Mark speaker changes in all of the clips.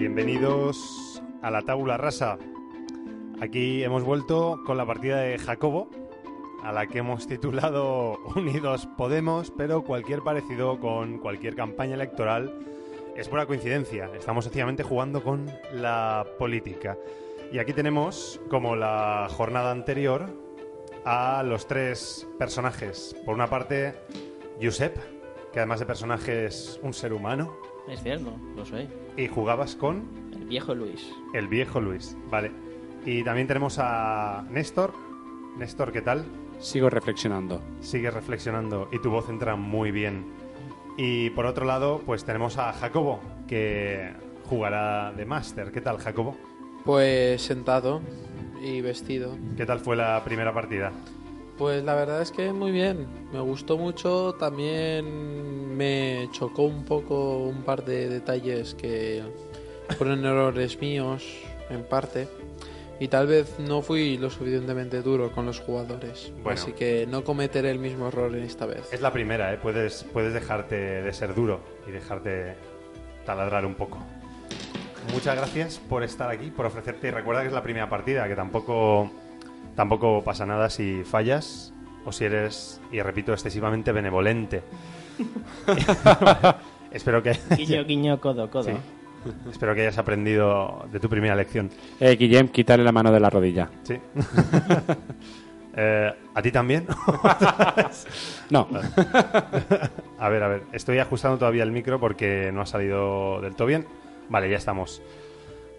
Speaker 1: Bienvenidos a la Tábula Rasa. Aquí hemos vuelto con la partida de Jacobo, a la que hemos titulado Unidos Podemos, pero cualquier parecido con cualquier campaña electoral es pura coincidencia. Estamos sencillamente jugando con la política. Y aquí tenemos, como la jornada anterior, a los tres personajes. Por una parte, Josep, que además de personaje es un ser humano,
Speaker 2: Es cierto, lo soy.
Speaker 1: y jugabas con
Speaker 2: El viejo Luis.
Speaker 1: El viejo Luis, vale. Y también tenemos a Néstor. Néstor, ¿qué tal?
Speaker 3: Sigo reflexionando.
Speaker 1: Sigue reflexionando y tu voz entra muy bien. Y por otro lado, pues tenemos a Jacobo, que jugará de máster. ¿Qué tal, Jacobo?
Speaker 4: Pues sentado y vestido.
Speaker 1: ¿Qué tal fue la primera partida?
Speaker 4: Pues la verdad es que muy bien, me gustó mucho, también me chocó un poco un par de detalles que fueron errores míos en parte y tal vez no fui lo suficientemente duro con los jugadores,
Speaker 1: Bueno.
Speaker 4: así que no cometeré el mismo error en esta vez.
Speaker 1: Es la primera, ¿eh? Puedes, puedes dejarte de ser duro y dejarte taladrar un poco. Muchas gracias por estar aquí, por ofrecerte. Y recuerda que es la primera partida, que tampoco, tampoco pasa nada si fallas o si eres, y repito, excesivamente benevolente. espero, que,
Speaker 2: Guiño, guiño, codo, codo.
Speaker 1: Sí. espero que hayas aprendido de tu primera lección.
Speaker 3: Eh, Guillem, quítale la mano de la rodilla.
Speaker 1: Sí. Eh, ¿A ti también?
Speaker 3: No,
Speaker 1: A ver, a ver, estoy ajustando todavía el micro porque no ha salido del todo bien. Vale, ya estamos.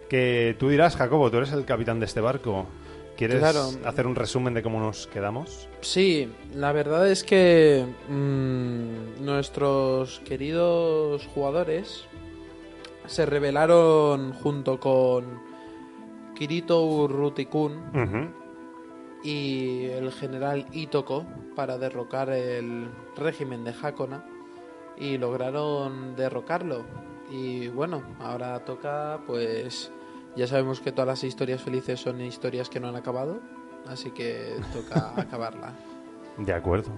Speaker 1: Que tú dirás, Jacobo, tú eres el capitán de este barco. ¿Quieres
Speaker 4: Claro.
Speaker 1: hacer un resumen de cómo nos quedamos?
Speaker 4: Sí, la verdad es que mm, nuestros queridos jugadores se rebelaron junto con Kirito Urrutikun y el general Itoko para derrocar el régimen de Hakona y lograron derrocarlo. Y bueno, ahora toca pues ya sabemos que todas las historias felices son historias que no han acabado, así que toca acabarla.
Speaker 1: De acuerdo.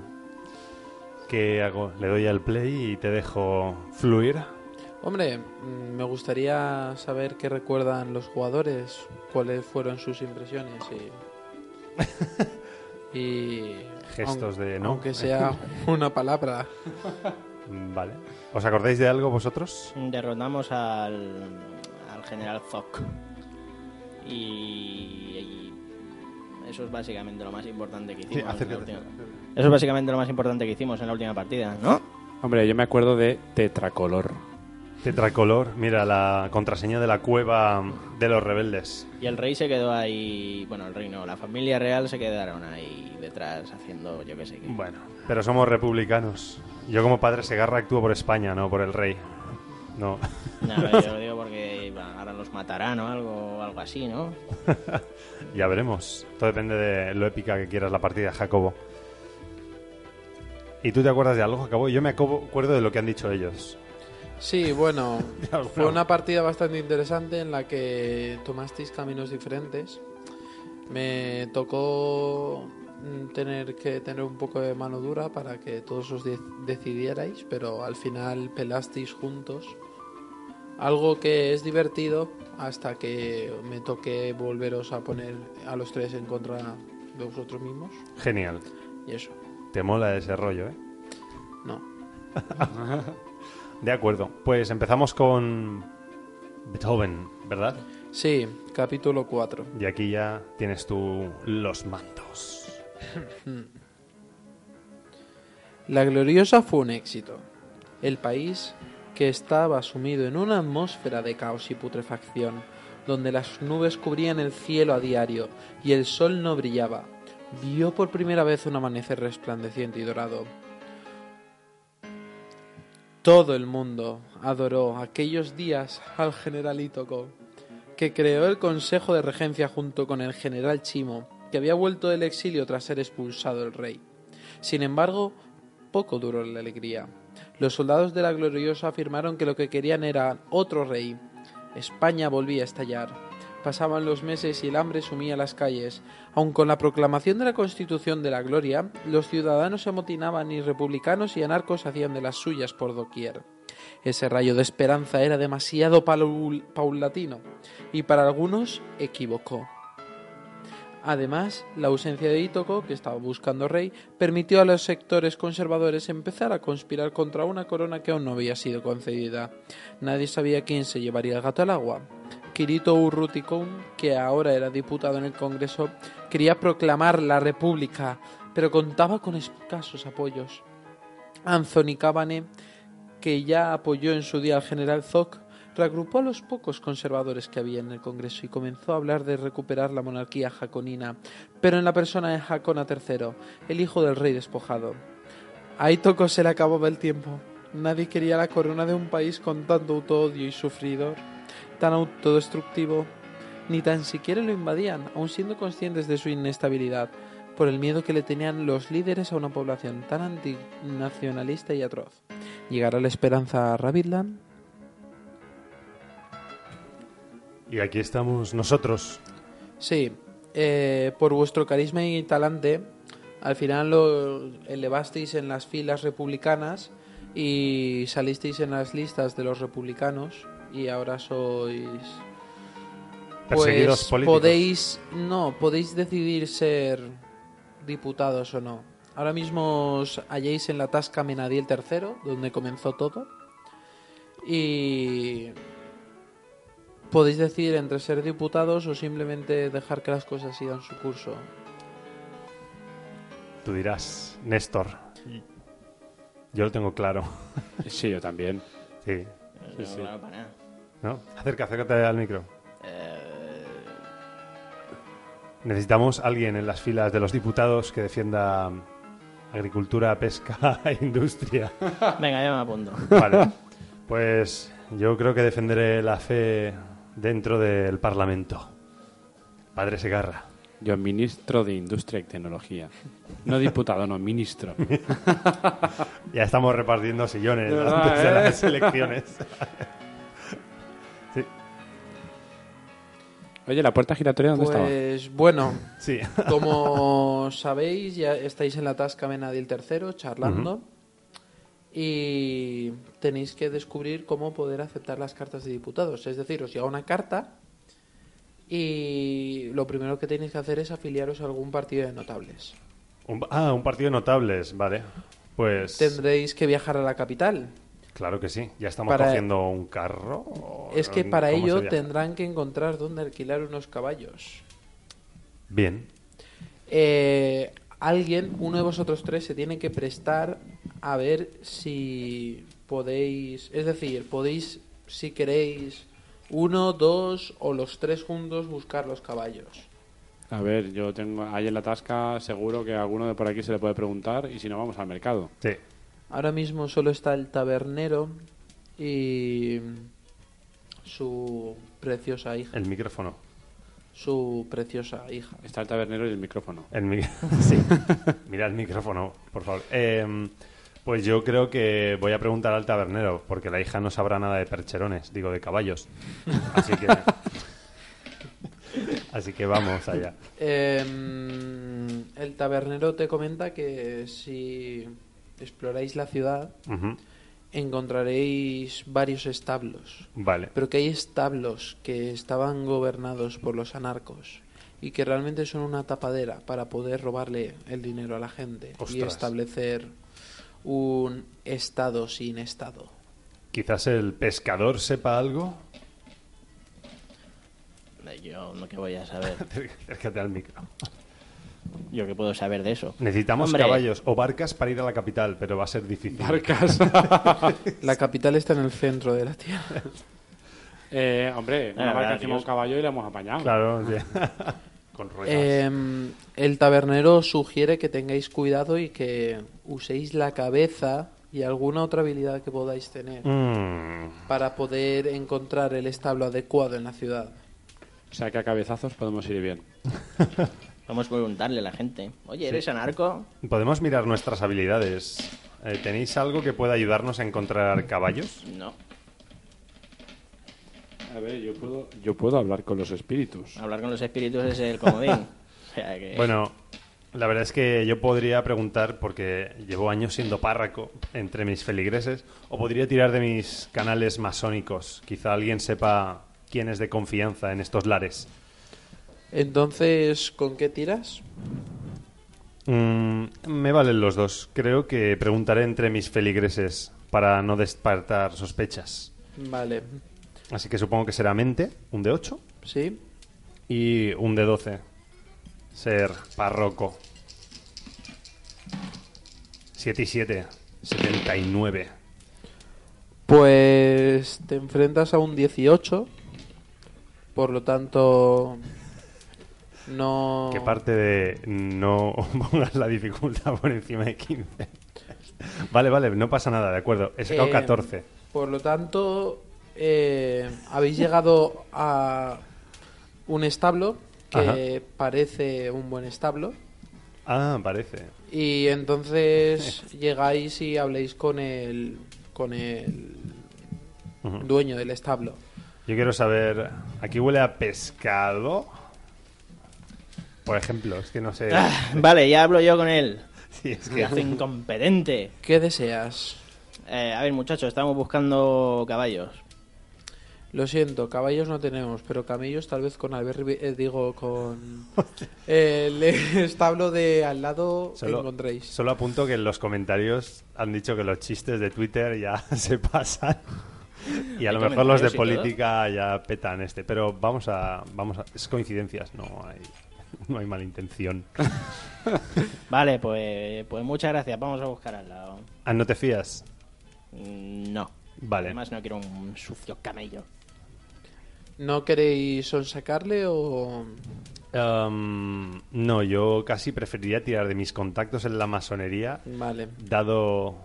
Speaker 1: ¿Qué hago? Le doy al play y te dejo fluir.
Speaker 4: Hombre, mm, me gustaría saber qué recuerdan los jugadores, cuáles fueron sus impresiones y. y
Speaker 1: Gestos
Speaker 4: aun-
Speaker 1: de no.
Speaker 4: Aunque sea una palabra.
Speaker 1: Vale. ¿Os acordáis de algo vosotros?
Speaker 2: Derrotamos al, al general Zoc. Y, y Eso es básicamente lo más importante que hicimos. en la última- Eso es básicamente lo más importante que hicimos en la última partida, ¿no?
Speaker 3: hombre, yo me acuerdo de tetracolor.
Speaker 1: Tetracolor, mira, la contraseña de la cueva de los rebeldes.
Speaker 2: Y el rey se quedó ahí. Bueno, el rey no, la familia real se quedaron ahí detrás haciendo yo qué sé qué.
Speaker 1: Bueno, pero somos republicanos. Yo como padre Segarra actúo por España, no por el rey. No.
Speaker 2: Nada, yo lo digo porque bueno, ahora los matarán o algo, algo así, ¿no?
Speaker 1: Ya veremos. Todo depende de lo épica que quieras la partida, Jacobo. ¿Y tú te acuerdas de algo, Jacobo? Yo me aco- acuerdo de lo que han dicho ellos.
Speaker 4: Sí, bueno,
Speaker 1: Ya os
Speaker 4: fue
Speaker 1: veo.
Speaker 4: una partida bastante interesante en la que tomasteis caminos diferentes. Me tocó mm, tener que tener un poco de mano dura para que todos os de- decidierais, pero al final pelasteis juntos. Algo que es divertido hasta que me toque volveros a poner a los tres en contra de vosotros mismos.
Speaker 1: Genial.
Speaker 4: Y eso,
Speaker 1: Te mola ese rollo, ¿eh?
Speaker 4: no.
Speaker 1: De acuerdo. Pues empezamos con Beethoven, ¿verdad?
Speaker 4: Sí, capítulo 4.
Speaker 1: Y aquí ya tienes tú los mandos.
Speaker 4: La gloriosa fue un éxito. El país, que estaba sumido en una atmósfera de caos y putrefacción, donde las nubes cubrían el cielo a diario y el sol no brillaba, vio por primera vez un amanecer resplandeciente y dorado. Todo el mundo adoró aquellos días al general Ítoco, que creó el Consejo de Regencia junto con el general Chimo, que había vuelto del exilio tras ser expulsado el rey. Sin embargo, poco duró la alegría. Los soldados de la gloriosa afirmaron que lo que querían era otro rey. España volvía a estallar. Pasaban los meses y el hambre sumía las calles. Aun con la proclamación de la Constitución de la Gloria, los ciudadanos se amotinaban y republicanos y anarcos hacían de las suyas por doquier. Ese rayo de esperanza era demasiado paul- paulatino y para algunos equivocó. Además, la ausencia de Itoco, que estaba buscando rey, permitió a los sectores conservadores empezar a conspirar contra una corona que aún no había sido concedida. Nadie sabía quién se llevaría el gato al agua. Kirito Urruticón, que ahora era diputado en el Congreso, quería proclamar la República, pero contaba con escasos apoyos. Anthony Cabane, que ya apoyó en su día al general Zoc, reagrupó a los pocos conservadores que había en el Congreso y comenzó a hablar de recuperar la monarquía jaconina, pero en la persona de Jacona III, el hijo del rey despojado. A Itoko se le acababa el tiempo. Nadie quería la corona de un país con tanto auto-odio y sufridor, tan autodestructivo. Ni tan siquiera lo invadían, aun siendo conscientes de su inestabilidad, por el miedo que le tenían los líderes a una población tan antinacionalista y atroz. ¿Llegará la esperanza a Rabbitland?
Speaker 1: Y aquí estamos nosotros.
Speaker 4: Sí, eh, por vuestro carisma y talante, al final lo elevasteis en las filas republicanas y salisteis en las listas de los republicanos y ahora sois
Speaker 1: Perseguidos
Speaker 4: pues,
Speaker 1: políticos.
Speaker 4: podéis no podéis decidir ser diputados o no. Ahora mismo os halláis en la tasca Menadiel III, donde comenzó todo. Y Podéis decir entre ser diputados o simplemente dejar que las cosas sigan su curso.
Speaker 1: Tú dirás, Néstor. Yo lo tengo claro.
Speaker 3: Sí, yo también.
Speaker 1: Sí.
Speaker 2: No,
Speaker 3: sí.
Speaker 2: claro, para nada.
Speaker 1: ¿No? Acerca, acércate al micro.
Speaker 2: Eh,
Speaker 1: Necesitamos alguien en las filas de los diputados que defienda agricultura, pesca e industria.
Speaker 2: venga, ya me apunto.
Speaker 1: Vale. Pues yo creo que defenderé la fe dentro del Parlamento. Padre Segarra.
Speaker 3: Yo, ministro de Industria y Tecnología. No diputado, no, ministro.
Speaker 1: Ya estamos repartiendo sillones
Speaker 3: De verdad,
Speaker 1: antes de
Speaker 3: ¿eh?
Speaker 1: las elecciones. Sí,
Speaker 3: Oye, ¿la puerta giratoria dónde estaba?
Speaker 4: Pues bueno,
Speaker 1: sí.
Speaker 4: como sabéis, ya estáis en la tasca Menadiel III charlando y tenéis que descubrir cómo poder aceptar las cartas de diputados. Es decir, os llega una carta y lo primero que tenéis que hacer es afiliaros a algún partido de notables.
Speaker 1: Un- ah, un partido de notables, vale. Pues
Speaker 4: Tendréis que viajar a la capital,
Speaker 1: claro que sí. Ya estamos
Speaker 4: Para-
Speaker 1: cogiendo un carro. ¿o
Speaker 4: Es que
Speaker 1: no?
Speaker 4: para
Speaker 1: ¿Cómo se
Speaker 4: ello
Speaker 1: viaja?
Speaker 4: tendrán que encontrar dónde alquilar unos caballos.
Speaker 1: Bien.
Speaker 4: Eh, alguien, uno de vosotros tres, se tiene que prestar a ver si podéis. Es decir, podéis, si queréis, uno, dos o los tres juntos buscar los caballos.
Speaker 3: A ver, yo tengo ahí en la tasca, seguro que a alguno de por aquí se le puede preguntar y si no, vamos al mercado.
Speaker 1: Sí.
Speaker 4: Ahora mismo solo está el tabernero y su preciosa hija.
Speaker 1: El micrófono.
Speaker 4: Su preciosa hija.
Speaker 3: Está el tabernero y el micrófono.
Speaker 1: El mi- sí. Mira el micrófono, por favor. Eh, pues yo creo que voy a preguntar al tabernero, porque la hija no sabrá nada de percherones, digo de caballos. Así que. Así que vamos allá.
Speaker 4: Em, el tabernero te comenta que si exploráis la ciudad
Speaker 1: Ujú.
Speaker 4: encontraréis varios establos,
Speaker 1: Vale.
Speaker 4: pero que hay establos que estaban gobernados por los anarcos y que realmente son una tapadera para poder robarle el dinero a la gente y
Speaker 1: Ostras.
Speaker 4: establecer un estado sin estado.
Speaker 1: Quizás el pescador sepa algo.
Speaker 2: Yo no que voy a saber.
Speaker 1: Acércate al micro.
Speaker 2: Yo que puedo saber de eso.
Speaker 1: Necesitamos
Speaker 2: Hombre,
Speaker 1: caballos o barcas para ir a la capital, pero va a ser difícil.
Speaker 3: Barcas.
Speaker 4: La capital está en el centro de la tierra.
Speaker 3: Eh, hombre,
Speaker 2: Ah,
Speaker 3: una barca
Speaker 2: verdad,
Speaker 3: encima de un
Speaker 2: Dios.
Speaker 3: caballo y la hemos apañado.
Speaker 1: Claro, sí. Eh, Con ruedas.
Speaker 4: Em, el tabernero sugiere que tengáis cuidado y que uséis la cabeza y alguna otra habilidad que podáis tener
Speaker 1: Mm.
Speaker 4: para poder encontrar el establo adecuado en la ciudad.
Speaker 3: O sea que a cabezazos podemos ir bien.
Speaker 2: Vamos a preguntarle a la gente. Oye, ¿eres anarco?
Speaker 1: Podemos mirar nuestras habilidades. Eh, ¿Tenéis algo que pueda ayudarnos a encontrar caballos?
Speaker 2: No.
Speaker 3: A ver, yo puedo, yo puedo hablar con los espíritus.
Speaker 2: Eh. Hablar con los espíritus es el comodín. O sea que-
Speaker 1: Bueno, La verdad es que yo podría preguntar, porque llevo años siendo párraco entre mis feligreses, o podría tirar de mis canales masónicos. Quizá alguien sepa quién es de confianza en estos lares.
Speaker 4: Entonces, ¿con qué tiras?
Speaker 1: Mm, me valen los dos. Creo que preguntaré entre mis feligreses para no despertar sospechas.
Speaker 4: Vale,
Speaker 1: Así que supongo que será mente, un de 8
Speaker 4: sí.
Speaker 1: y un de 12. Ser párroco. 7 y 7, 79.
Speaker 4: Pues te enfrentas a un 18, por lo tanto no...
Speaker 1: ¿Qué parte de no pongas la dificultad por encima de 15? Vale, vale, no pasa nada, de acuerdo. He sacado
Speaker 4: Eh,
Speaker 1: 14.
Speaker 4: Por lo tanto, eh, habéis llegado a un establo que
Speaker 1: Ajá.
Speaker 4: parece un buen establo.
Speaker 1: Ah, parece.
Speaker 4: Y entonces llegáis y habléis con el, con el
Speaker 1: Ujú.
Speaker 4: dueño del establo.
Speaker 1: Yo quiero saber, ¿aquí huele a pescado? Por ejemplo, es que no sé.
Speaker 2: Ah, vale, ya hablo yo con él.
Speaker 1: Sí, eh, es que-
Speaker 2: Pedazo incompetente.
Speaker 4: ¿Qué deseas?
Speaker 2: Eh, a ver, muchachos, estamos buscando caballos.
Speaker 4: Lo siento, caballos no tenemos, pero camellos tal vez con Albert, Ribe- eh, digo, con el establo de al lado
Speaker 1: solo,
Speaker 4: encontréis.
Speaker 1: solo apunto que en los comentarios han dicho que los chistes de Twitter ya se pasan. Y a
Speaker 2: ¿Hay
Speaker 1: lo mejor los de
Speaker 2: comentarios y todo?
Speaker 1: política ya petan este. Pero vamos a. vamos a, Es coincidencias, no hay, no hay mala intención.
Speaker 2: Vale, pues, pues muchas gracias. Vamos a buscar al lado.
Speaker 1: Ah, ¿no te fías?
Speaker 2: Mm, No.
Speaker 1: Vale.
Speaker 2: Además, no quiero un sucio camello.
Speaker 4: ¿No queréis sonsacarle o...?
Speaker 1: Em, no, yo casi preferiría tirar de mis contactos en la masonería
Speaker 4: Vale.
Speaker 1: dado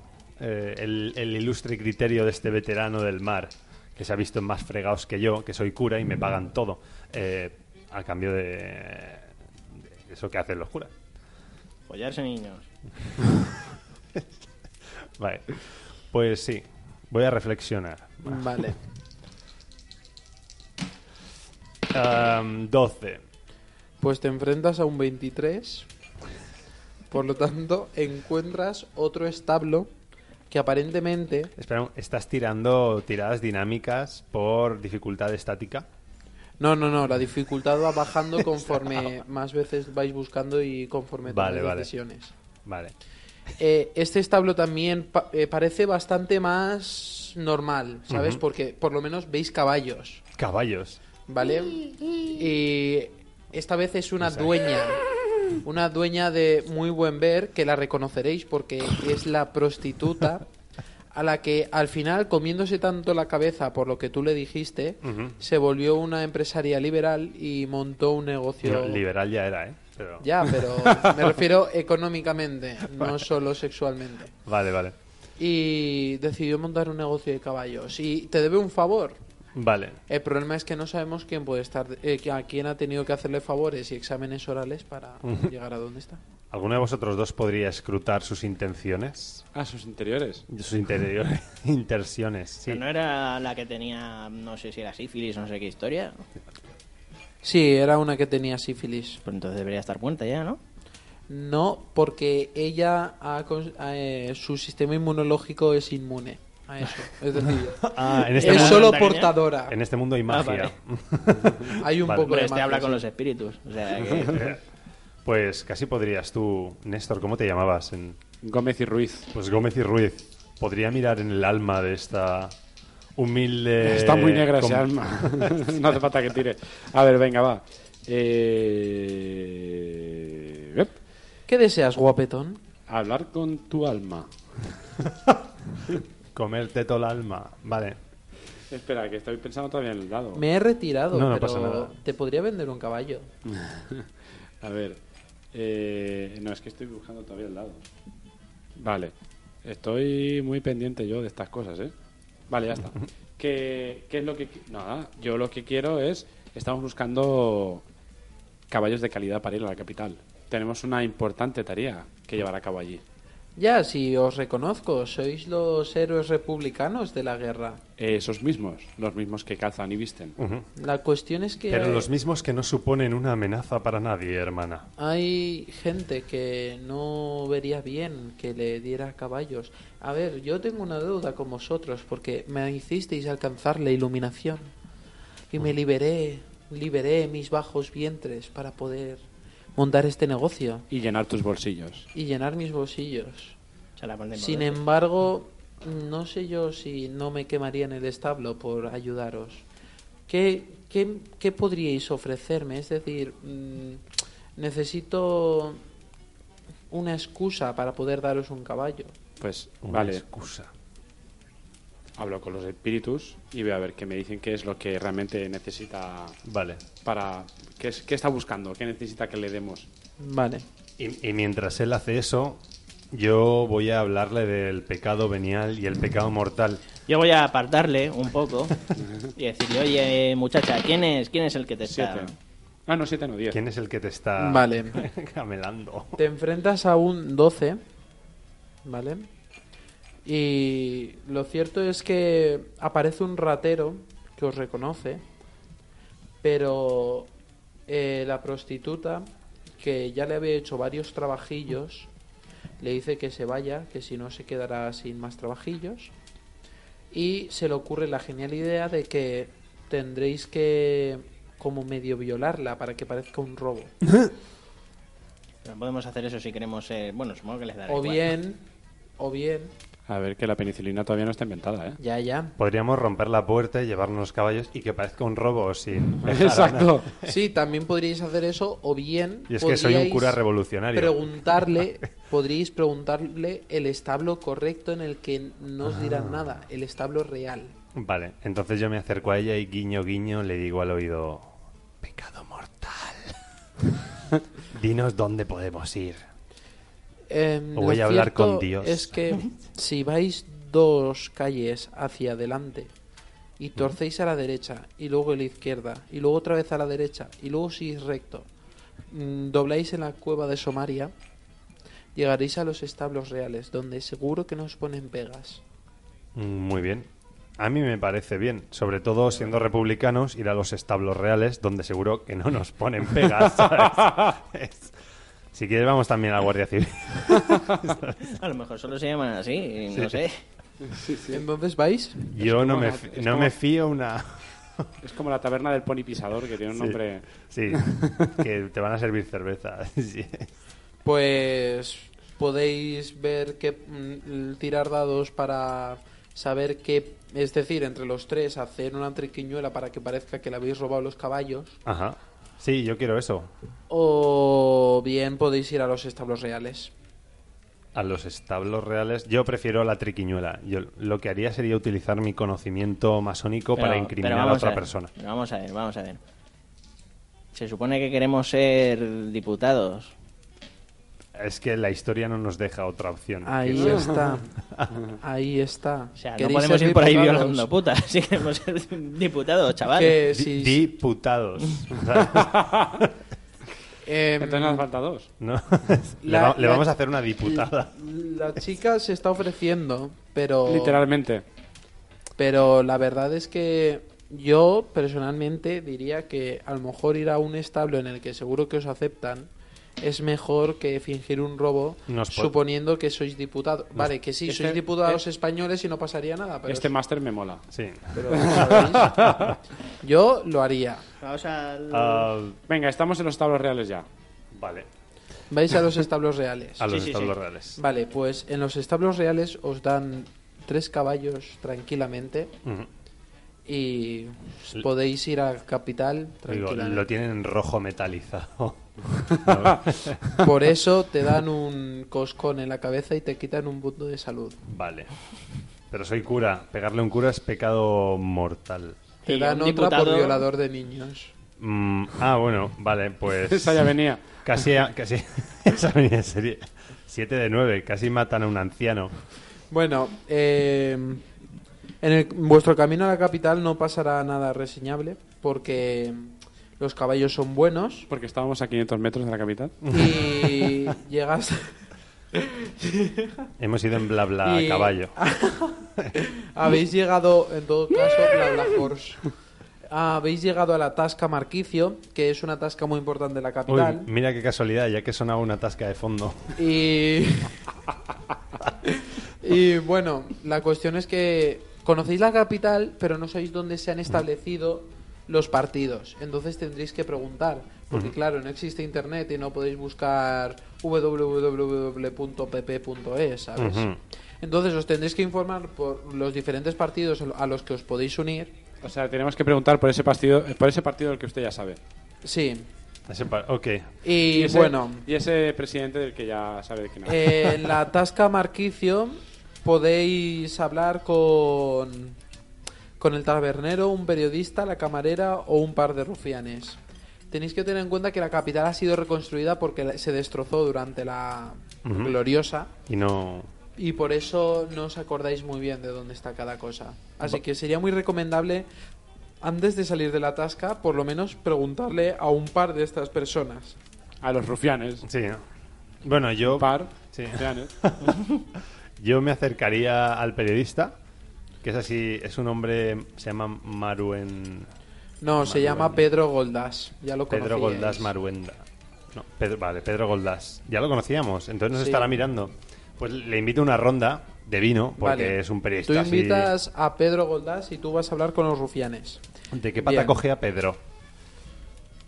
Speaker 1: eh, el, el ilustre criterio de este veterano del mar, que se ha visto en más fregados que yo, que soy cura y me pagan todo, eh, a cambio de, de eso que hacen los curas.
Speaker 2: Follarse niños.
Speaker 1: Vale, pues sí, voy a reflexionar.
Speaker 4: Vale.
Speaker 1: Am, 12.
Speaker 4: Pues te enfrentas a un 23. Por lo tanto, encuentras otro establo que aparentemente
Speaker 1: Espera, un- ¿estás tirando tiradas dinámicas por dificultad estática?
Speaker 4: No, no, no, la dificultad va bajando conforme más veces vais buscando y conforme tomáis
Speaker 1: Vale, vale.
Speaker 4: decisiones.
Speaker 1: Vale.
Speaker 4: Eh, este establo también pa- eh, parece bastante más normal, ¿sabes?
Speaker 1: Ujú.
Speaker 4: Porque por lo menos veis caballos,
Speaker 1: Caballos.
Speaker 4: ¿vale? Y esta vez es una dueña, una dueña de muy buen ver que la reconoceréis porque es la prostituta a la que al final comiéndose tanto la cabeza por lo que tú le dijiste,
Speaker 1: Ujú.
Speaker 4: se volvió una empresaria liberal y montó un negocio.
Speaker 1: Yo liberal ya era, ¿eh? Pero-
Speaker 4: Ya, pero me refiero económicamente, no solo sexualmente.
Speaker 1: Vale, vale.
Speaker 4: Y decidió montar un negocio de caballos. Y te debe un favor.
Speaker 1: Vale.
Speaker 4: El problema es que no sabemos quién puede estar, eh, a quién ha tenido que hacerle favores y exámenes orales para llegar a donde está.
Speaker 1: ¿Alguno de vosotros dos podría escrutar sus intenciones?
Speaker 3: Ah, sus interiores.
Speaker 1: Sus interiores. Intersiones, sí.
Speaker 2: ¿No era la que tenía, no sé si era sífilis, no sé qué historia?
Speaker 4: Sí, era una que tenía sífilis.
Speaker 2: Pues entonces debería estar muerta ya, ¿no?
Speaker 4: No, porque ella, ha cons- eh, su sistema inmunológico es inmune a eso. Es decir,
Speaker 1: Ah, en este,
Speaker 4: es
Speaker 1: mundo,
Speaker 4: solo
Speaker 2: montaña?
Speaker 4: portadora.
Speaker 1: en este mundo hay magia.
Speaker 4: Hay un
Speaker 1: Vale.
Speaker 4: poco
Speaker 2: Hombre,
Speaker 4: de
Speaker 2: este
Speaker 4: magia,
Speaker 2: habla con
Speaker 4: sí.
Speaker 2: los espíritus. O sea, que...
Speaker 1: Pues casi podrías tú, Néstor, ¿cómo te llamabas? En-
Speaker 3: Gómez y Ruiz.
Speaker 1: Pues Gómez y Ruiz. Podría mirar en el alma de esta humilde.
Speaker 3: Está muy negra
Speaker 1: Eh, com-
Speaker 3: ese alma. no hace falta que tire. A ver, venga, va. Eh... ep.
Speaker 4: ¿Qué deseas, guapetón?
Speaker 3: Hablar con tu alma.
Speaker 1: Comerte todo el alma. Vale.
Speaker 3: Espera, que estoy pensando todavía en el dado.
Speaker 4: Me he retirado,
Speaker 1: No, no
Speaker 4: pero
Speaker 1: pasa nada.
Speaker 4: te podría vender un caballo.
Speaker 3: A ver. eh, No, es que estoy buscando todavía el dado. Vale. Estoy muy pendiente yo de estas cosas, ¿eh? Vale, ya está. ¿Qué, qué es lo que.? qui- Nada, yo lo que quiero es. Estamos buscando caballos de calidad para ir a la capital. Tenemos una importante tarea que llevar a cabo allí.
Speaker 4: Ya, si os reconozco, sois los héroes republicanos de la guerra.
Speaker 3: Eh, Esos mismos, los mismos que cazan y visten.
Speaker 1: Ujú.
Speaker 4: La cuestión es que
Speaker 1: Pero
Speaker 4: hay-
Speaker 1: los mismos que no suponen una amenaza para nadie, hermana.
Speaker 4: hay gente que no vería bien que le diera caballos. A ver, yo tengo una deuda con vosotros porque me hicisteis alcanzar la iluminación y me liberé, liberé mis bajos vientres para poder montar este negocio
Speaker 3: Y llenar tus bolsillos.
Speaker 4: y llenar mis bolsillos.
Speaker 2: Se la ponen
Speaker 4: Sin em-
Speaker 2: modernos.
Speaker 4: embargo, no sé yo si no me quemaría en el establo por ayudaros. ¿Qué, qué, qué podríais ofrecerme? Es decir, mm, necesito una excusa para poder daros un caballo.
Speaker 3: Pues,
Speaker 1: Una
Speaker 3: vale,
Speaker 1: excusa.
Speaker 3: hablo con los espíritus y veo a ver qué me dicen qué es lo que realmente necesita
Speaker 1: Vale.
Speaker 3: para... ¿Qué, es- qué está buscando? ¿Qué necesita que le demos?
Speaker 4: Vale.
Speaker 1: Y, y mientras él hace eso, yo voy a hablarle del pecado venial y el pecado mortal.
Speaker 2: Yo voy a apartarle un poco y decirle, oye, muchacha, ¿quién es, quién es el que te está...?
Speaker 3: Siete. Ah, no, siete, no, diez.
Speaker 1: ¿Quién es el que te está
Speaker 4: Vale.
Speaker 1: camelando?
Speaker 4: Te enfrentas a un 12, ¿vale? Y lo cierto es que aparece un ratero que os reconoce, pero eh, la prostituta, que ya le había hecho varios trabajillos, le dice que se vaya, que si no se quedará sin más trabajillos. Y se le ocurre la genial idea de que tendréis que como medio violarla para que parezca un robo.
Speaker 2: No podemos hacer eso si queremos ser... Bueno, supongo que les dará
Speaker 4: O
Speaker 2: igual.
Speaker 4: bien, o bien,
Speaker 3: A ver, que la penicilina todavía no está inventada, ¿eh?
Speaker 4: ya, ya.
Speaker 1: Podríamos romper la puerta y llevarnos los caballos y que parezca un robo sin. dejar a
Speaker 3: Exacto.
Speaker 4: Sí, también podríais hacer eso, o bien.
Speaker 1: Y es que soy un
Speaker 4: podríais
Speaker 1: cura revolucionario.
Speaker 4: Preguntarle, podríais preguntarle el establo correcto en el que no os dirán
Speaker 1: Ah.
Speaker 4: nada, el establo real.
Speaker 1: Vale, entonces yo me acerco a ella y guiño, guiño, le digo al oído: Pecado mortal. Dinos dónde podemos ir.
Speaker 4: Em,
Speaker 1: O voy
Speaker 4: lo
Speaker 1: a hablar
Speaker 4: cierto
Speaker 1: con Dios.
Speaker 4: Es que si vais dos calles hacia adelante y torcéis a la derecha y luego a la izquierda y luego otra vez a la derecha y luego seguís recto, mm, dobláis en la cueva de Somaria, llegaréis a los establos reales donde seguro que no os ponen pegas.
Speaker 1: Mm, Muy bien. A mí me parece bien, sobre todo siendo republicanos, ir a los establos reales, donde seguro que no nos ponen pegas. ¿sabes? Es- Si quieres, vamos también a la Guardia Civil.
Speaker 2: A lo mejor solo se llaman así, y no
Speaker 1: Sí.
Speaker 2: sé.
Speaker 4: Entonces vais
Speaker 1: Yo no
Speaker 3: como
Speaker 1: me,
Speaker 3: la-
Speaker 1: fi-
Speaker 3: es
Speaker 1: no
Speaker 3: como-
Speaker 1: me fío una...
Speaker 3: Es como la taberna del pony pisador, que tiene un
Speaker 1: Sí.
Speaker 4: Em,
Speaker 3: nombre...
Speaker 1: Sí, que te van a servir cerveza. Sí.
Speaker 4: Pues podéis ver que mm, tirar dados para saber qué, es decir, entre los tres hacer una triquiñuela para que parezca que le habéis robado los caballos,
Speaker 1: Ajá. Sí, yo quiero eso.
Speaker 4: o bien podéis ir a los establos reales.
Speaker 1: A los establos reales, yo prefiero la triquiñuela. Yo lo que haría sería utilizar mi conocimiento masónico para
Speaker 2: Pero- pero
Speaker 1: incriminar a
Speaker 2: vamos
Speaker 1: otra
Speaker 2: ver,
Speaker 1: persona.
Speaker 2: pero vamos a ver, vamos a ver. Se supone que queremos ser diputados.
Speaker 1: Es que la historia no nos deja otra opción.
Speaker 4: Ahí
Speaker 1: Que es-
Speaker 4: está. Ahí está.
Speaker 2: O sea, no
Speaker 4: ¿Queréis
Speaker 2: podemos
Speaker 4: ser
Speaker 2: ir por ahí
Speaker 4: diputados?
Speaker 2: violando putas. Si queremos ser diputados, chaval.
Speaker 4: Que
Speaker 1: Di-
Speaker 4: si-
Speaker 1: Diputados. ¿sabes?
Speaker 4: em,
Speaker 3: Entonces nos falta dos.
Speaker 1: ¿No? le,
Speaker 4: La-
Speaker 1: va- le
Speaker 4: la-
Speaker 1: vamos a hacer una diputada.
Speaker 4: Em, La chica se está ofreciendo, pero...
Speaker 3: Literalmente.
Speaker 4: Pero la verdad es que yo personalmente diría que a lo mejor ir a un establo en el que seguro que os aceptan es mejor que fingir un robo
Speaker 1: Nos po-
Speaker 4: suponiendo que sois diputados. Vale, que sí,
Speaker 3: Este-
Speaker 4: sois diputados españoles y no pasaría nada, pero,
Speaker 3: Este máster me mola.
Speaker 1: Sí.
Speaker 4: pero, ¿sabéis? yo lo haría.
Speaker 2: Vamos al...
Speaker 1: Ah,
Speaker 3: Venga, estamos en los tablos reales ya.
Speaker 1: vale.
Speaker 4: Vais a los establos reales.
Speaker 1: A los
Speaker 2: Sí, sí,
Speaker 1: establos
Speaker 2: sí.
Speaker 1: reales.
Speaker 4: Vale, pues en los establos reales os dan tres caballos tranquilamente
Speaker 1: Ujú.
Speaker 4: y podéis ir a capital
Speaker 1: Digo,
Speaker 4: tranquilamente.
Speaker 1: lo tienen en rojo metalizado. No,
Speaker 4: Por eso te dan un coscón en la cabeza y te quitan un punto de salud.
Speaker 1: Vale. Pero soy cura. Pegarle a un cura es pecado mortal.
Speaker 4: Te
Speaker 2: Y
Speaker 4: dan
Speaker 2: un
Speaker 4: otra por
Speaker 2: diputado-
Speaker 4: violador de niños.
Speaker 1: Mm, ah, bueno, vale, pues.
Speaker 3: Esa ya venía.
Speaker 1: Casi. casi esa venía en serie. 7 de 9, casi matan a un anciano.
Speaker 4: Bueno, eh, en el- vuestro camino a la capital no pasará nada reseñable porque los caballos son buenos
Speaker 3: Porque estábamos a 500 metros de la capital.
Speaker 4: y llegas,
Speaker 1: Hemos ido en bla bla
Speaker 4: Y-
Speaker 1: caballo.
Speaker 4: Habéis llegado, en todo caso, la, la Force. Habéis llegado a la Tasca Marquicio, que es una tasca muy importante de la
Speaker 1: Uy,
Speaker 4: capital.
Speaker 1: mira qué casualidad, ya que sonaba una tasca de fondo.
Speaker 4: Y. y bueno, la cuestión es que conocéis la capital, pero no sabéis dónde se han establecido los partidos. Entonces tendréis que preguntar. Porque, claro, no existe internet y no podéis buscar www.pp.es, e, ¿sabes?
Speaker 1: Ujú.
Speaker 4: Entonces os tendréis que informar por los diferentes partidos a los que os podéis unir.
Speaker 3: O sea, tenemos que preguntar por ese partido, por ese partido del que usted ya sabe.
Speaker 4: Sí.
Speaker 1: Ese pa- ok.
Speaker 4: Y,
Speaker 3: ese-
Speaker 4: bueno.
Speaker 3: Y ese presidente del que ya sabe de quién habla.
Speaker 4: Eh, en la Tasca Marquicio podéis hablar con, con el tabernero, un periodista, la camarera o un par de rufianes. Tenéis que tener en cuenta que la capital ha sido reconstruida porque la- se destrozó durante la
Speaker 1: Ujú.
Speaker 4: gloriosa
Speaker 1: Y no.
Speaker 4: y por eso no os acordáis muy bien de dónde está cada cosa. Así que sería muy recomendable, antes de salir de la tasca, por lo menos preguntarle a un par de estas personas.
Speaker 3: A los rufianes.
Speaker 1: Sí. Bueno, yo.
Speaker 3: Par.
Speaker 1: Sí.
Speaker 3: Rufianes.
Speaker 1: Yo me acercaría al periodista, que es así, es un hombre, se llama Maruen.
Speaker 4: No, se
Speaker 1: Manuel.
Speaker 4: llama Pedro Goldás. Ya lo
Speaker 1: Pedro
Speaker 4: conocíais.
Speaker 1: Goldás Maruenda. No, Pedro- vale, Pedro Goldás. Ya lo conocíamos, entonces nos
Speaker 4: Sí.
Speaker 1: estará mirando. Pues le invito a una ronda de vino, porque
Speaker 4: Vale.
Speaker 1: es un periodista.
Speaker 4: Tú
Speaker 1: así-
Speaker 4: invitas a Pedro Goldás y tú vas a hablar con los rufianes.
Speaker 1: ¿De qué pata
Speaker 4: Bien.
Speaker 1: coge a Pedro?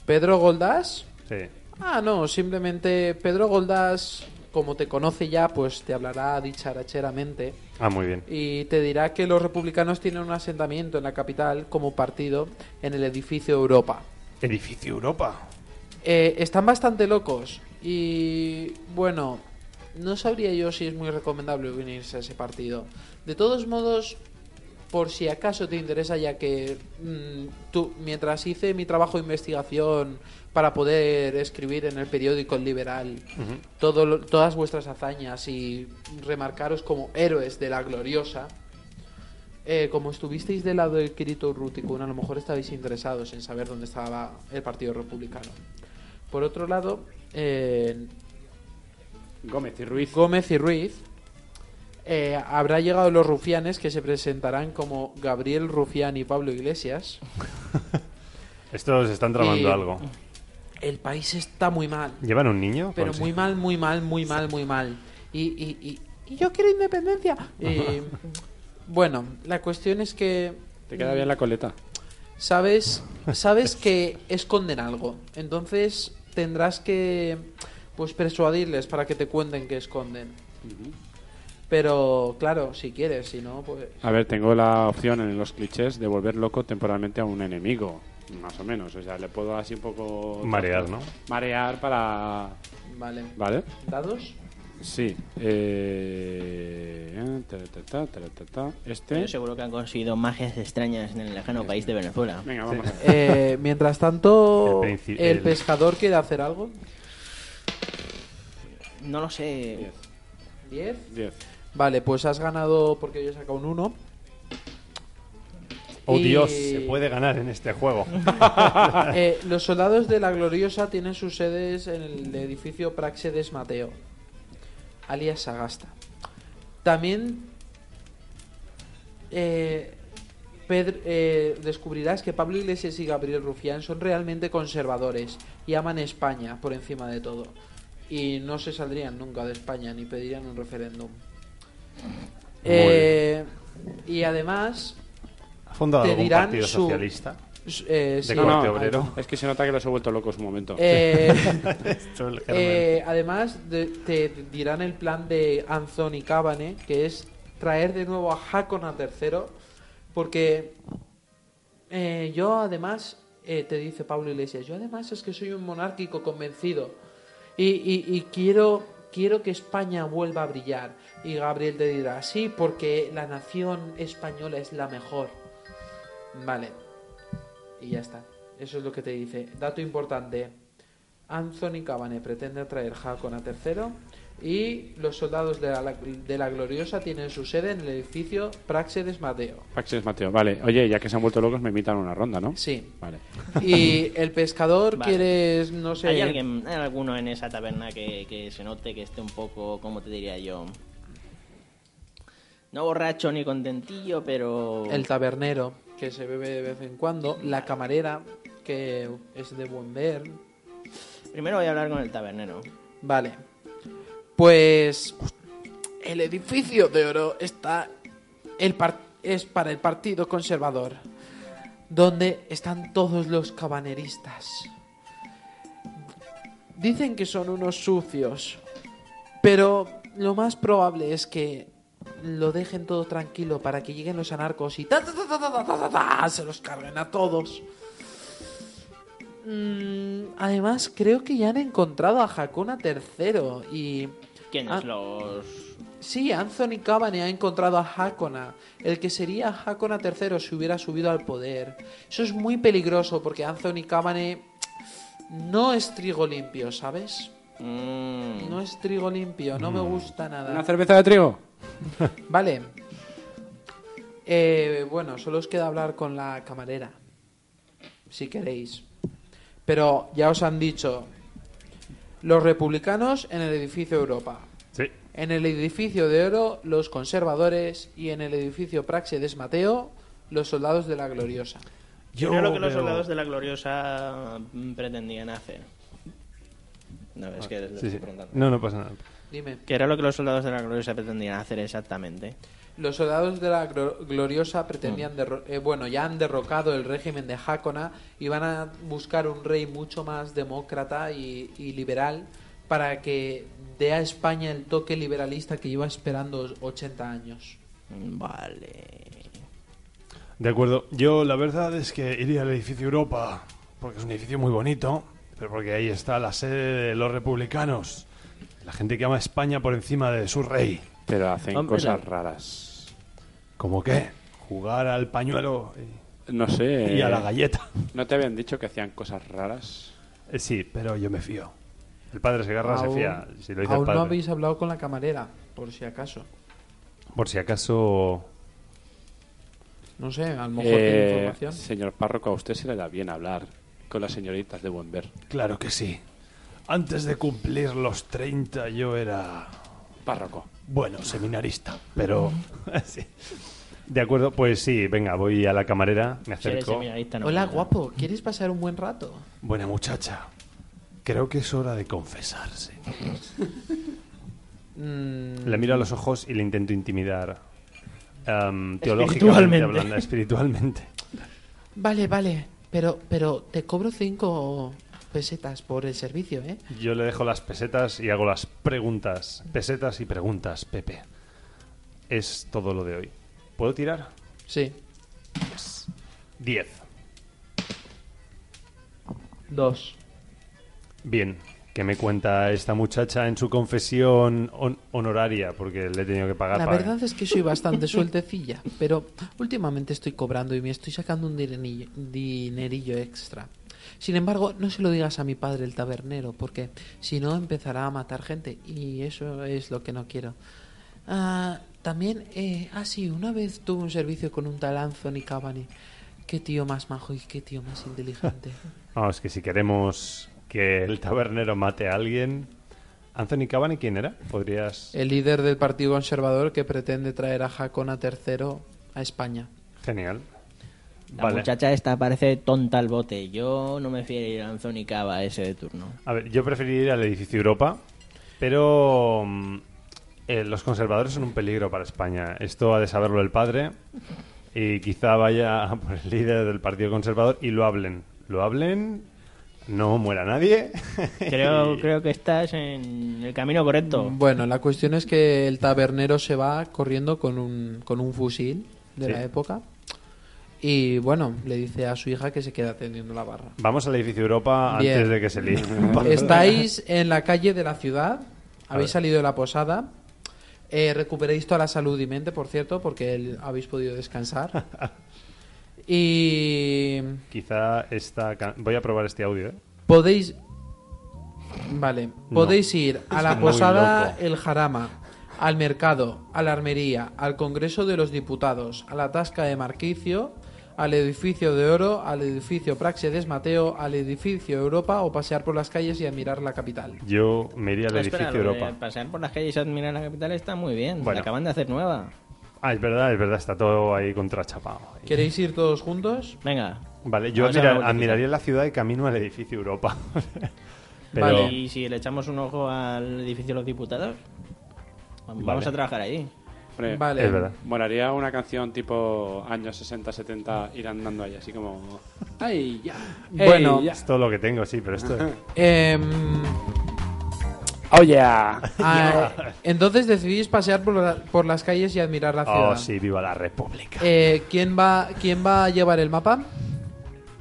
Speaker 4: ¿Pedro Goldás?
Speaker 1: Sí.
Speaker 4: Ah, no, simplemente Pedro Goldás, como te conoce ya, pues te hablará dicharacheramente
Speaker 1: Ah, muy bien.
Speaker 4: y te dirá que los republicanos tienen un asentamiento en la capital como partido en el edificio Europa.
Speaker 1: Edificio Europa.
Speaker 4: Eh, están bastante locos y bueno, no sabría yo si es muy recomendable unirse a ese partido. De todos modos, por si acaso te interesa, ya que mm, tú, mientras hice mi trabajo de investigación para poder escribir en el periódico El Liberal todo lo- todas vuestras hazañas y remarcaros como héroes de la gloriosa, eh, como estuvisteis del lado del Kirito Urruticún, a lo mejor estabais interesados en saber dónde estaba el Partido Republicano. Por otro lado, eh,
Speaker 3: Gómez y Ruiz.
Speaker 4: Gómez y Ruiz eh, habrá llegado los rufianes que se presentarán como Gabriel Rufián y Pablo Iglesias.
Speaker 1: Estos están tramando
Speaker 4: Y-
Speaker 1: algo.
Speaker 4: El país está muy mal,
Speaker 1: ¿Llevan un niño?
Speaker 4: pero
Speaker 1: Consi-
Speaker 4: muy mal, muy mal, muy mal, muy mal. Y, y- y- y yo quiero independencia. Y, bueno, la cuestión es que
Speaker 3: Te queda bien la coleta.
Speaker 4: sabes, sabes que esconden algo. Entonces tendrás que pues persuadirles para que te cuenten que esconden. Pero claro, si quieres, si no, pues
Speaker 3: A ver, tengo la opción en los clichés de volver loco temporalmente a un enemigo. Más o menos. O sea, le puedo así un poco.
Speaker 1: Marear, ¿no?
Speaker 3: Marear para.
Speaker 4: vale.
Speaker 3: ¿Vale?
Speaker 4: ¿Dados?
Speaker 3: Sí. Eh... ta, ta, ta, ta, ta, ta. Este.
Speaker 2: Pero seguro que han conseguido magias extrañas en el lejano país de Venezuela.
Speaker 3: Venga, vamos a ver.
Speaker 4: Eh, mientras tanto,
Speaker 1: El
Speaker 4: el,
Speaker 1: princi- el-
Speaker 4: pescador quiere hacer algo.
Speaker 2: No lo sé.
Speaker 3: 10.
Speaker 4: 10.
Speaker 3: 10.
Speaker 4: Vale, pues has ganado porque yo he sacado un 1.
Speaker 1: Oh
Speaker 4: Y-
Speaker 1: Dios, se puede ganar en este juego.
Speaker 4: Eh, los soldados de la Gloriosa tienen sus sedes en el edificio Praxedes Mateo, alias Sagasta. También eh, Pedr- eh, descubrirás que Pablo Iglesias y Gabriel Rufián son realmente conservadores y aman España por encima de todo. Y no se saldrían nunca de España ni pedirían un referéndum. Eh, y además,
Speaker 1: ¿Ha fundado
Speaker 4: Te
Speaker 1: algún
Speaker 4: dirán
Speaker 1: partido
Speaker 4: su-
Speaker 1: socialista?
Speaker 4: s- eh, sí,
Speaker 1: No, Corte obrero.
Speaker 3: ah, Es que se nota que los he vuelto locos un momento.
Speaker 4: eh,
Speaker 1: Esto es el germen.
Speaker 4: Eh, además, de- te dirán el plan de Anthony Cavane, que es traer de nuevo a Hakon a tercero, porque eh, yo además, eh, te dice Pablo Iglesias, yo además es que soy un monárquico convencido y, y- y quiero, quiero que España vuelva a brillar. Y Gabriel te dirá, sí, porque la nación española es la mejor. Vale. Y ya está. Eso es lo que te dice. Dato importante. Anthony Cavane pretende traer Hakon a tercero Y los soldados de la, de la gloriosa tienen su sede en el edificio Praxedes Mateo.
Speaker 3: Praxis Mateo, vale. Oye, ya que se han vuelto locos, me invitan a una ronda, ¿no?
Speaker 4: Sí.
Speaker 3: Vale.
Speaker 4: Y el pescador
Speaker 2: Vale.
Speaker 4: quiere, no sé...
Speaker 2: ¿Hay, alguien, hay alguno en esa taberna que, que se note que esté un poco, ¿cómo te diría yo? No borracho ni contentillo, pero...
Speaker 4: el tabernero que se bebe de vez en cuando, la camarera que es de buen ver.
Speaker 2: Primero voy a hablar con el tabernero.
Speaker 4: Vale. Pues el edificio de oro está el par- es para el Partido Conservador, donde están todos los cabaneristas. Dicen que son unos sucios, pero lo más probable es que lo dejen todo tranquilo para que lleguen los anarcos y ta, ta, ta, ta, ta, ta, ta, ta, se los carguen a todos. Mm, además, creo que ya han encontrado a Hakuna tercero y...
Speaker 2: ¿Quiénes
Speaker 4: Ah.
Speaker 2: los...?
Speaker 4: Sí, Anthony Cavani ha encontrado a Hakona, el que sería Hakona tercero si hubiera subido al poder. Eso es muy peligroso porque Anthony Cavani no es trigo limpio, ¿sabes?
Speaker 2: Mm.
Speaker 4: No es trigo limpio, no me gusta
Speaker 3: ¿Una
Speaker 4: nada.
Speaker 3: cerveza de trigo?
Speaker 4: Vale. Eh, bueno, solo os queda hablar con la camarera, si queréis. Pero ya os han dicho, los republicanos en el edificio Europa.
Speaker 1: Sí.
Speaker 4: En el edificio de oro, los conservadores y en el edificio Praxedes Mateo, los soldados de la gloriosa.
Speaker 2: Yo lo que los soldados de la gloriosa mm, pretendían hacer. No,
Speaker 4: Ah,
Speaker 2: es que les estoy preguntando.
Speaker 1: No, no pasa nada.
Speaker 4: Dime.
Speaker 2: ¿Qué era lo que los soldados de la gloriosa pretendían hacer exactamente?
Speaker 4: Los soldados de la glo- gloriosa pretendían derro- eh, bueno, ya han derrocado el régimen de Hácona y van a buscar un rey mucho más demócrata y, y liberal para que dé a España el toque liberalista que lleva esperando 80 años.
Speaker 2: Mm, Vale.
Speaker 1: De acuerdo. Yo la verdad es que iría al edificio Europa, porque es un edificio muy bonito, pero porque ahí está la sede de los republicanos. La gente que ama a España por encima de su rey.
Speaker 3: Pero hacen
Speaker 2: Hombre,
Speaker 3: cosas
Speaker 2: no.
Speaker 3: raras.
Speaker 1: ¿Cómo qué? Jugar al pañuelo
Speaker 3: No
Speaker 1: y,
Speaker 3: sé.
Speaker 1: y a la galleta.
Speaker 3: ¿No te habían dicho que hacían cosas raras?
Speaker 1: Eh, Sí, pero yo me fío. El padre se agarra, se
Speaker 4: Aún-
Speaker 1: fía. Si lo dice el
Speaker 4: aún no
Speaker 1: padre.
Speaker 4: habéis hablado con la camarera, por si acaso.
Speaker 1: Por si acaso.
Speaker 4: No sé, a lo mejor
Speaker 3: Eh,
Speaker 4: tiene información.
Speaker 3: Señor párroco, a usted se le da bien hablar con las señoritas de buen ver.
Speaker 1: Claro que sí. Antes de cumplir los 30 yo era
Speaker 3: Párroco.
Speaker 1: Bueno, seminarista, pero... sí. De acuerdo, pues sí, venga, voy a la camarera, me
Speaker 2: Si eres
Speaker 1: acerco.
Speaker 2: seminarista, no.
Speaker 4: Hola, guapo, ¿quieres pasar un buen rato?
Speaker 1: Buena muchacha, creo que es hora de confesarse.
Speaker 4: Mm,
Speaker 1: Le miro a los ojos y le intento intimidar. em,
Speaker 2: Espiritualmente.
Speaker 1: teológicamente hablando, espiritualmente.
Speaker 4: Vale, vale, pero, pero te cobro cinco pesetas por el servicio, ¿eh?
Speaker 1: Yo le dejo las pesetas y hago las preguntas. Pesetas y preguntas, Pepe. Es todo lo de hoy. ¿Puedo tirar?
Speaker 4: Sí.
Speaker 1: 10.
Speaker 4: Dos.
Speaker 1: Bien, ¿qué me cuenta esta muchacha en su confesión hon- honoraria? Porque le he tenido que pagar
Speaker 4: La
Speaker 1: para-
Speaker 4: verdad es que soy bastante sueltecilla, pero últimamente estoy cobrando y me estoy sacando un dinerillo, dinerillo extra. Sin embargo, no se lo digas a mi padre el tabernero, porque si no empezará a matar gente y eso es lo que no quiero. Ah, también, eh, ah, sí, una vez tuve un servicio con un tal Anthony Cavani. Qué tío más majo y qué tío más inteligente.
Speaker 1: Vamos, que si queremos que el tabernero mate a alguien... Anthony Cavani, ¿quién era? Podrías...
Speaker 4: El líder del Partido Conservador que pretende traer a Jacona III a España.
Speaker 1: Genial.
Speaker 2: La
Speaker 1: Vale.
Speaker 2: muchacha esta parece tonta al bote. Yo no me fío de Anthony Cava ese de turno.
Speaker 1: A ver, yo preferiría ir al edificio Europa, pero mm, eh, los conservadores son un peligro para España. Esto ha de saberlo el padre y quizá vaya a por el líder del Partido Conservador y lo hablen. Lo hablen, no muera nadie.
Speaker 2: Creo,
Speaker 1: Y-
Speaker 2: creo que estás en el camino correcto.
Speaker 4: Mm, Bueno, la cuestión es que el tabernero se va corriendo con un, con un fusil de
Speaker 1: Sí.
Speaker 4: la época. Y bueno, le dice a su hija que se queda atendiendo la barra.
Speaker 1: Vamos al edificio Europa
Speaker 4: Bien.
Speaker 1: antes de que se líe.
Speaker 4: Estáis en la calle de la ciudad, habéis
Speaker 1: ver.
Speaker 4: salido de la posada. Eh, recuperéis toda la salud y mente, por cierto, porque el- habéis podido descansar. Y
Speaker 1: Quizá esta... ca- Voy a probar este audio, ¿eh?
Speaker 4: podéis. Vale, podéis ir a la
Speaker 1: muy
Speaker 4: posada
Speaker 1: loco.
Speaker 4: El Jarama, al mercado, a la armería, al Congreso de los Diputados, a la Tasca de Marquicio, al edificio de Oro, al edificio Praxedes Mateo, al edificio Europa o pasear por las calles y admirar la capital.
Speaker 1: Yo me iría al edificio
Speaker 2: Espera, lo de
Speaker 1: Europa.
Speaker 2: Pasear por las calles y admirar la capital está muy bien.
Speaker 1: Bueno.
Speaker 2: La acaban de hacer nueva.
Speaker 1: Ah, es verdad, es verdad, está todo ahí contrachapado.
Speaker 4: ¿Queréis ir todos juntos?
Speaker 2: Venga.
Speaker 1: Vale, yo
Speaker 2: Vamos a
Speaker 1: admira-
Speaker 2: dar una vueltecita.
Speaker 1: admiraría la ciudad y camino al edificio Europa. Pero
Speaker 4: Vale.
Speaker 2: Y si le echamos un ojo al edificio de los diputados, vamos
Speaker 1: Vale.
Speaker 2: a trabajar allí.
Speaker 3: Hombre,
Speaker 4: Vale.
Speaker 1: es verdad.
Speaker 3: Molaría una canción tipo años 60, 70 ir andando ahí, así como. ¡Ay, ya! ¡Ey,
Speaker 4: Bueno.
Speaker 3: ya!
Speaker 1: Es todo lo que tengo, sí, pero esto...
Speaker 4: Em,
Speaker 3: ¡Oh, yeah!
Speaker 4: ah, entonces decidís pasear por, la- por las calles y admirar la ciudad.
Speaker 1: Oh, sí, viva la República.
Speaker 4: Eh, ¿quién, va, ¿Quién va a llevar el mapa?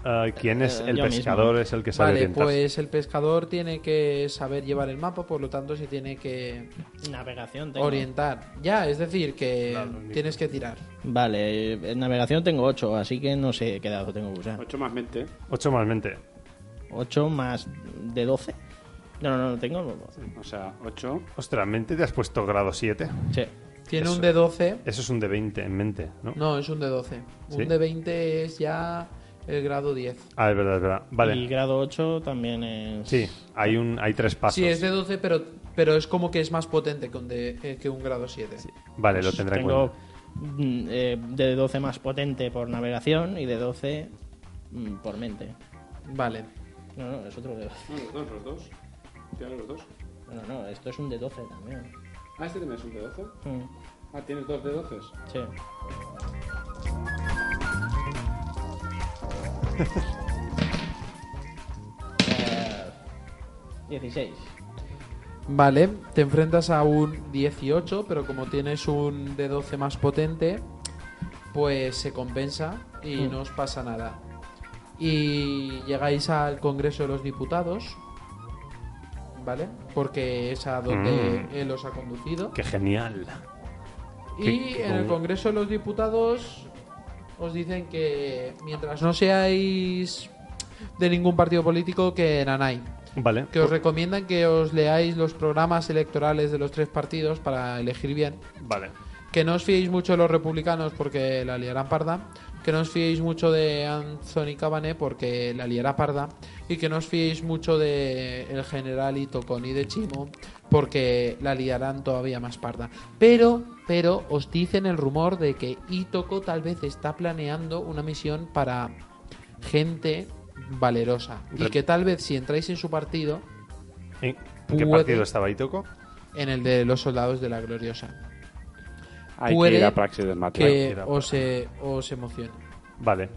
Speaker 1: Ah, ¿Quién es
Speaker 2: eh,
Speaker 1: el
Speaker 2: yo
Speaker 1: pescador? Es el que sabe
Speaker 4: Vale,
Speaker 1: orientarse.
Speaker 4: pues el pescador tiene que saber llevar el mapa, por lo tanto se tiene que
Speaker 2: Navegación
Speaker 4: orientar. Ya, es decir, que tienes que tirar.
Speaker 2: Vale, en navegación tengo 8, así que no sé qué dado tengo que usar.
Speaker 3: 8 más mente.
Speaker 4: pues-
Speaker 1: Ocho más mente.
Speaker 2: 8 más de 12. No, no, no, tengo.
Speaker 3: O sea, 8.
Speaker 1: Ostras, mente te has puesto grado 7.
Speaker 2: Sí.
Speaker 4: Tiene
Speaker 1: Eso.
Speaker 4: un de 12.
Speaker 1: Eso es un de 20 en mente, ¿no?
Speaker 4: No, es un de 12.
Speaker 1: ¿Sí?
Speaker 4: Un de 20 es ya el grado 10.
Speaker 1: Ah, es verdad, es verdad. Vale.
Speaker 2: Y grado 8 también es.
Speaker 1: Sí, hay, un, hay tres pasos.
Speaker 4: Sí, es de 12, pero, pero es como que es más potente que un, de- eh, que un grado 7.
Speaker 1: Vale, lo tendré en
Speaker 2: Tengo
Speaker 1: cuenta.
Speaker 2: mm, eh, de 12 más potente por navegación y de 12 mm, por mente.
Speaker 4: Vale.
Speaker 2: No, no, es otro de 12.
Speaker 3: No, los dos, los dos. Tira los dos.
Speaker 2: No, no, esto es un de 12 también.
Speaker 3: Ah, este también es un de 12.
Speaker 2: Mm,
Speaker 3: Ah, tienes dos de 12.
Speaker 2: Sí. Eh, 16.
Speaker 4: Vale, te enfrentas a un 18, pero como tienes un de 12 más potente, pues se compensa y
Speaker 1: Hmm.
Speaker 2: Mm.
Speaker 4: no os pasa nada. Y llegáis al Congreso de los Diputados, ¿vale? Porque es a donde
Speaker 1: Mm.
Speaker 4: él os ha conducido.
Speaker 1: Qué genial.
Speaker 4: Y
Speaker 1: qué
Speaker 4: en el
Speaker 1: con-
Speaker 4: Congreso de los Diputados os dicen que mientras no seáis de ningún partido político, que nanay
Speaker 1: Vale.
Speaker 4: que os recomiendan que os leáis los programas electorales de los tres partidos para elegir bien.
Speaker 1: Vale.
Speaker 4: Que no os fiéis mucho de los republicanos porque la liarán parda. Que no os fiéis mucho de Anthony Cabané porque la liará parda. Y que no os fiéis mucho de el general Itoconi de Chimo porque la liarán todavía más parda. Pero, pero os dicen el rumor de que Itoco tal vez está planeando una misión para gente valerosa. Y
Speaker 1: Re-
Speaker 4: que tal vez si entráis en su partido,
Speaker 1: ¿En qué
Speaker 4: Puede-
Speaker 1: partido estaba Itoco?
Speaker 4: en el de los soldados de la gloriosa.
Speaker 3: Hay
Speaker 4: Puede
Speaker 3: que ir a Praxis del Mateo.
Speaker 4: que
Speaker 1: tira,
Speaker 4: os, eh, os emocione.
Speaker 1: Vale.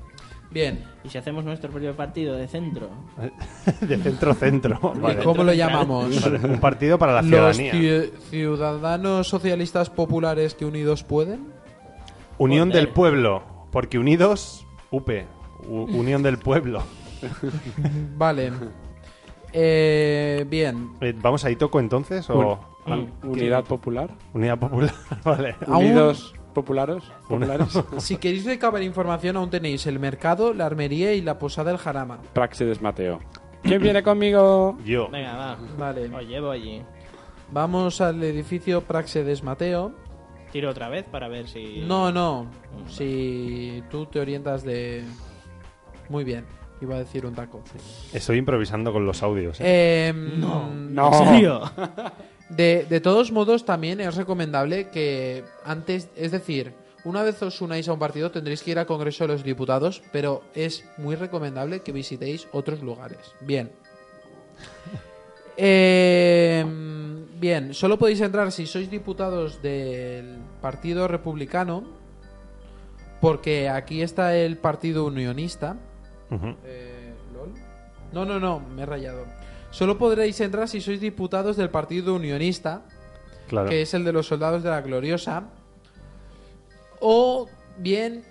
Speaker 4: Bien,
Speaker 2: ¿Y si hacemos nuestro propio partido de centro?
Speaker 1: De centro-centro. Vale.
Speaker 4: ¿y cómo lo llamamos?
Speaker 1: Vale, Un partido para la
Speaker 4: Los
Speaker 1: ciudadanía.
Speaker 4: ciu- ciudadanos socialistas populares que unidos pueden.
Speaker 1: Unión
Speaker 2: Joder.
Speaker 1: del pueblo. Porque unidos, UP. U- Unión del pueblo.
Speaker 4: Vale. Eh, bien.
Speaker 1: Eh, ¿Vamos a Itoco entonces o...?
Speaker 3: Unidad Popular.
Speaker 1: Unidad Popular, vale.
Speaker 4: Aún-
Speaker 3: Unidos Popularos. Populares.
Speaker 4: Si queréis recabar información, aún tenéis el mercado, la armería y la posada del Jarama.
Speaker 3: Praxedes Mateo. ¿Quién viene conmigo?
Speaker 1: Yo.
Speaker 2: Venga, va.
Speaker 4: Vale.
Speaker 2: Os llevo allí.
Speaker 4: Vamos al edificio Praxedes Mateo.
Speaker 2: Tiro otra vez para ver si.
Speaker 4: No, no. Si tú te orientas de. Muy bien. Iba a decir un taco.
Speaker 1: Estoy improvisando con los audios. ¿eh?
Speaker 4: Eh,
Speaker 3: No.
Speaker 1: Oh.
Speaker 2: ¿En serio?
Speaker 4: De, de todos modos, también es recomendable que antes, es decir, una vez os unáis a un partido tendréis que ir al Congreso de los Diputados, pero es muy recomendable que visitéis otros lugares. Bien. Eh, bien, solo podéis entrar si sois diputados del Partido Republicano, porque aquí está el Partido Unionista.
Speaker 1: Ujú.
Speaker 4: Eh, ¿lol? No, no, no, me he rayado. Solo podréis entrar si sois diputados del Partido Unionista,
Speaker 1: Claro.
Speaker 4: que es el de los soldados de la gloriosa. O bien,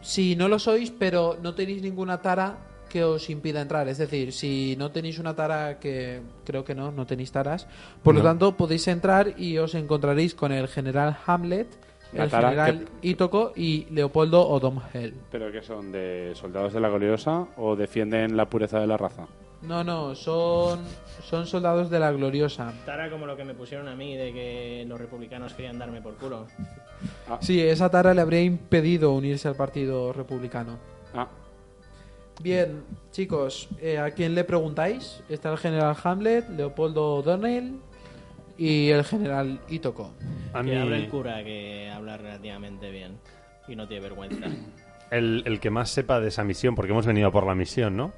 Speaker 4: si no lo sois, pero no tenéis ninguna tara que os impida entrar. Es decir, si no tenéis una tara que creo que no, no tenéis taras. Por lo
Speaker 1: No.
Speaker 4: tanto, podéis entrar y os encontraréis con el general Hamlet,
Speaker 3: La
Speaker 4: el
Speaker 3: tara
Speaker 4: general Itoco y Leopoldo Odomhel.
Speaker 3: ¿Pero qué son? ¿De soldados de la gloriosa o defienden la pureza de la raza?
Speaker 4: No, no, son, son soldados de la gloriosa.
Speaker 2: Tara como lo que me pusieron a mí de que los republicanos querían darme por culo.
Speaker 4: Sí, esa tara le habría impedido unirse al partido republicano.
Speaker 3: Ah,
Speaker 4: Bien, chicos, eh, ¿a quién le preguntáis? Está el general Hamlet, Leopoldo Donnell y el general Itoko.
Speaker 1: A
Speaker 2: Que habla el
Speaker 1: mí,
Speaker 2: cura, que habla relativamente bien y no tiene vergüenza.
Speaker 1: el, el que más sepa de esa misión, porque hemos venido a por la misión, ¿no?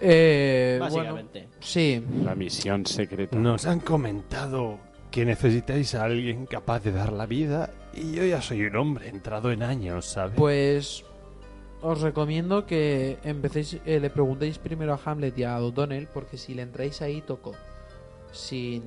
Speaker 4: Eh,
Speaker 2: Básicamente.
Speaker 4: bueno, sí,
Speaker 3: la misión secreta.
Speaker 1: Nos han comentado que necesitáis a alguien capaz de dar la vida y yo ya soy un hombre entrado en años, ¿sabes?
Speaker 4: pues os recomiendo que empecéis, eh, le preguntéis primero a Hamlet y a O'Donnell, porque si le entráis a Itoko sin...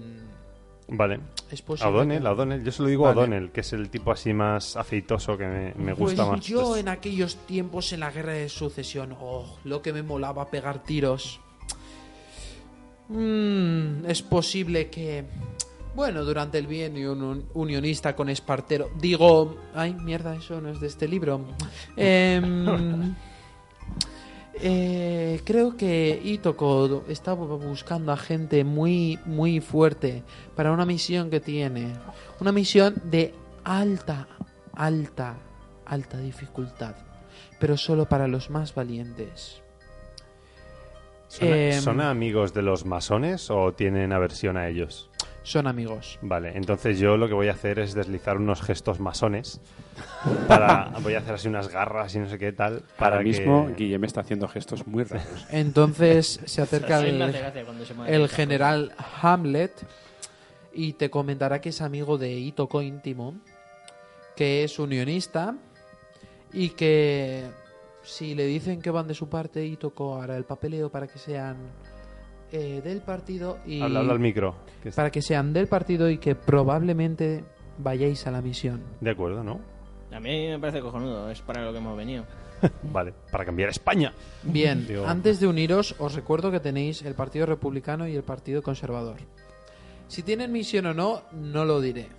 Speaker 1: vale.
Speaker 4: Es posible
Speaker 1: A O'Donnell,
Speaker 4: que-
Speaker 1: a O'Donnell. Yo se lo digo
Speaker 4: pues Vale.
Speaker 1: a O'Donnell, que es el tipo así más aceitoso que me, me gusta
Speaker 4: pues
Speaker 1: más.
Speaker 4: yo en aquellos tiempos en la guerra de sucesión, oh, lo que me molaba pegar tiros. Mm, es posible que, bueno, durante el bienio un unionista con Espartero, digo, ay, mierda, eso no es de este libro. Em, eh, creo que Itoko estaba buscando a gente muy, muy fuerte para una misión que tiene. Una misión de alta, alta, alta dificultad. Pero solo para los más valientes.
Speaker 1: ¿Son,
Speaker 4: em,
Speaker 1: son amigos de los masones o tienen aversión a ellos?
Speaker 4: Son amigos.
Speaker 1: Vale, entonces yo lo que voy a hacer es deslizar unos gestos masones. Para, voy a hacer así unas garras y no sé qué tal. Para
Speaker 3: Ahora mismo
Speaker 1: que-
Speaker 3: Guillem está haciendo gestos muy raros.
Speaker 4: Entonces se acerca
Speaker 2: Sí, me hace
Speaker 4: el,
Speaker 2: gracia cuando se mueve
Speaker 4: el
Speaker 2: esas
Speaker 4: general Hamlet y te comentará que es amigo de Itoko íntimo, que es unionista y que si le dicen que van de su parte, Itoko hará el papeleo para que sean eh, del partido y
Speaker 1: Habla, habla al micro. que es-
Speaker 4: para que sean del partido y que probablemente vayáis a la misión.
Speaker 1: De acuerdo, ¿no?
Speaker 4: Mm.
Speaker 2: cosas. A mí me parece cojonudo, es para lo que hemos venido.
Speaker 1: Vale, para cambiar a España.
Speaker 4: Bien,
Speaker 1: Digo-
Speaker 4: antes de uniros, os recuerdo que tenéis el Partido Republicano y el Partido Conservador. Si tienen misión o no, no lo diré.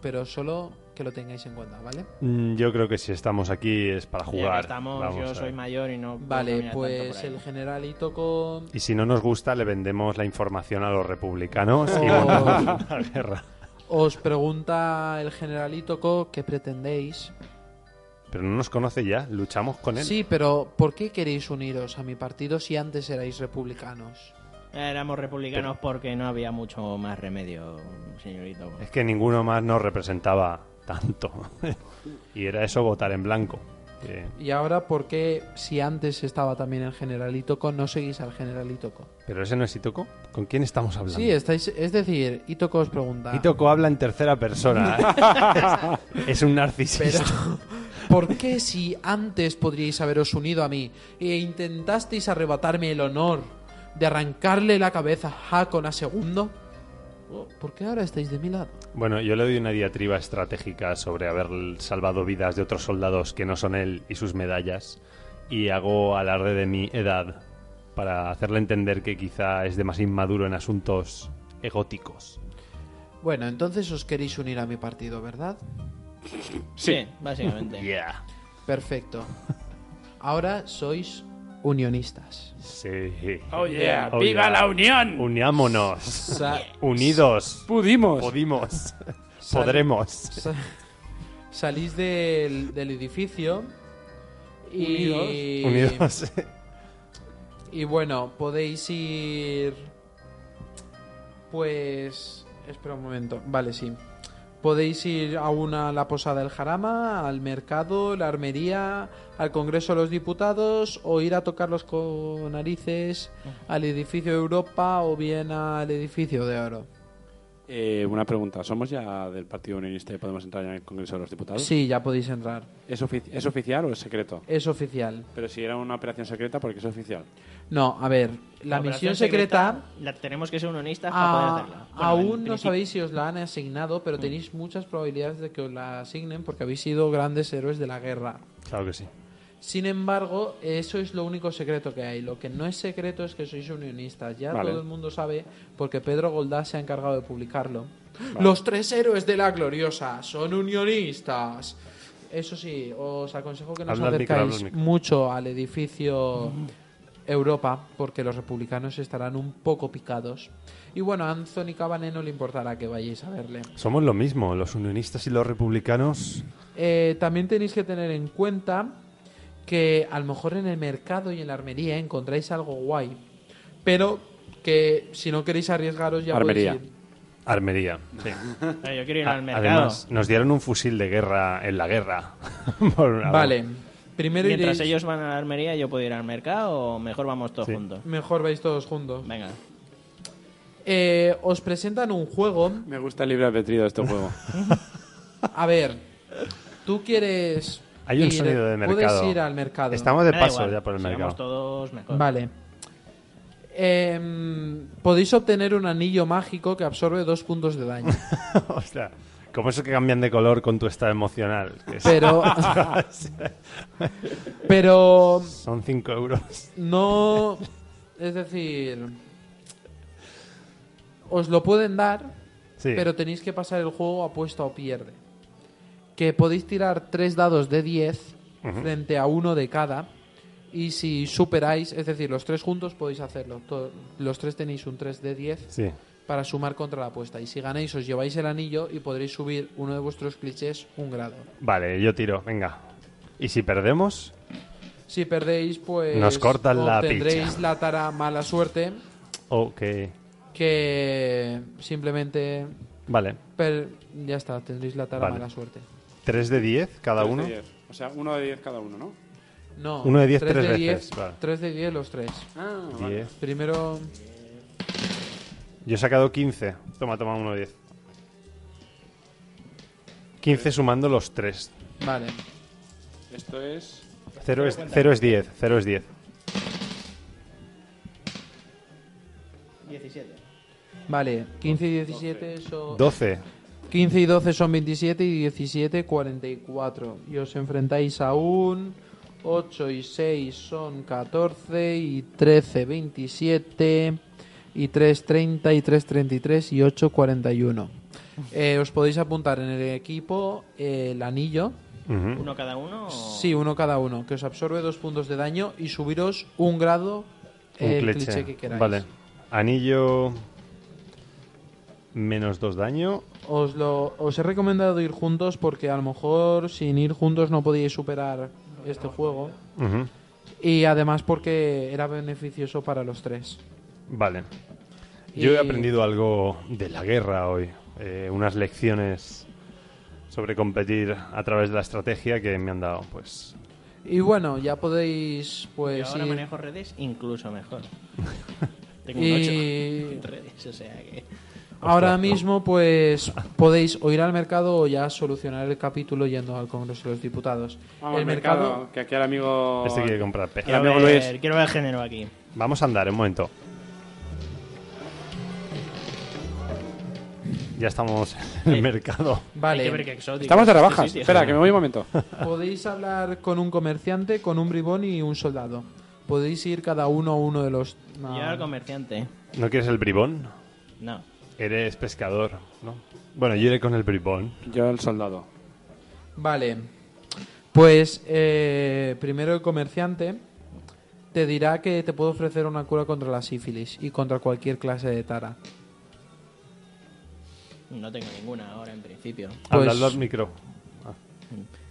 Speaker 4: Pero solo que lo tengáis en cuenta, ¿vale?
Speaker 1: Mm, Yo creo que si estamos aquí es para
Speaker 2: Ya que
Speaker 1: jugar.
Speaker 2: estamos,
Speaker 1: Vamos a
Speaker 2: yo
Speaker 1: ver.
Speaker 2: soy mayor y no. puedo
Speaker 4: Vale,
Speaker 2: caminar tanto
Speaker 4: pues
Speaker 2: por ahí.
Speaker 4: el general Itoko...
Speaker 1: Y si no nos gusta, le vendemos la información a los republicanos y
Speaker 4: Oh.
Speaker 1: ganamos la guerra.
Speaker 4: Os pregunta el general Itoko qué pretendéis.
Speaker 1: Pero no nos conoce ya, luchamos con él.
Speaker 4: Sí, pero ¿por qué queréis uniros a mi partido si antes erais republicanos?
Speaker 2: Éramos republicanos porque no había mucho más remedio, señorito.
Speaker 1: Es que ninguno más nos representaba tanto. y era eso votar en blanco. Eh, Que-
Speaker 4: Y ahora, ¿por qué si antes estaba también el general Itoko, no seguís al general Itoko?
Speaker 1: Pero ese no es Itoko. ¿Con quién estamos hablando?
Speaker 4: Sí, estáis... Es decir, Itoko os pregunta...
Speaker 1: Itoko habla en tercera persona. ¿eh? es un narcisista.
Speaker 4: Pero, ¿por qué si antes podríais haberos unido a mí e intentasteis arrebatarme el honor de arrancarle la cabeza a Hakon a segundo? Oh, ¿Por qué ahora estáis de mi lado?
Speaker 1: Bueno, yo le doy una diatriba estratégica sobre haber salvado vidas de otros soldados que no son él y sus medallas. Y hago alarde de mi edad para hacerle entender que quizá es de más inmaduro en asuntos egóticos.
Speaker 4: Bueno, entonces os queréis unir a mi partido, ¿verdad?
Speaker 2: Sí, básicamente.
Speaker 1: Yeah.
Speaker 4: Perfecto. Ahora sois unionistas.
Speaker 1: Sí.
Speaker 3: Oh yeah,
Speaker 1: Oh,
Speaker 3: viva
Speaker 1: yeah.
Speaker 3: la unión.
Speaker 1: Unámonos.
Speaker 4: Sa-
Speaker 1: Unidos.
Speaker 3: Pudimos.
Speaker 1: Podimos.
Speaker 4: Sal-
Speaker 1: Podremos.
Speaker 4: sa- salís del, del edificio y...
Speaker 1: Unidos.
Speaker 4: Y bueno, podéis ir. Pues. Espera un momento. Vale, sí. Podéis ir a una la posada del Jarama, al mercado, la armería, al Congreso de los Diputados, o ir a tocarlos con narices al edificio de Europa o bien al edificio de Oro.
Speaker 3: Eh, una pregunta. ¿Somos ya del Partido Unionista y podemos entrar ya en el Congreso de los Diputados?
Speaker 4: Sí, ya podéis entrar.
Speaker 3: ¿Es, ofici- ¿Es oficial o es secreto?
Speaker 4: Es oficial.
Speaker 3: Pero si era una operación secreta, porque es oficial.
Speaker 4: No, a ver, la
Speaker 2: operación
Speaker 4: misión secreta
Speaker 2: la tenemos que ser unionistas para poder
Speaker 4: Ah,
Speaker 2: hacerla. Bueno, en
Speaker 4: aún no
Speaker 2: principio. Mm.
Speaker 4: sabéis si os la han asignado, pero tenéis muchas probabilidades de que os la asignen porque habéis sido grandes héroes de la guerra.
Speaker 1: Claro que sí.
Speaker 4: Sin embargo, eso es lo único secreto que hay. Lo que no es secreto es que sois unionistas. Ya
Speaker 3: Vale.
Speaker 4: todo el mundo sabe porque Pedro Goldá se ha encargado de publicarlo. Los tres héroes de la gloriosa son unionistas. Eso sí, os aconsejo que no os
Speaker 1: Habla al micro, habla al
Speaker 4: acercáis
Speaker 1: micro.
Speaker 4: mucho al edificio Europa, porque los republicanos estarán un poco picados. Y bueno, a Anthony Cabané no le importará que vayáis a verle.
Speaker 1: Somos lo mismo, los unionistas y los republicanos.
Speaker 4: Eh, también tenéis que tener en cuenta que a lo mejor en el mercado y en la armería encontráis algo guay, pero que si no queréis arriesgaros ya
Speaker 3: Armería.
Speaker 4: podéis ir.
Speaker 1: Armería.
Speaker 2: Ah, Yo quiero ir al
Speaker 1: A-
Speaker 2: mercado.
Speaker 1: Además, nos dieron un fusil de guerra en la guerra. Por-
Speaker 4: Vale, primero
Speaker 2: Mientras
Speaker 4: iréis-
Speaker 2: ellos van a la armería, yo puedo ir al mercado o mejor vamos todos
Speaker 1: Sí.
Speaker 2: juntos.
Speaker 4: Mejor vais todos juntos.
Speaker 2: Venga.
Speaker 4: Eh, os presentan un juego.
Speaker 3: Me gusta el libre albedrío de este juego.
Speaker 4: A ver, tú quieres.
Speaker 1: Hay un
Speaker 4: ir-
Speaker 1: sonido de mercado.
Speaker 4: Puedes ir al mercado.
Speaker 1: Estamos de
Speaker 2: Me da
Speaker 1: paso
Speaker 2: igual,
Speaker 1: ya por el
Speaker 2: si
Speaker 1: mercado.
Speaker 2: Vamos todos mejor.
Speaker 4: Vale. Em, podéis obtener un anillo mágico que absorbe dos puntos de daño.
Speaker 1: o sea, como eso que cambian de color con tu estado emocional. que es-
Speaker 4: Pero. pero.
Speaker 1: son 5 euros.
Speaker 4: No. Es decir. Os lo pueden dar,
Speaker 1: Sí.
Speaker 4: pero tenéis que pasar el juego apuesta o pierde. Que podéis tirar tres dados de 10 frente a uno de cada. Y si superáis, es decir, los tres juntos podéis hacerlo. To- Los tres tenéis un 3 de 10
Speaker 1: Sí.
Speaker 4: para sumar contra la apuesta. Y si ganáis, os lleváis el anillo y podréis subir uno de vuestros clichés un grado.
Speaker 1: Vale, yo tiro, venga. ¿Y si perdemos?
Speaker 4: Si perdéis, pues.
Speaker 1: Nos cortan la
Speaker 4: obtendréis
Speaker 1: picha.
Speaker 4: la tara mala suerte.
Speaker 1: Ok.
Speaker 4: Que simplemente.
Speaker 1: Vale.
Speaker 4: per- ya está, tendréis la tara
Speaker 1: Vale.
Speaker 4: mala suerte.
Speaker 1: 3 de 10 cada
Speaker 3: Tres de
Speaker 1: uno.
Speaker 3: diez. O sea, uno de diez cada uno, ¿no?
Speaker 4: No,
Speaker 1: Uno de diez,
Speaker 4: tres
Speaker 1: tres
Speaker 4: de
Speaker 1: veces,
Speaker 4: 10
Speaker 1: vale.
Speaker 4: de 10 los tres.
Speaker 3: Ah, vale.
Speaker 1: 10.
Speaker 4: Primero.
Speaker 1: Yo he sacado 15. Toma, toma, uno de 10. 15 sumando los 3.
Speaker 4: Vale.
Speaker 3: Esto es.
Speaker 1: 0 es, cero es 10. 0 es 10.
Speaker 2: 17.
Speaker 4: Vale. 15 y 17 son.
Speaker 1: 12.
Speaker 4: 15 y 12 son 27 y 17, 44. Y os enfrentáis a un 8 y 6 son 14 y 13, 27 y 3, 30 y 3, 33 y 8, 41. Eh, os podéis apuntar en el equipo eh, el anillo.
Speaker 1: Ujú.
Speaker 2: ¿Uno cada uno? o-
Speaker 4: Sí, uno cada uno, que os absorbe dos puntos de daño y subiros un grado
Speaker 1: Un
Speaker 4: el
Speaker 1: cliché.
Speaker 4: cliché que queráis.
Speaker 1: Vale. Anillo. Menos 2 daño.
Speaker 4: Os, lo, os he recomendado ir juntos porque a lo mejor sin ir juntos no podíais superar este juego.
Speaker 1: Ujú.
Speaker 4: Y además porque era beneficioso para los tres.
Speaker 1: Vale. Yo
Speaker 4: Y-
Speaker 1: he aprendido algo de la guerra hoy. Eh, unas lecciones sobre competir a través de la estrategia que me han dado, pues.
Speaker 4: Y bueno, ya podéis
Speaker 2: Yo
Speaker 4: pues
Speaker 2: ahora
Speaker 4: ir-
Speaker 2: manejo redes incluso mejor. Tengo
Speaker 4: Y-
Speaker 2: un 8 en redes, o sea que...
Speaker 4: ahora mismo pues podéis o ir al mercado o ya solucionar el capítulo yendo al Congreso de los Diputados.
Speaker 3: Vamos
Speaker 4: el
Speaker 3: al
Speaker 4: mercado,
Speaker 3: mercado, Que aquí el amigo.
Speaker 1: Este quiere comprar pez.
Speaker 2: Quiero
Speaker 3: amigo
Speaker 2: ver,
Speaker 3: Luis.
Speaker 2: quiero ver género aquí.
Speaker 1: Vamos a andar un momento. Ya estamos en el mercado.
Speaker 4: vale.
Speaker 2: Hay que ver qué exótico.
Speaker 3: Estamos de
Speaker 2: es este
Speaker 3: rebajas.
Speaker 2: sitio.
Speaker 3: Espera, que me voy un momento.
Speaker 4: Podéis hablar con un comerciante, con un bribón y un soldado. Podéis ir cada uno a uno de los. Ah. no.
Speaker 2: Yo al comerciante.
Speaker 1: ¿No quieres el bribón?
Speaker 2: No.
Speaker 1: Eres pescador, ¿no? Bueno, yo iré con el bribón.
Speaker 3: Yo, el soldado.
Speaker 4: Vale. Pues eh, primero el comerciante te dirá que te puede ofrecer una cura contra la sífilis y contra cualquier clase de tara.
Speaker 2: No tengo ninguna ahora en principio.
Speaker 4: Pues-
Speaker 1: Hablando al micro. Ah.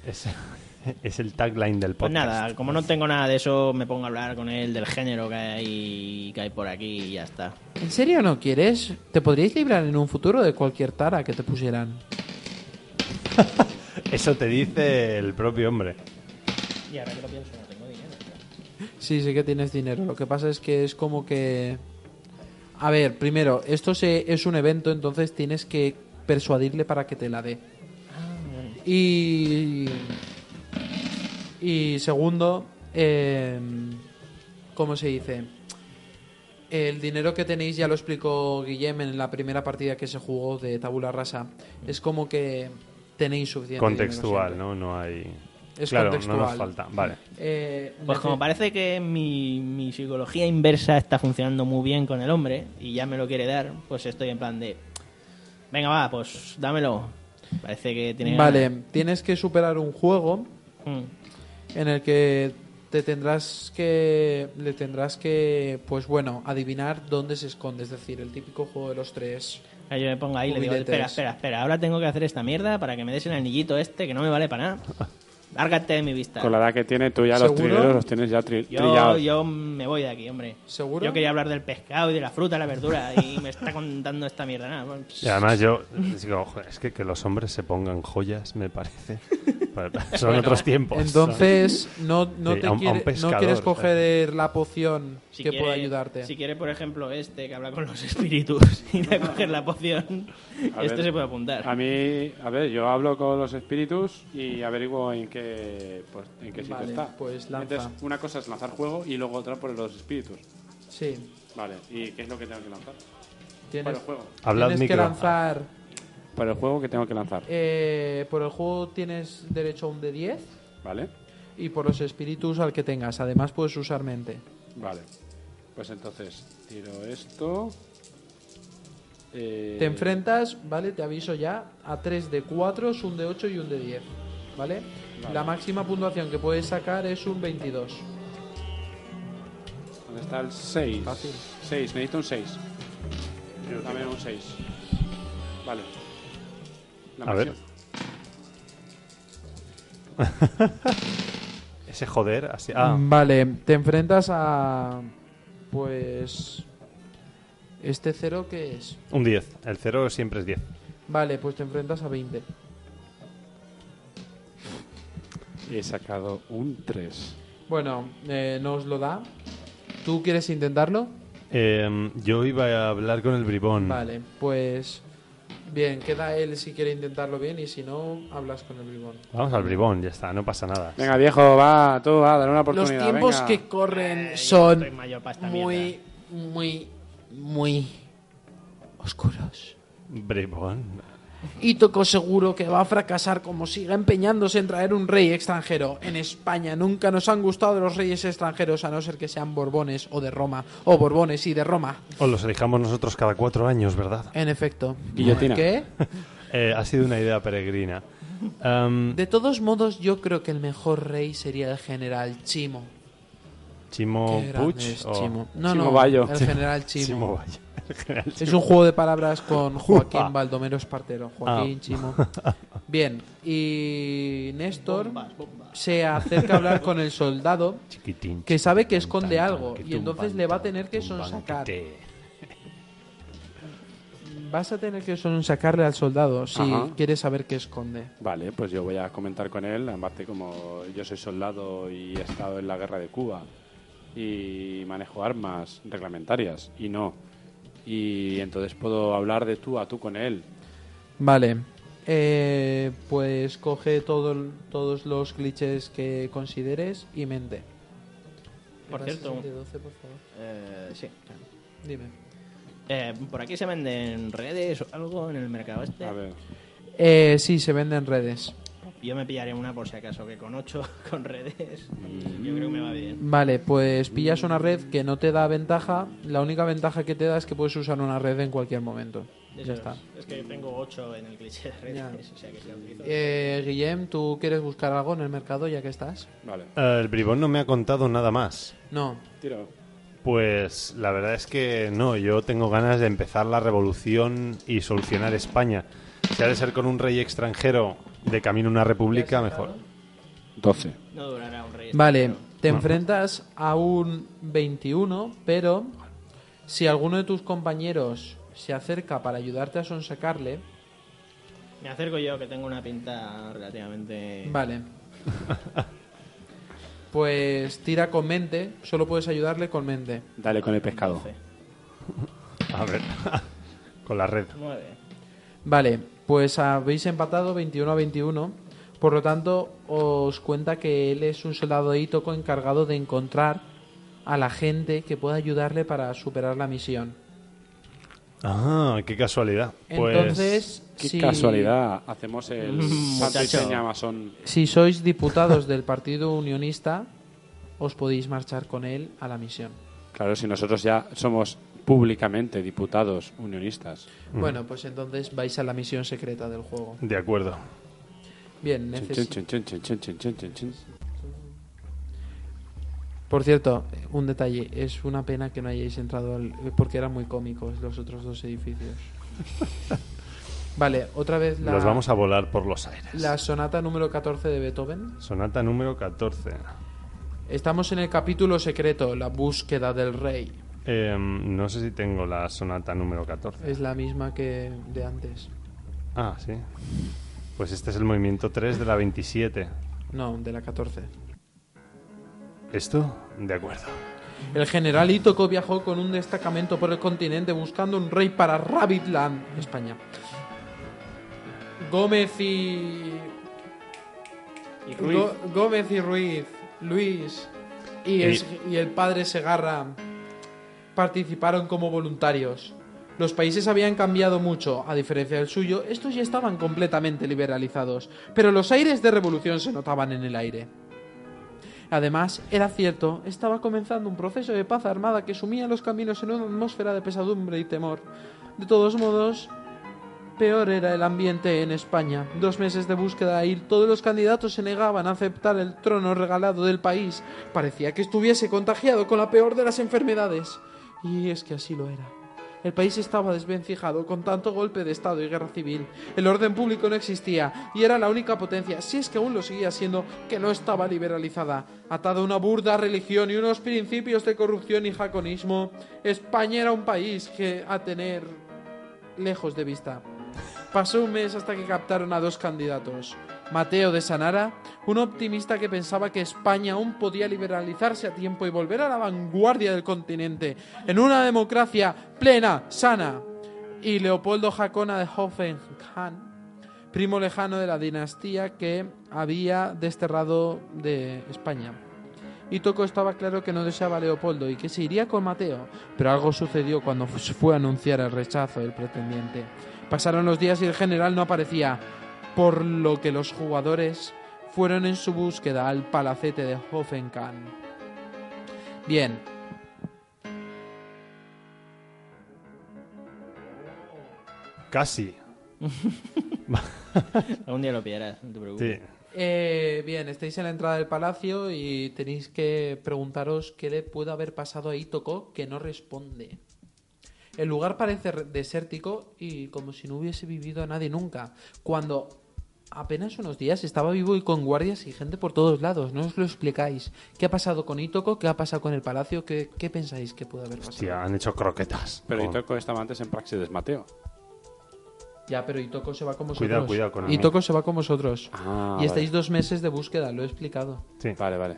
Speaker 1: Es, es el tagline del
Speaker 2: Pues
Speaker 1: podcast.
Speaker 2: nada, como no tengo nada de eso, me pongo a hablar con él del género que hay, que hay por aquí y ya está.
Speaker 4: ¿En serio no quieres? Te podríais librar en un futuro de cualquier tara que te pusieran.
Speaker 1: Eso te dice el propio hombre.
Speaker 2: Y ahora que lo pienso, no tengo dinero.
Speaker 4: Sí, sí que tienes dinero. Lo que pasa es que es como que... A ver, primero, esto se- es un evento, entonces tienes que persuadirle para que te la dé.
Speaker 2: Ah,
Speaker 4: Y... Y segundo, eh, ¿cómo se dice? El dinero que tenéis, ya lo explicó Guillem en la primera partida que se jugó de Tabula Rasa, es como que tenéis suficiente. dinero
Speaker 1: Contextual,
Speaker 4: siempre.
Speaker 1: ¿no? No hay.
Speaker 4: Es
Speaker 1: claro,
Speaker 4: contextual.
Speaker 1: no nos falta. Vale.
Speaker 4: Eh,
Speaker 2: Pues como parece que mi, mi psicología inversa está funcionando muy bien con el hombre y ya me lo quiere dar, pues estoy en plan de... Venga, va, pues dámelo. Parece que tiene...
Speaker 4: Vale, tienes que superar un juego
Speaker 2: ganas. Mm.
Speaker 4: en el que te tendrás que le tendrás que pues bueno adivinar dónde se esconde es decir el típico juego de los tres
Speaker 2: Ahí Yo me pongo ahí y le digo,
Speaker 4: Jubiletes.
Speaker 2: espera, espera, espera, ahora tengo que hacer esta mierda para que me des el anillito este que no me vale para nada. Lárgate de mi vista.
Speaker 3: Con la edad que tiene, tú ya los
Speaker 4: ¿Seguro?
Speaker 3: trileros los tienes ya tri-
Speaker 2: Yo,
Speaker 3: trillados.
Speaker 2: yo me voy de aquí, hombre.
Speaker 4: ¿Seguro?
Speaker 2: Yo quería hablar del pescado y de la fruta, la verdura, y me está contando esta mierda. Nada, pues. bueno,
Speaker 1: Y además yo digo, "Joder, es que, que los hombres se pongan joyas, me parece. Pa- pa- Son otros tiempos.
Speaker 4: entonces no no
Speaker 1: Pues, Sí,
Speaker 4: te
Speaker 1: a un- a un
Speaker 4: quiere- no
Speaker 1: pescador,
Speaker 4: quieres
Speaker 1: ¿sabes?
Speaker 4: coger la poción
Speaker 2: si
Speaker 4: que
Speaker 2: quiere-
Speaker 4: pueda ayudarte
Speaker 2: Si quiere, por ejemplo, este que habla con los espíritus y le coger la poción,
Speaker 3: A
Speaker 2: este
Speaker 3: ver. Ah,
Speaker 2: se puede apuntar.
Speaker 3: A mí, a ver, yo hablo con los espíritus y averiguo en qué, pues, en qué sitio
Speaker 4: Vale,
Speaker 3: está.
Speaker 4: pues lanza.
Speaker 3: Entonces, una cosa es lanzar juego y luego otra por los espíritus.
Speaker 4: sí
Speaker 3: Vale, ¿y qué es lo que tengo que lanzar? Por el
Speaker 4: tienes
Speaker 3: juego.
Speaker 1: Hablad
Speaker 4: tienes
Speaker 1: micro.
Speaker 4: que lanzar
Speaker 3: Por el juego que tengo que lanzar,
Speaker 4: eh, por el juego tienes derecho a un de 10
Speaker 3: ¿vale?
Speaker 4: y por los espíritus al que tengas además puedes usar mente
Speaker 3: Vale. Pues entonces, tiro esto. Eh,
Speaker 4: Te enfrentas, ¿vale? Te aviso ya, a 3 de 4, un de 8 y un de 10, ¿vale? La máxima puntuación que puedes sacar es un 22.
Speaker 3: ¿Dónde está el 6?
Speaker 4: Fácil.
Speaker 3: 6, necesito un 6. Dame un 6. Vale. La
Speaker 1: A ver.
Speaker 3: máxima-
Speaker 1: Ese joder, así. Ah,
Speaker 4: Vale, te enfrentas a... Pues... ¿Este 0 qué es?
Speaker 1: un 10. El 0 siempre es 10.
Speaker 4: Vale, pues te enfrentas a 20.
Speaker 3: He sacado un 3.
Speaker 4: Bueno, eh, no os lo da. ¿Tú quieres intentarlo?
Speaker 1: Eh, yo iba a hablar con el bribón.
Speaker 4: Vale, pues... Bien, queda él si quiere intentarlo bien y si no, hablas con el bribón.
Speaker 1: Vamos al bribón, ya está, no pasa nada.
Speaker 3: Venga, viejo, va, tú, va, dale una
Speaker 4: Los
Speaker 3: oportunidad.
Speaker 4: tiempos
Speaker 3: venga.
Speaker 4: que corren
Speaker 2: Eh, yo
Speaker 4: son
Speaker 2: estoy mayor ¿eh? pa' esta
Speaker 4: muy, muy, muy oscuros.
Speaker 1: Bribón.
Speaker 4: Y tocó seguro que va a fracasar como siga empeñándose en traer un rey extranjero. En España nunca nos han gustado los reyes extranjeros a no ser que sean borbones o de Roma. O borbones y de Roma.
Speaker 1: O los elijamos nosotros cada cuatro años, ¿verdad?
Speaker 4: En efecto.
Speaker 3: Guillotina.
Speaker 4: ¿Qué?
Speaker 1: Eh, ha sido una idea peregrina. Em, Am,
Speaker 4: De todos modos, yo creo que el mejor rey sería el general Chimo.
Speaker 1: Chimo
Speaker 4: Qué grande
Speaker 1: Puch
Speaker 4: es
Speaker 1: o
Speaker 4: Chimo. No,
Speaker 3: Chimo
Speaker 4: no,
Speaker 3: Bayo.
Speaker 4: el general Chimo.
Speaker 1: Chimo Valle.
Speaker 4: Es un juego de palabras con
Speaker 1: Upa.
Speaker 4: Joaquín Baldomero Espartero. Joaquín
Speaker 1: Ah.
Speaker 4: Chimo. Bien, y Néstor
Speaker 2: Bombas, bombas.
Speaker 4: se acerca a hablar con el soldado
Speaker 1: Chiquitín.
Speaker 4: que sabe que
Speaker 1: chiquitín,
Speaker 4: esconde
Speaker 1: tan, tan,
Speaker 4: algo
Speaker 1: que
Speaker 4: y entonces
Speaker 1: tumban,
Speaker 4: le va a
Speaker 1: tan,
Speaker 4: tener que
Speaker 1: tumban,
Speaker 4: sonsacar.
Speaker 1: que te-
Speaker 4: Vas a tener que sacarle al soldado si
Speaker 3: Ajá.
Speaker 4: quieres saber qué esconde.
Speaker 3: Vale, pues yo voy a comentar con él. Aparte, como yo soy soldado y he estado en la guerra de Cuba y manejo armas reglamentarias y no. Y entonces puedo hablar de tú a tú con él.
Speaker 4: Vale. eh, pues coge todo, el- todos los clichés que consideres y mente.
Speaker 2: Por
Speaker 4: Me pasas
Speaker 2: cierto,
Speaker 4: el de 12, por favor.
Speaker 2: Eh, sí.
Speaker 4: Dime.
Speaker 2: Eh, por aquí se venden redes o algo en el mercado este.
Speaker 3: A ver.
Speaker 4: Eh, sí, se vende en redes.
Speaker 2: Yo me pillaré una por si acaso, que con 8 con redes,
Speaker 3: Mm.
Speaker 2: yo creo que me va bien.
Speaker 4: Vale, pues pillas una red que no te da ventaja. La única ventaja que te da es que puedes usar una red en cualquier momento.
Speaker 2: Eso
Speaker 4: ya
Speaker 2: es.
Speaker 4: está.
Speaker 2: Es que tengo 8 en el cliché de redes, o sea que si lo utilizo-
Speaker 4: Eh, Guillem, ¿tú quieres buscar algo en el mercado ya que estás?
Speaker 3: Vale.
Speaker 1: Eh, el bribón no me ha contado nada más.
Speaker 4: No.
Speaker 3: Tiro.
Speaker 1: Pues la verdad es que no, yo tengo ganas de empezar la revolución y solucionar España. Si ha de ser con un rey extranjero de camino a una república, mejor.
Speaker 3: 12.
Speaker 2: No durará un rey.
Speaker 4: Vale,
Speaker 2: extranjero.
Speaker 4: te enfrentas a un 21, pero si alguno de tus compañeros se acerca para ayudarte a sonsacarle,
Speaker 2: Me acerco yo, que tengo una pinta relativamente.
Speaker 4: vale. Pues tira con mente, solo puedes ayudarle con mente.
Speaker 3: Dale con el pescado.
Speaker 2: 12.
Speaker 1: A ver, con la red.
Speaker 2: 9.
Speaker 4: Vale, pues habéis empatado 21 a 21. Por lo tanto, os cuenta que él es un soldado de Itoco encargado de encontrar a la gente que pueda ayudarle para superar la misión.
Speaker 1: Ah, qué casualidad. Pues,
Speaker 4: Entonces,
Speaker 3: Qué
Speaker 4: si,
Speaker 3: casualidad. Hacemos el
Speaker 2: Mm,
Speaker 3: santo y
Speaker 2: muchacho.
Speaker 3: seña masón.
Speaker 4: si sois diputados del Partido Unionista, os podéis marchar con él a la misión.
Speaker 3: Claro, si nosotros ya somos públicamente diputados unionistas.
Speaker 4: Bueno, pues entonces vais a la misión secreta del juego.
Speaker 1: Pues, De acuerdo.
Speaker 4: Bien,
Speaker 3: Chin,
Speaker 4: necesito...
Speaker 3: chin, chin, chin, chin, chin, chin, chin, chin.
Speaker 4: Por cierto, un detalle, es una pena que no hayáis entrado al, porque eran muy cómicos los otros dos edificios. Vale, otra vez la,
Speaker 1: Los vamos a volar por los aires.
Speaker 4: la sonata número 14 de Beethoven.
Speaker 1: Sonata número 14.
Speaker 4: Estamos en el capítulo secreto, la búsqueda del rey.
Speaker 1: Em, no sé si tengo la sonata número 14.
Speaker 4: Es la misma que de antes.
Speaker 1: Ah, sí. Pues este es el movimiento 3 de la 27.
Speaker 4: No, de la 14.
Speaker 1: ¿Esto? De acuerdo.
Speaker 4: El general Itoco viajó con un destacamento por el continente buscando un rey para Rabbitland, España. Gómez y.
Speaker 2: Y Ruiz.
Speaker 4: Go- Gómez y Ruiz, Luis y, es- y el padre Segarra participaron como voluntarios. Los países habían cambiado mucho, a diferencia del suyo, estos ya estaban completamente liberalizados, pero los aires de revolución se notaban en el aire. Además, era cierto, estaba comenzando un proceso de paz armada que sumía los caminos en una atmósfera de pesadumbre y temor. De todos modos, peor era el ambiente en España. Dos meses de búsqueda y todos los candidatos se negaban a aceptar el trono regalado del país. Parecía que estuviese contagiado con la peor de las enfermedades. Y es que así lo era. El país estaba desvencijado con tanto golpe de Estado y guerra civil. El orden público no existía y era la única potencia, si es que aún lo seguía siendo, que no estaba liberalizada. Atada a una burda religión y unos principios de corrupción y jaconismo, España era un país que a tener lejos de vista. Pasó un mes hasta que captaron a dos candidatos. Mateo de Sanara, un optimista que pensaba que España aún podía liberalizarse a tiempo y volver a la vanguardia del continente, en una democracia plena, sana. Y Leopoldo Jacona de Hoffenheim, primo lejano de la dinastía que había desterrado de España. Y Toco estaba claro que no deseaba a Leopoldo y que se iría con Mateo, pero algo sucedió cuando se fue a anunciar el rechazo del pretendiente. Pasaron los días y el general no aparecía, por lo que los jugadores fueron en su búsqueda al palacete de Hoffenheim. Bien.
Speaker 1: Casi.
Speaker 2: Algún día lo pillarás, no te preocupes.
Speaker 1: Sí.
Speaker 4: Eh, bien, estáis en la entrada del palacio y tenéis que preguntaros qué le puede haber pasado a Itoko que no responde. El lugar parece re- desértico y como si no hubiese vivido a nadie nunca. Cuando apenas unos días estaba vivo y con guardias y gente por todos lados. No os lo explicáis. ¿Qué ha pasado con Itoko? ¿Qué ha pasado con el palacio? ¿Qué, qué pensáis que puede haber pasado?
Speaker 1: Hostia, han hecho croquetas. Oh.
Speaker 3: Pero
Speaker 1: Con-
Speaker 3: Itoco estaba antes en Praxedes Mateo.
Speaker 4: Ya, pero Itoko se va con vosotros.
Speaker 1: Cuidado, cuidado con el
Speaker 4: Itoko se va con vosotros.
Speaker 3: Ah,
Speaker 4: y estáis dos meses de búsqueda, lo he explicado.
Speaker 1: Sí.
Speaker 3: Vale, vale.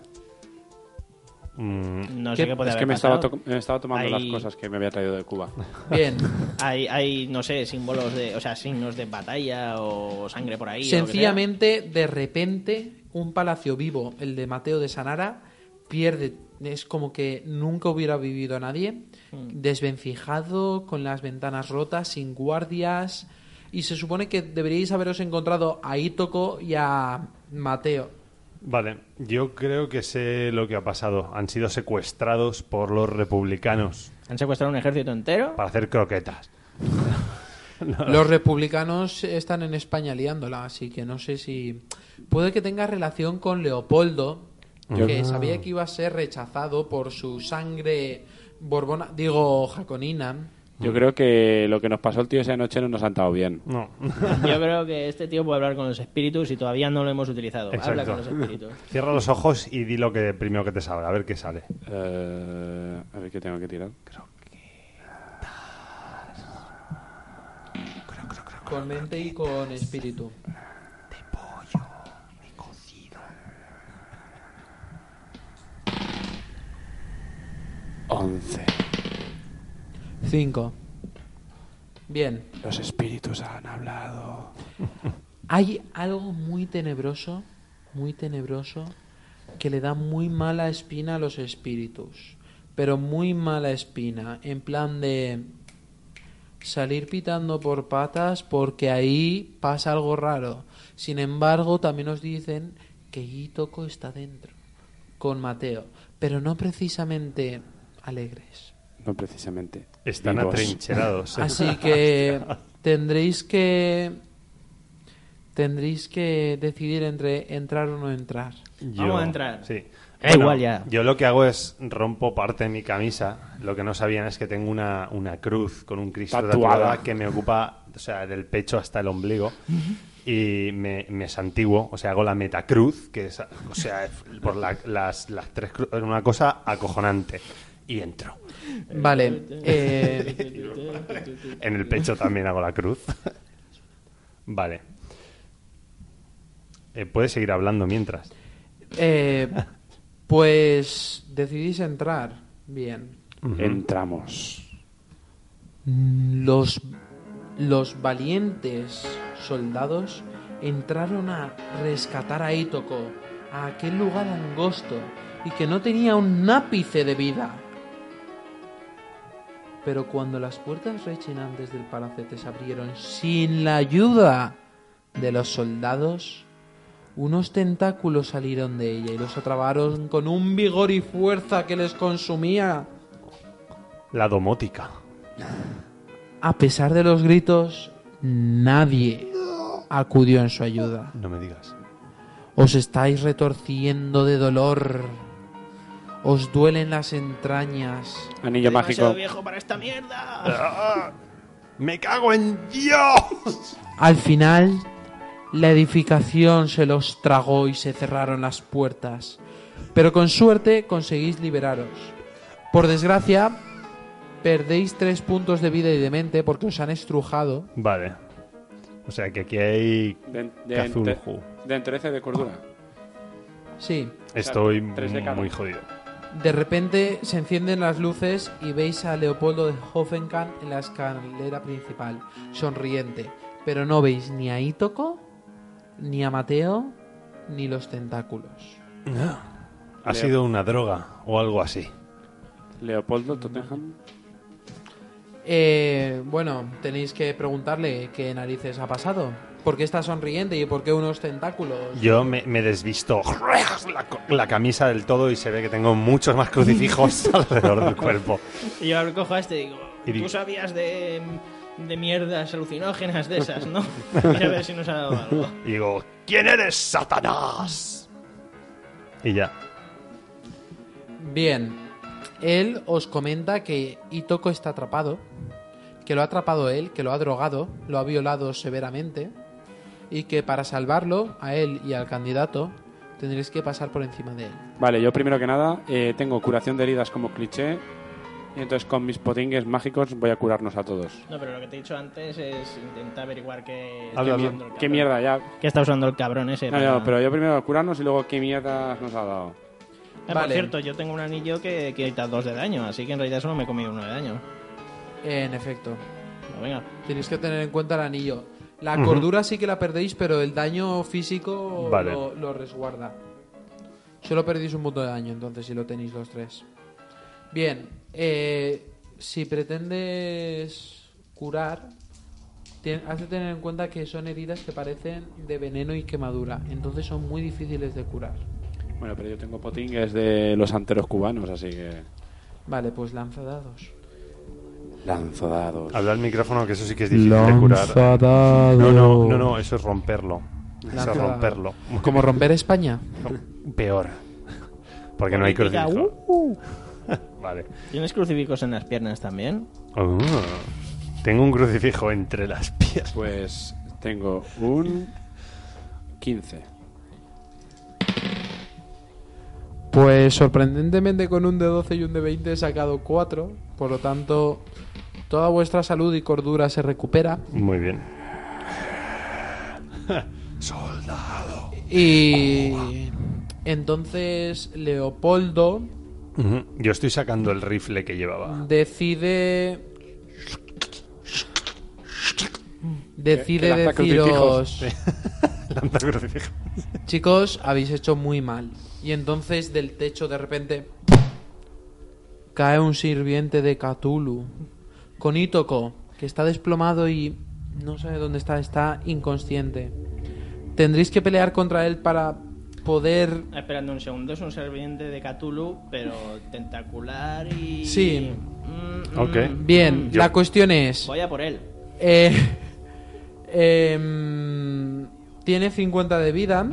Speaker 1: Mm,
Speaker 2: No sé
Speaker 4: ¿Qué-
Speaker 2: qué puede
Speaker 3: es
Speaker 2: haber
Speaker 3: que me
Speaker 2: pasado.
Speaker 3: estaba, to- me estaba tomando
Speaker 2: Ahí-
Speaker 3: las cosas que me había traído de Cuba.
Speaker 4: Bien.
Speaker 2: Hay, hay, no sé, símbolos de, o sea, signos de batalla o sangre por ahí. o lo que sea.
Speaker 4: Sencillamente, de repente, un palacio vivo, el de Mateo de Sanara, pierde. Es como que nunca hubiera vivido a nadie.
Speaker 2: Hmm.
Speaker 4: Desvencijado, con las ventanas rotas, sin guardias. Y se supone que deberíais haberos encontrado a Itoco y a Mateo.
Speaker 1: Vale, yo creo que sé lo que ha pasado. Han sido secuestrados por los republicanos
Speaker 2: Han secuestrado un ejército entero.
Speaker 1: para hacer croquetas.
Speaker 4: Los republicanos están en España liándola, así que no sé si. Puede que tenga relación con Leopoldo,
Speaker 1: Yo-
Speaker 4: que sabía que iba a ser rechazado por su sangre borbona, digo, jaconina.
Speaker 3: Yo creo que lo que nos pasó el tío esa noche no nos ha estado bien.
Speaker 1: No.
Speaker 2: Yo creo que este tío puede hablar con los espíritus y todavía no lo hemos utilizado. Habla
Speaker 1: Exacto.
Speaker 2: con los espíritus.
Speaker 1: Cierra los ojos y di lo que primero que te salga, a ver qué sale.
Speaker 3: Eh, a ver qué tengo que tirar.
Speaker 4: Con mente y con espíritu.
Speaker 3: Once.
Speaker 4: 5. Bien.
Speaker 3: Los espíritus han hablado.
Speaker 4: Hay algo muy tenebroso, muy tenebroso, que le da muy mala espina a los espíritus. Pero muy mala espina, en plan de salir pitando por patas porque ahí pasa algo raro. Sin embargo, también os dicen que Itoko está dentro, con Mateo, pero no precisamente alegres.
Speaker 3: No precisamente.
Speaker 1: Están
Speaker 3: Vivos.
Speaker 1: atrincherados. ¿eh?
Speaker 4: Así que tendréis que tendréis que decidir entre entrar o no entrar.
Speaker 1: Yo-
Speaker 2: Vamos a entrar.
Speaker 1: Sí.
Speaker 2: Da igual ya.
Speaker 1: Yo lo que hago es rompo parte de mi camisa. Lo que no sabían es que tengo una, una cruz con un Cristo
Speaker 3: Tatuada.
Speaker 1: tatuada. que me ocupa, o sea, del pecho hasta el ombligo. Y me, me santiguo, o sea, hago la metacruz, que es, o sea, es por la- las, las tres cru- era una cosa acojonante. Y entro.
Speaker 4: Vale. eh,
Speaker 1: En el pecho también hago la cruz. Vale. Eh, puedes seguir hablando mientras.
Speaker 4: eh, pues decidís entrar. Bien.
Speaker 3: Entramos.
Speaker 4: Mm, Los, los valientes soldados entraron a rescatar a Itoko, a aquel lugar angosto y que no tenía un ápice de vida. Pero cuando las puertas rechinantes del palacete se abrieron sin la ayuda de los soldados, unos tentáculos salieron de ella y los atrabaron con un vigor y fuerza que les consumía.
Speaker 1: La domótica.
Speaker 4: A pesar de los gritos, nadie acudió en su ayuda.
Speaker 1: No me digas.
Speaker 4: Os estáis retorciendo de dolor. Os duelen las entrañas.
Speaker 3: Anillo
Speaker 2: Demasiado
Speaker 3: mágico.
Speaker 2: viejo para esta mierda.
Speaker 1: ¡Me cago en Dios!
Speaker 4: Al final, la edificación se los tragó y se cerraron las puertas. Pero con suerte conseguís liberaros. Por desgracia, perdéis tres puntos de vida y de mente porque os han estrujado.
Speaker 1: Vale. O sea que aquí hay
Speaker 3: De, de,
Speaker 1: Kazulhu.
Speaker 3: de entereza y de cordura.
Speaker 4: Sí,
Speaker 1: Estoy
Speaker 3: tres de cada.
Speaker 1: muy jodido.
Speaker 4: De repente se encienden las luces y veis a Leopoldo de Hoffenkamp en la escalera principal, sonriente. Pero no veis ni a Ítoko, ni a Mateo, ni los tentáculos.
Speaker 1: Ha sido una droga o algo así.
Speaker 3: Leopoldo Tottenham.
Speaker 4: Eh, bueno, tenéis que preguntarle qué narices ha pasado. ¿Por qué está sonriente y por qué unos tentáculos?
Speaker 1: Yo me, me desvisto la, co- la camisa del todo y se ve que tengo muchos más crucifijos alrededor del cuerpo.
Speaker 2: Y yo cojo a este y digo,
Speaker 1: Y di-
Speaker 2: tú sabías de, de mierdas alucinógenas de esas, ¿no? Mira a ver si nos ha dado algo.
Speaker 1: Y digo, ¿quién eres, Satanás? Y ya.
Speaker 4: Bien, él os comenta que Itoko está atrapado, que lo ha atrapado él, que lo ha drogado, lo ha violado severamente y que para salvarlo a él y al candidato tendréis que pasar por encima de él.
Speaker 3: Vale, yo primero que nada eh, tengo curación de heridas como cliché. Y entonces con mis potingues mágicos voy a curarnos a todos.
Speaker 2: No, pero lo que te he dicho antes es intentar averiguar qué,
Speaker 1: Habla, habla.
Speaker 2: usando el
Speaker 3: ¿Qué
Speaker 2: cabrón.
Speaker 3: mierda ya?
Speaker 2: ¿Qué está usando el cabrón ese?
Speaker 3: No,
Speaker 2: para-
Speaker 3: no, pero yo primero curarnos y luego qué mierda nos ha dado.
Speaker 2: Eh, por
Speaker 4: Vale.
Speaker 2: cierto, yo tengo un anillo que quita dos de daño, así que en realidad solo me he comido uno de daño.
Speaker 4: En efecto,
Speaker 2: Pero venga,
Speaker 4: tenéis que tener en cuenta el anillo. La
Speaker 1: Ujú.
Speaker 4: cordura sí que la perdéis, pero el daño físico
Speaker 1: Vale.
Speaker 4: lo, lo resguarda. Solo perdéis un punto de daño, entonces, si lo tenéis los tres. Bien, eh, si pretendes curar, te- has de tener en cuenta que son heridas que parecen de veneno y quemadura, entonces son muy difíciles de curar.
Speaker 3: Bueno, pero yo tengo potingues de los anteros cubanos, así que...
Speaker 4: Vale, pues lanza dados.
Speaker 3: Lanzo dados.
Speaker 1: Habla al micrófono, que eso sí que es difícil de curar. No, no, no, no, eso es romperlo. Eso
Speaker 4: Lanza.
Speaker 1: es romperlo.
Speaker 4: Como romper España.
Speaker 1: Peor. Porque no hay
Speaker 2: Política,
Speaker 1: crucifijo. Vale.
Speaker 2: ¿tienes crucifijos en las piernas también?
Speaker 1: Oh, tengo un crucifijo entre las piernas.
Speaker 3: Pues tengo un 15.
Speaker 4: Pues sorprendentemente con un de 12 y un de 20 he sacado 4, por lo tanto toda vuestra salud y cordura se recupera
Speaker 1: Muy bien.
Speaker 4: y entonces Leopoldo
Speaker 1: Ujú. Yo estoy sacando el rifle que llevaba.
Speaker 4: decide
Speaker 3: Que-
Speaker 4: decide
Speaker 3: que lanza
Speaker 4: deciros
Speaker 1: Lanza el crucifijo.
Speaker 4: chicos habéis hecho muy mal y entonces del techo de repente cae un sirviente de Cthulhu con Itoko, que está desplomado y no sabe dónde está, está inconsciente. Tendréis que pelear contra él para poder...
Speaker 2: Ah, Esperando un segundo, es un serviente de Cthulhu, pero tentacular y...
Speaker 4: Sí.
Speaker 2: Mm, mm,
Speaker 1: Ok.
Speaker 2: mm.
Speaker 4: Bien,
Speaker 1: Yo-
Speaker 4: la cuestión es...
Speaker 2: Voy a por él.
Speaker 4: eh, em, tiene 50 de vida,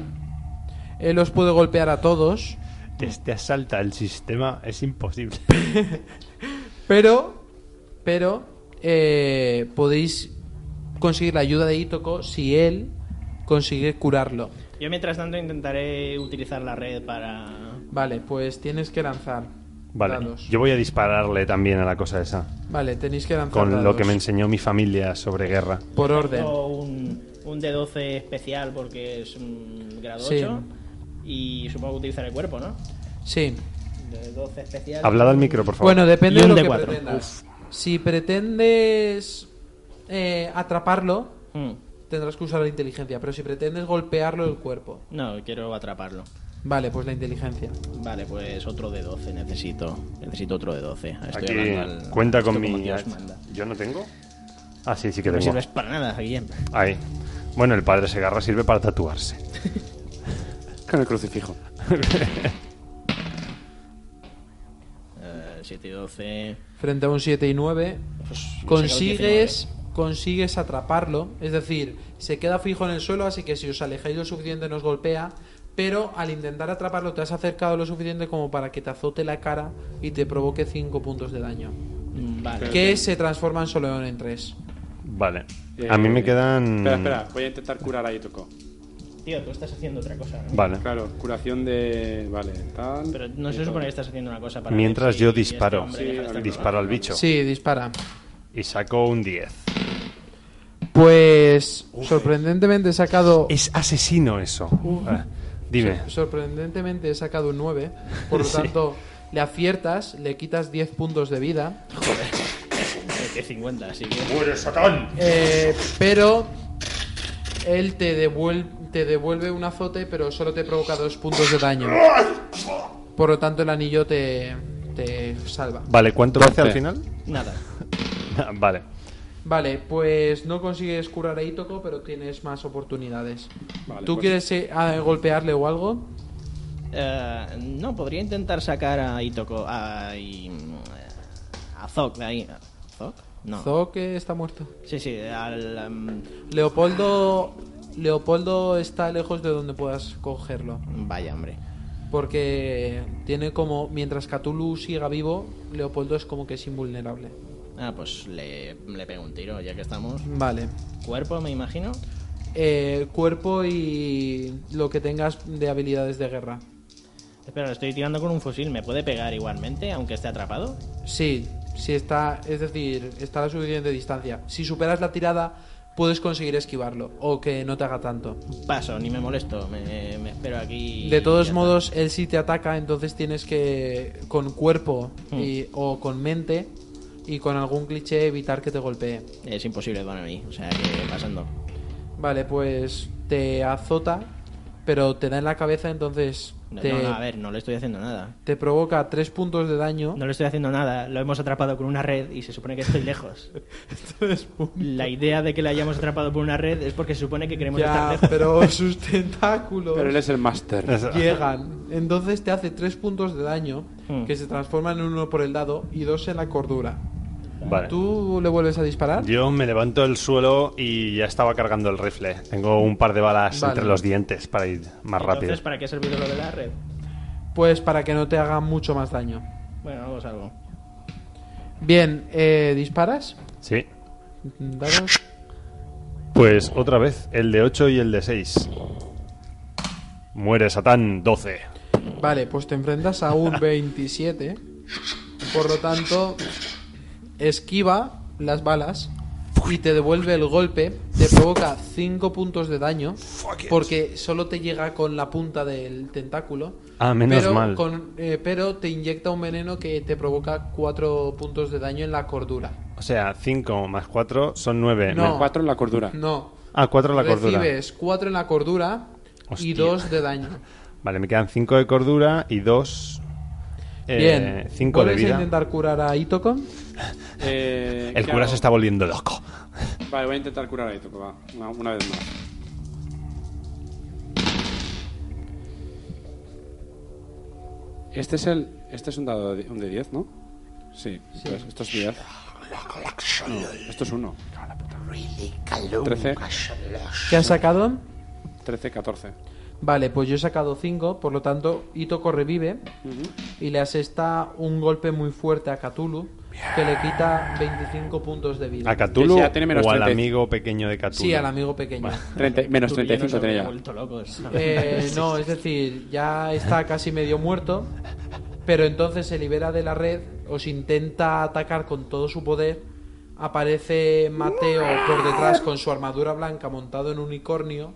Speaker 4: él os puede golpear a todos
Speaker 1: te, te Este asalta el sistema, es imposible.
Speaker 4: Pero, pero, eh, podéis conseguir la ayuda de Itoko si él consigue curarlo.
Speaker 2: Yo mientras tanto intentaré utilizar la red para...
Speaker 4: Vale, pues tienes que lanzar.
Speaker 1: Vale,
Speaker 4: dados.
Speaker 1: yo voy a dispararle también a la cosa esa,
Speaker 4: Vale, tenéis que lanzar.
Speaker 1: con lo
Speaker 4: dados.
Speaker 1: que me enseñó mi familia sobre guerra.
Speaker 4: Por orden.
Speaker 2: Tengo un, un D12 especial porque es un grado
Speaker 4: Sí.
Speaker 2: 8 y supongo que utilizar el cuerpo, ¿no?
Speaker 4: Sí.
Speaker 2: D12 especial.
Speaker 1: Hablad al micro, por favor.
Speaker 4: Bueno, depende
Speaker 2: Y
Speaker 4: de
Speaker 2: un
Speaker 4: lo que
Speaker 2: D4.
Speaker 4: pretendas. Si pretendes eh, atraparlo,
Speaker 2: Mm,
Speaker 4: tendrás que usar la inteligencia. Pero si pretendes golpearlo el cuerpo,
Speaker 2: No, quiero atraparlo.
Speaker 4: vale, pues la inteligencia.
Speaker 2: Vale, pues otro D12 necesito. Necesito otro D12. Estoy
Speaker 1: Aquí
Speaker 2: hablando al-
Speaker 1: cuenta con
Speaker 2: esto como
Speaker 1: mi...
Speaker 2: Dios manda.
Speaker 1: ¿Yo no tengo? Ah, sí, sí que
Speaker 2: No me
Speaker 1: tengo.
Speaker 2: sirves para nada, Guillem.
Speaker 1: Ahí. Bueno, el padre Segarra sirve para tatuarse.
Speaker 3: Con el crucifijo.
Speaker 2: 7 Eh, y 12.
Speaker 4: Frente a un 7 y 9,
Speaker 2: pues, me
Speaker 4: consigues,
Speaker 2: saca
Speaker 4: consigues atraparlo. Es decir, se queda fijo en el suelo, así que si os alejáis lo suficiente nos golpea. Pero al intentar atraparlo te has acercado lo suficiente como para que te azote la cara y te provoque 5 puntos de daño.
Speaker 2: el 19. Mm, Vale.
Speaker 4: Que se transforman solo en 3.
Speaker 1: Vale.
Speaker 3: Eh,
Speaker 1: A mí me quedan...
Speaker 3: Espera, espera, voy a intentar curar a Itoko.
Speaker 2: Tío, tú estás haciendo otra cosa. ¿no?
Speaker 1: Vale.
Speaker 3: Claro, curación de. Vale, tal.
Speaker 2: Pero no se supone que estás haciendo una cosa para. ver
Speaker 1: Mientras
Speaker 2: si
Speaker 1: yo
Speaker 2: este
Speaker 1: disparo,
Speaker 2: hombre deja de estar
Speaker 1: disparo al bicho
Speaker 4: Sí, dispara.
Speaker 1: y saco un 10.
Speaker 4: Pues sorprendentemente he sacado
Speaker 1: Es asesino eso. Ah, Dime.
Speaker 4: sorprendentemente he sacado un 9, por lo tanto le aciertas, le quitas 10 puntos de vida,
Speaker 2: de 50, así que.
Speaker 4: eh, pero él te devuelve, te devuelve un azote, pero solo te provoca 2 puntos de daño. Por lo tanto el anillo te, te salva.
Speaker 1: Vale, ¿cuánto me hace al
Speaker 3: Doce.
Speaker 1: final?
Speaker 2: Nada.
Speaker 1: Ah, Vale.
Speaker 4: Vale, pues no consigues curar a Itoko, pero tienes más oportunidades.
Speaker 3: Vale,
Speaker 4: ¿Tú
Speaker 3: pues-
Speaker 4: quieres eh, a- golpearle o algo?
Speaker 2: Eh, no, podría intentar sacar a Itoko. A, y- mm, a Zok de ahí. ¿Zok? No.
Speaker 4: Zo que está muerto.
Speaker 2: Sí, sí, al. um,
Speaker 4: Leopoldo Leopoldo está lejos de donde puedas cogerlo.
Speaker 2: vaya, hombre.
Speaker 4: Porque tiene como. Mientras Cthulhu siga vivo, Leopoldo es como que es invulnerable.
Speaker 2: Ah, pues le, le pego un tiro, ya que estamos.
Speaker 4: Vale.
Speaker 2: Cuerpo, me imagino.
Speaker 4: Eh, cuerpo y lo que tengas de habilidades de guerra.
Speaker 2: Espera, lo estoy tirando con un fusil. ¿Me puede pegar igualmente, aunque esté atrapado?
Speaker 4: Sí, si está. Es decir, está a la suficiente distancia. Si superas la tirada, puedes conseguir esquivarlo. O que no te haga tanto.
Speaker 2: Paso, ni me molesto. Me, me espero aquí. y
Speaker 4: De todos
Speaker 2: ya está.
Speaker 4: modos, él sí te ataca, entonces tienes que con cuerpo
Speaker 2: Hmm.
Speaker 4: y- o con mente y con algún cliché evitar que te golpee.
Speaker 2: Es imposible para mí. O sea, que pasando.
Speaker 4: Vale, pues te azota, pero te da en la cabeza, entonces
Speaker 2: No,
Speaker 4: te,
Speaker 2: no, no, a ver, no le estoy haciendo nada.
Speaker 4: te provoca tres puntos de daño.
Speaker 2: No le estoy haciendo nada. Lo hemos atrapado con una red y se supone que estoy lejos. La idea de que la hayamos atrapado por una red es porque se supone que queremos estar
Speaker 4: ya,
Speaker 2: lejos.
Speaker 4: pero sus tentáculos
Speaker 3: Pero él es el máster.
Speaker 1: Es-
Speaker 4: llegan. Entonces te hace tres puntos de daño
Speaker 2: Hmm.
Speaker 4: que se transforman en uno por el dado y dos en la cordura.
Speaker 1: Vale.
Speaker 4: ¿Tú le vuelves a disparar?
Speaker 1: Yo me levanto del suelo y ya estaba cargando el rifle. Tengo un par de balas
Speaker 4: Vale.
Speaker 1: entre los dientes para ir más rápido.
Speaker 2: Entonces, ¿para qué ha servido lo de la red?
Speaker 4: Pues para que no te haga mucho más daño.
Speaker 2: Bueno, algo es algo.
Speaker 4: Bien, eh, ¿disparas?
Speaker 1: Sí.
Speaker 4: Dados.
Speaker 1: Pues otra vez, el de 8 y el de 6. Muere Satán 12.
Speaker 4: Vale, pues te enfrentas a un 27. Por lo tanto, esquiva las balas y te devuelve el golpe. Te provoca 5 puntos de daño porque solo te llega con la punta del tentáculo.
Speaker 1: Ah, menos
Speaker 4: pero
Speaker 1: mal.
Speaker 4: con- eh, pero te inyecta un veneno que te provoca 4 puntos de daño en la cordura.
Speaker 1: O sea, 5 más 4 son 9.
Speaker 4: No.
Speaker 3: Cuatro en la cordura.
Speaker 4: No.
Speaker 1: Ah, 4 la cordura.
Speaker 4: Recibes 4 en la cordura y
Speaker 1: Hostia.
Speaker 4: 2 de daño.
Speaker 1: Vale, me quedan 5 de cordura y 2.
Speaker 4: Bien.
Speaker 1: 5 Eh, de
Speaker 4: ¿Vuelves a
Speaker 1: vida.
Speaker 4: intentar curar a Itoko?
Speaker 3: Eh,
Speaker 1: El
Speaker 3: ¿qué
Speaker 1: cura
Speaker 3: hago?
Speaker 1: se está volviendo loco.
Speaker 3: Vale, voy a intentar curar a Itoko, va. Una, una vez más. Este es el. Este es un dado de, un de 10, ¿no? Sí, pues esto es 10. No, esto es 1. 13,
Speaker 4: ¿Qué has sacado?
Speaker 3: 13, 14.
Speaker 4: Vale, pues yo he sacado 5, por lo tanto, Itoko revive y le asesta un golpe muy fuerte a Cthulhu que le quita 25 puntos de vida.
Speaker 1: ¿A Cthulhu
Speaker 3: Decía, tiene menos
Speaker 1: o al
Speaker 3: 30.
Speaker 1: amigo pequeño de Cthulhu?
Speaker 4: Sí, al amigo pequeño.
Speaker 3: Treinta- menos
Speaker 2: Tú y yo
Speaker 3: 35
Speaker 2: nos
Speaker 3: tenía.
Speaker 2: hemos vuelto locos.
Speaker 4: Eh, no, es decir, ya está casi medio muerto, pero entonces se libera de la red, os intenta atacar con todo su poder. Aparece Mateo por detrás con su armadura blanca montado en unicornio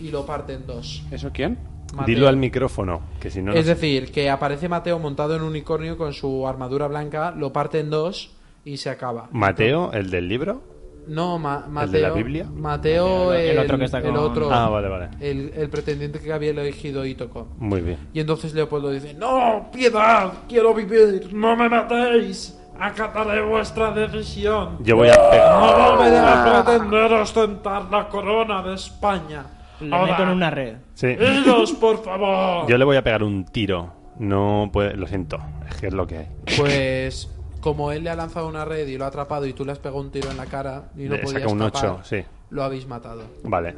Speaker 4: y lo parte en dos.
Speaker 3: ¿Eso quién?
Speaker 4: Mateo.
Speaker 1: Dilo al micrófono, que si no... no
Speaker 4: es
Speaker 1: sé.
Speaker 4: decir, que aparece Mateo montado en unicornio con su armadura blanca, lo parte en dos y se acaba.
Speaker 1: ¿Mateo, el del libro?
Speaker 4: No, Ma- Mateo.
Speaker 1: ¿El de la Biblia?
Speaker 4: Mateo,
Speaker 2: El-
Speaker 4: el,
Speaker 2: el otro que está
Speaker 4: el
Speaker 2: con-
Speaker 4: otro,
Speaker 1: Ah, vale, vale.
Speaker 4: El, el pretendiente que había elegido Itoko.
Speaker 1: Muy bien.
Speaker 4: Y entonces Leopoldo dice, ¡No! ¡Piedad! ¡Quiero vivir! ¡No me matéis! ¡Acataré vuestra decisión!
Speaker 1: Yo voy a pegar.
Speaker 4: ¡No volveré a
Speaker 1: Ah.
Speaker 4: pretender ostentar la corona de España!
Speaker 2: Lo
Speaker 4: Ahora,
Speaker 2: meto en una red.
Speaker 1: Sí.
Speaker 4: ¡Idos, por favor!
Speaker 1: Yo le voy a pegar un tiro. No puede... Lo siento. Es que es lo que hay.
Speaker 4: Pues... Como él le ha lanzado una red y lo ha atrapado y tú le has pegado un tiro en la cara y no
Speaker 1: Le
Speaker 4: podías
Speaker 1: saca un
Speaker 4: tapar,
Speaker 1: ocho, sí.
Speaker 4: lo habéis matado.
Speaker 1: Vale.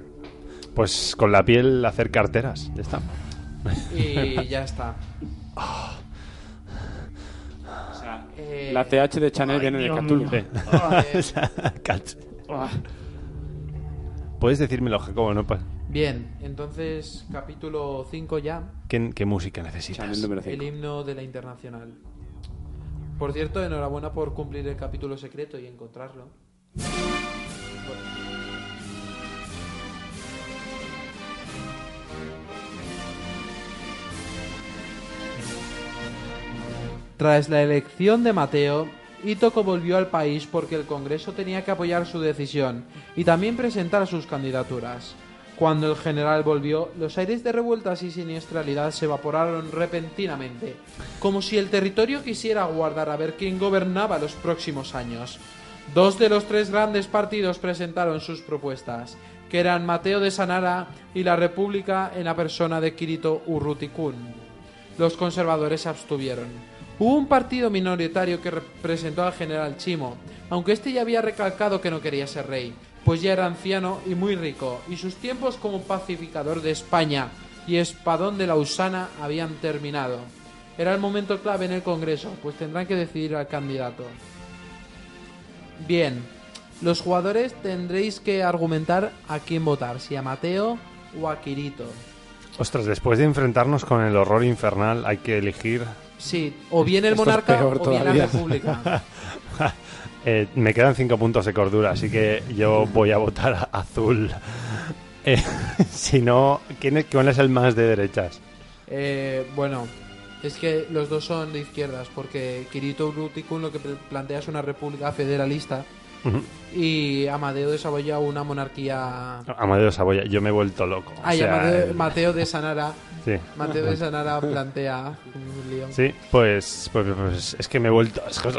Speaker 1: Pues con la piel hacer carteras. Ya está.
Speaker 4: Y ya está.
Speaker 2: Ah.
Speaker 3: O sea,
Speaker 4: Eh,
Speaker 3: la TH de Chanel viene de Cthulhu.
Speaker 1: Sí. O sea, cach. Puedes decírmelo, Jacobo, no pasa.
Speaker 4: Bien, entonces capítulo 5 ya.
Speaker 1: ¿Qué, qué música
Speaker 3: Chanel
Speaker 1: necesitas?
Speaker 3: número
Speaker 4: El
Speaker 3: 5.
Speaker 4: himno de la internacional. Por cierto, enhorabuena por cumplir el capítulo secreto y encontrarlo. Tras la elección de Mateo, Itoko volvió al país porque el Congreso tenía que apoyar su decisión y también presentar sus candidaturas. Cuando el general volvió, los aires de revueltas y siniestralidad se evaporaron repentinamente, como si el territorio quisiera guardar a ver quién gobernaba los próximos años. Dos de los tres grandes partidos presentaron sus propuestas, que eran Mateo de Sanara y la República en la persona de Kirito Urrutikun los conservadores se abstuvieron. Hubo un partido minoritario que representó al general Chimo, aunque este ya había recalcado que no quería ser rey, pues ya era anciano y muy rico, y sus tiempos como pacificador de España y espadón de Lausana habían terminado. Era el momento clave en el Congreso, pues tendrán que decidir al candidato. Bien, los jugadores tendréis que argumentar a quién votar, si a Mateo o a Kirito.
Speaker 1: Ostras, después de enfrentarnos con el horror infernal, hay que elegir.
Speaker 4: Sí, o bien el
Speaker 3: Esto es
Speaker 4: monarca
Speaker 3: peor
Speaker 4: o bien la
Speaker 3: todavía.
Speaker 4: república.
Speaker 1: Eh, me quedan cinco puntos de cordura, así que yo voy a votar a- azul. Eh, si no, ¿quién es, ¿cuál es el más de derechas?
Speaker 4: Eh, bueno, es que los dos son de izquierdas, porque Kirito Urrutikun lo que pl- plantea es una república federalista
Speaker 1: Ujú.
Speaker 4: y Amadeo desarrolla una monarquía.
Speaker 1: Amadeo Saboya, yo me he vuelto loco. Ah, O
Speaker 4: Ay,
Speaker 1: sea,
Speaker 4: Amadeo-
Speaker 1: el-
Speaker 4: Mateo de Sanara.
Speaker 1: sí.
Speaker 4: Mateo de Sanara plantea un lío.
Speaker 1: Sí, pues, pues, pues, es que me he vuelto. es que-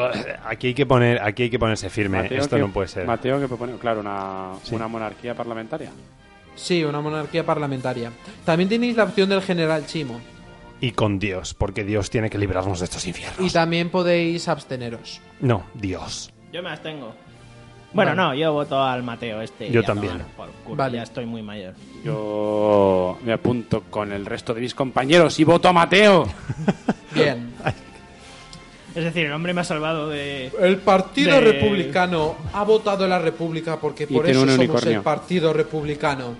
Speaker 1: aquí hay que poner, aquí hay que ponerse firme. Esto
Speaker 3: que-
Speaker 1: no puede ser.
Speaker 3: Mateo que propone, claro, una, una monarquía parlamentaria.
Speaker 4: Sí, una monarquía parlamentaria. También tenéis la opción del general Chimo.
Speaker 1: Y con Dios, porque Dios tiene que librarnos de estos
Speaker 4: Y
Speaker 1: infiernos.
Speaker 4: también podéis absteneros.
Speaker 1: No, Dios.
Speaker 2: Yo me abstengo. Bueno,
Speaker 4: Vale.
Speaker 2: no, yo voto al Mateo este.
Speaker 1: Yo
Speaker 2: y a tomar
Speaker 1: también.
Speaker 2: por culo,
Speaker 4: Vale.
Speaker 2: Ya estoy muy mayor.
Speaker 3: Yo me apunto con el resto de mis compañeros y voto a Mateo.
Speaker 4: Bien.
Speaker 2: Es decir, el hombre me ha salvado de...
Speaker 4: El Partido
Speaker 2: De-
Speaker 4: Republicano ha votado la República porque
Speaker 3: Y
Speaker 4: por
Speaker 3: tiene
Speaker 4: eso
Speaker 3: un
Speaker 4: somos
Speaker 3: unicornio.
Speaker 4: el Partido Republicano.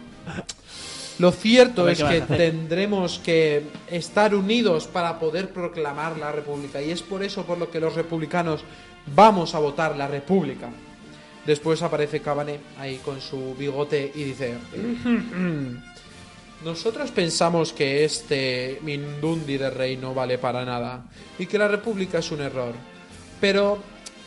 Speaker 4: Lo cierto
Speaker 2: Hombre,
Speaker 4: es
Speaker 2: ¿qué vas
Speaker 4: que
Speaker 2: a hacer?
Speaker 4: tendremos que estar unidos para poder proclamar la República y es por eso por lo que los republicanos vamos a votar la República. Después aparece Cabané ahí con su bigote y dice... Nosotros pensamos que este Mindundi de Rey no vale para nada y que la República es un error. Pero,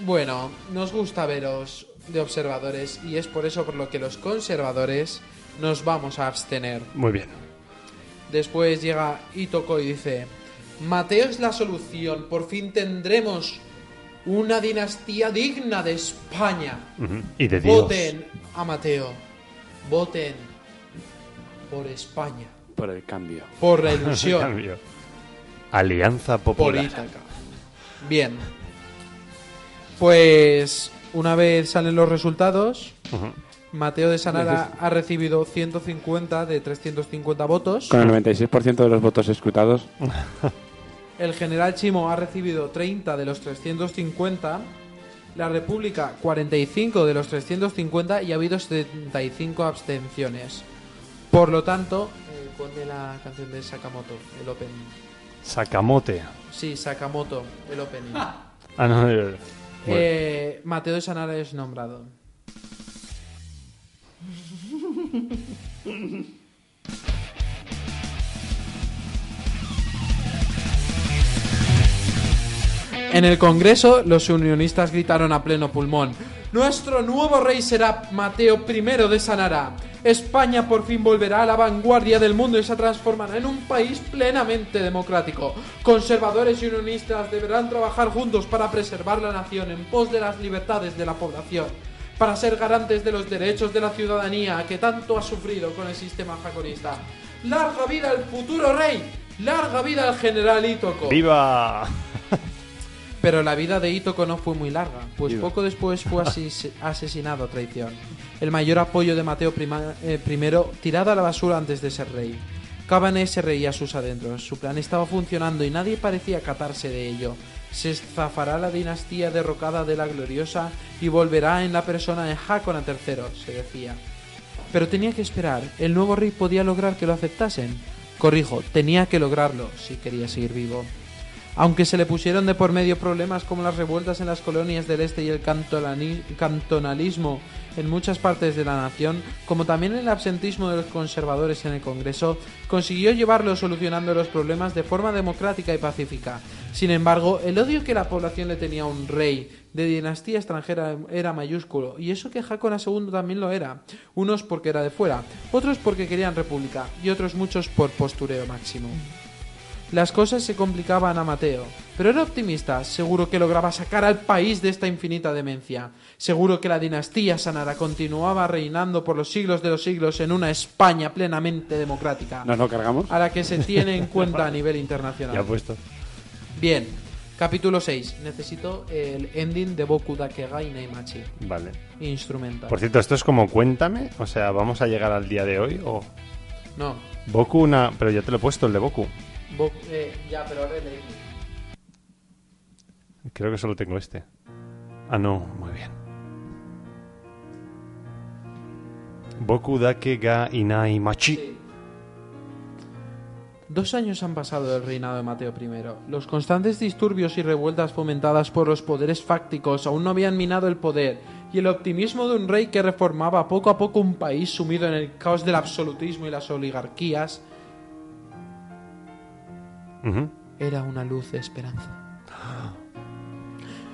Speaker 4: bueno, nos gusta veros de observadores y es por eso por lo que los conservadores nos vamos a abstener.
Speaker 1: Muy bien.
Speaker 4: Después llega Itoko y dice, Mateo es la solución, por fin tendremos una dinastía digna de España.
Speaker 1: Ujú. Y de Dios.
Speaker 4: Voten a Mateo, voten por España,
Speaker 3: Por el cambio.
Speaker 4: por la ilusión.
Speaker 1: Cambio. Alianza Popular.
Speaker 4: Política. Bien. Pues una vez salen los resultados,
Speaker 1: Ujú.
Speaker 4: Mateo de Sanara ha recibido 150 de 350 votos.
Speaker 3: Con el 96% de los votos escrutados.
Speaker 4: El general Chimo ha recibido 30 de los 350. La República 45 de los 350 y ha habido 75 abstenciones. Por lo tanto, eh, ponle la canción de Sakamoto, el opening.
Speaker 1: Sakamote.
Speaker 4: Sí, Sakamoto, el opening.
Speaker 1: Ah, no, de verdad. Bueno.
Speaker 4: Eh, Mateo de Sanara es nombrado. En el Congreso, los unionistas gritaron a pleno pulmón: Nuestro nuevo rey será Mateo I de Sanara. España por fin volverá a la vanguardia del mundo y se transformará en un país plenamente democrático. Conservadores y unionistas deberán trabajar juntos para preservar la nación en pos de las libertades de la población, para ser garantes de los derechos de la ciudadanía que tanto ha sufrido con el sistema jaconista. ¡Larga vida al futuro rey! ¡Larga vida al general Ítoco!
Speaker 1: ¡Viva!
Speaker 4: Pero la vida de Itoko no fue muy larga, pues
Speaker 3: Iba.
Speaker 4: poco después fue asis- asesinado a traición. El mayor apoyo de Mateo prima- eh, I tirado a la basura antes de ser rey. Cabané se reía a sus adentros. Su plan estaba funcionando y nadie parecía acatarse de ello. Se zafará la dinastía derrocada de la gloriosa y volverá en la persona de Hakona III, se decía. Pero tenía que esperar. El nuevo rey podía lograr que lo aceptasen. Corrijo, tenía que lograrlo si quería seguir vivo. Aunque se le pusieron de por medio problemas como las revueltas en las colonias del este y el cantolani- cantonalismo en muchas partes de la nación, como también el absentismo de los conservadores en el Congreso, consiguió llevarlo solucionando los problemas de forma democrática y pacífica. Sin embargo, el odio que la población le tenía a un rey de dinastía extranjera era mayúsculo, y eso que Jacona II también lo era. Unos porque era de fuera, otros porque querían república, y otros muchos por postureo máximo. Las cosas se complicaban a Mateo, pero era optimista, seguro que lograba sacar al país de esta infinita demencia, seguro que la dinastía Sanara continuaba reinando por los siglos de los siglos en una España plenamente democrática,
Speaker 3: ¿Nos lo cargamos?
Speaker 4: a la que se tiene en cuenta a nivel internacional.
Speaker 1: Ya pues. puesto.
Speaker 4: Bien, capítulo 6. Necesito el ending de Boku Dakegai Naimachi,
Speaker 1: Vale.
Speaker 4: instrumental.
Speaker 1: Por cierto, esto es como cuéntame. O sea, ¿vamos a llegar al día de hoy? O.
Speaker 4: No,
Speaker 1: Boku, una. Pero ya te lo he puesto, el de Boku.
Speaker 4: Boku- eh, ya, pero ahora el ending.
Speaker 1: Creo que solo tengo este. Ah, no, muy bien. Boku dake ga inai machi.
Speaker 4: Sí. Dos años han pasado del reinado de Mateo I. Los constantes disturbios y revueltas fomentadas por los poderes fácticos aún no habían minado el poder y el optimismo de un rey que reformaba poco a poco un país sumido en el caos del absolutismo y las oligarquías
Speaker 1: Ujú.
Speaker 4: era una luz de esperanza.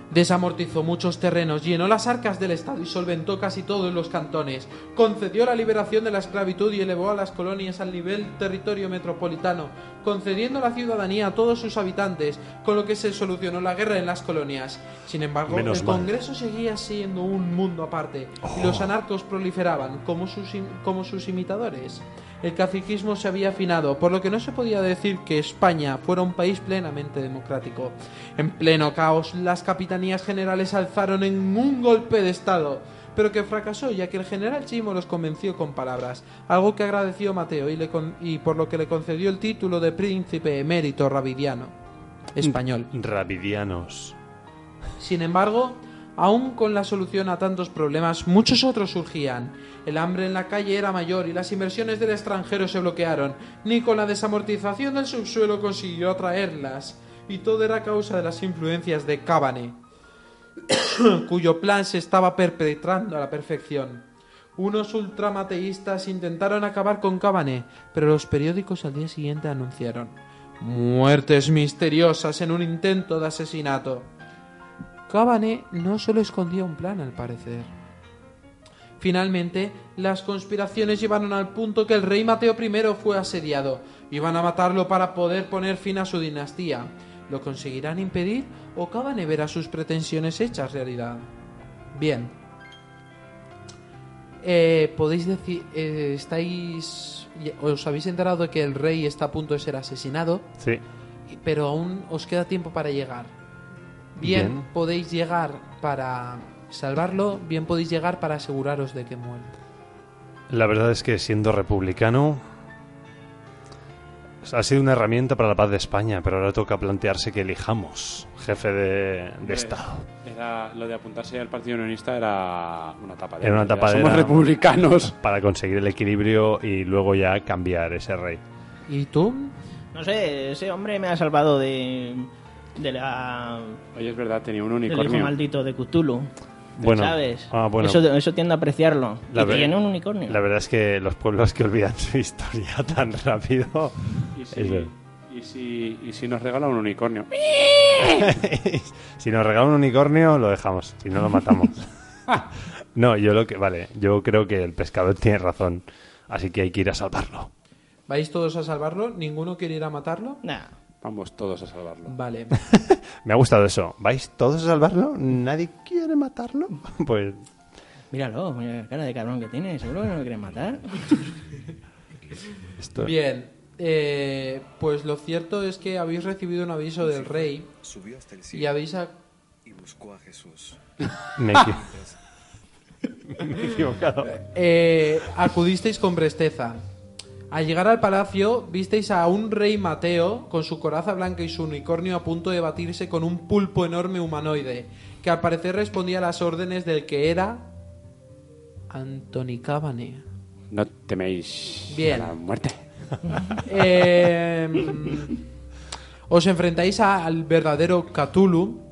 Speaker 4: Desamortizó muchos terrenos, llenó las arcas del Estado y solventó casi todos los cantones. Concedió la liberación de la esclavitud y elevó a las colonias al nivel territorio metropolitano, concediendo la ciudadanía a todos sus habitantes, con lo que se solucionó la guerra en las colonias. Sin embargo,
Speaker 1: Menos
Speaker 4: el
Speaker 1: mal.
Speaker 4: Congreso seguía siendo un mundo aparte y los anarcos proliferaban como sus, im- como sus imitadores. El caciquismo se había afinado, por lo que no se podía decir que España fuera un país plenamente democrático. En pleno caos, las capitanías generales alzaron en un golpe de Estado, pero que fracasó ya que el general Chimo los convenció con palabras, algo que agradeció Mateo y, le con- y por lo que le concedió el título de príncipe emérito rabidiano español.
Speaker 1: Rabidianos.
Speaker 4: Sin embargo, aún con la solución a tantos problemas, muchos otros surgían. El hambre en la calle era mayor y las inversiones del extranjero se bloquearon. Ni con la desamortización del subsuelo consiguió atraerlas. Y todo era causa de las influencias de Cábane, cuyo plan se estaba perpetrando a la perfección. Unos ultramateístas intentaron acabar con Cábane, pero los periódicos al día siguiente anunciaron muertes misteriosas en un intento de asesinato. Cabane no solo escondía un plan, al parecer. Finalmente, las conspiraciones llevaron al punto que el rey Mateo I fue asediado. Iban a matarlo para poder poner fin a su dinastía. ¿Lo conseguirán impedir o Cabane verá sus pretensiones hechas realidad? Bien. Eh, Podéis decir, eh, estáis, os habéis enterado de que el rey está a punto de ser asesinado
Speaker 1: Sí.
Speaker 4: pero aún os queda tiempo para llegar. Bien,
Speaker 1: Bien.
Speaker 4: podéis llegar para salvarlo, bien podéis llegar para aseguraros de que muere.
Speaker 1: La verdad es que siendo republicano ha sido una herramienta para la paz de España, pero ahora toca plantearse que elijamos jefe de, de
Speaker 3: Eh.
Speaker 1: Estado.
Speaker 3: Era, lo de apuntarse al Partido Unionista era una tapadera.
Speaker 1: Era una
Speaker 3: Ya
Speaker 1: tapadera.
Speaker 3: Somos republicanos.
Speaker 1: Para conseguir el equilibrio y luego ya cambiar ese rey.
Speaker 4: ¿Y tú?
Speaker 2: No sé, ese hombre me ha salvado de, de la,
Speaker 3: Oye, es verdad, tenía un
Speaker 2: del hijo
Speaker 3: unicornio.
Speaker 2: maldito de Cthulhu.
Speaker 1: Bueno,
Speaker 2: ¿Sabes?
Speaker 1: ah, bueno.
Speaker 2: eso, eso tiende a apreciarlo.
Speaker 1: La
Speaker 2: y
Speaker 1: ve-
Speaker 2: tiene un unicornio.
Speaker 1: La verdad es que los pueblos que olvidan su historia tan rápido
Speaker 3: ¿Y
Speaker 1: Es
Speaker 3: si,
Speaker 1: verdad.
Speaker 3: y, si, y si nos regala un unicornio.
Speaker 1: si nos regalan un unicornio, lo dejamos. Si no, lo matamos. no, yo lo que. Vale, yo creo que el pescador tiene razón. Así que hay que ir a salvarlo.
Speaker 4: ¿Vais todos a salvarlo? ¿Ninguno quiere ir a matarlo?
Speaker 2: Nah.
Speaker 3: Vamos todos a salvarlo.
Speaker 4: Vale.
Speaker 1: Me ha gustado eso. ¿Vais todos a salvarlo? ¿Nadie quiere matarlo? Pues.
Speaker 2: Míralo, mira la cara de cabrón que tiene. Seguro que no lo quieren matar.
Speaker 1: Esto...
Speaker 4: Bien. eh, pues lo cierto es que habéis recibido un aviso del rey
Speaker 5: Subió hasta el cielo
Speaker 4: y habéis... a-
Speaker 5: y buscó a Jesús.
Speaker 1: Me, equi- me he equivocado.
Speaker 4: eh, acudisteis con presteza. Al llegar al palacio, visteis a un rey Mateo con su coraza blanca y su unicornio a punto de batirse con un pulpo enorme humanoide, que al parecer respondía a las órdenes del que era Antoni Cabane.
Speaker 3: No teméis
Speaker 4: Bien.
Speaker 3: a la muerte.
Speaker 4: Eh, mm, os enfrentáis a- al verdadero Cthulhu,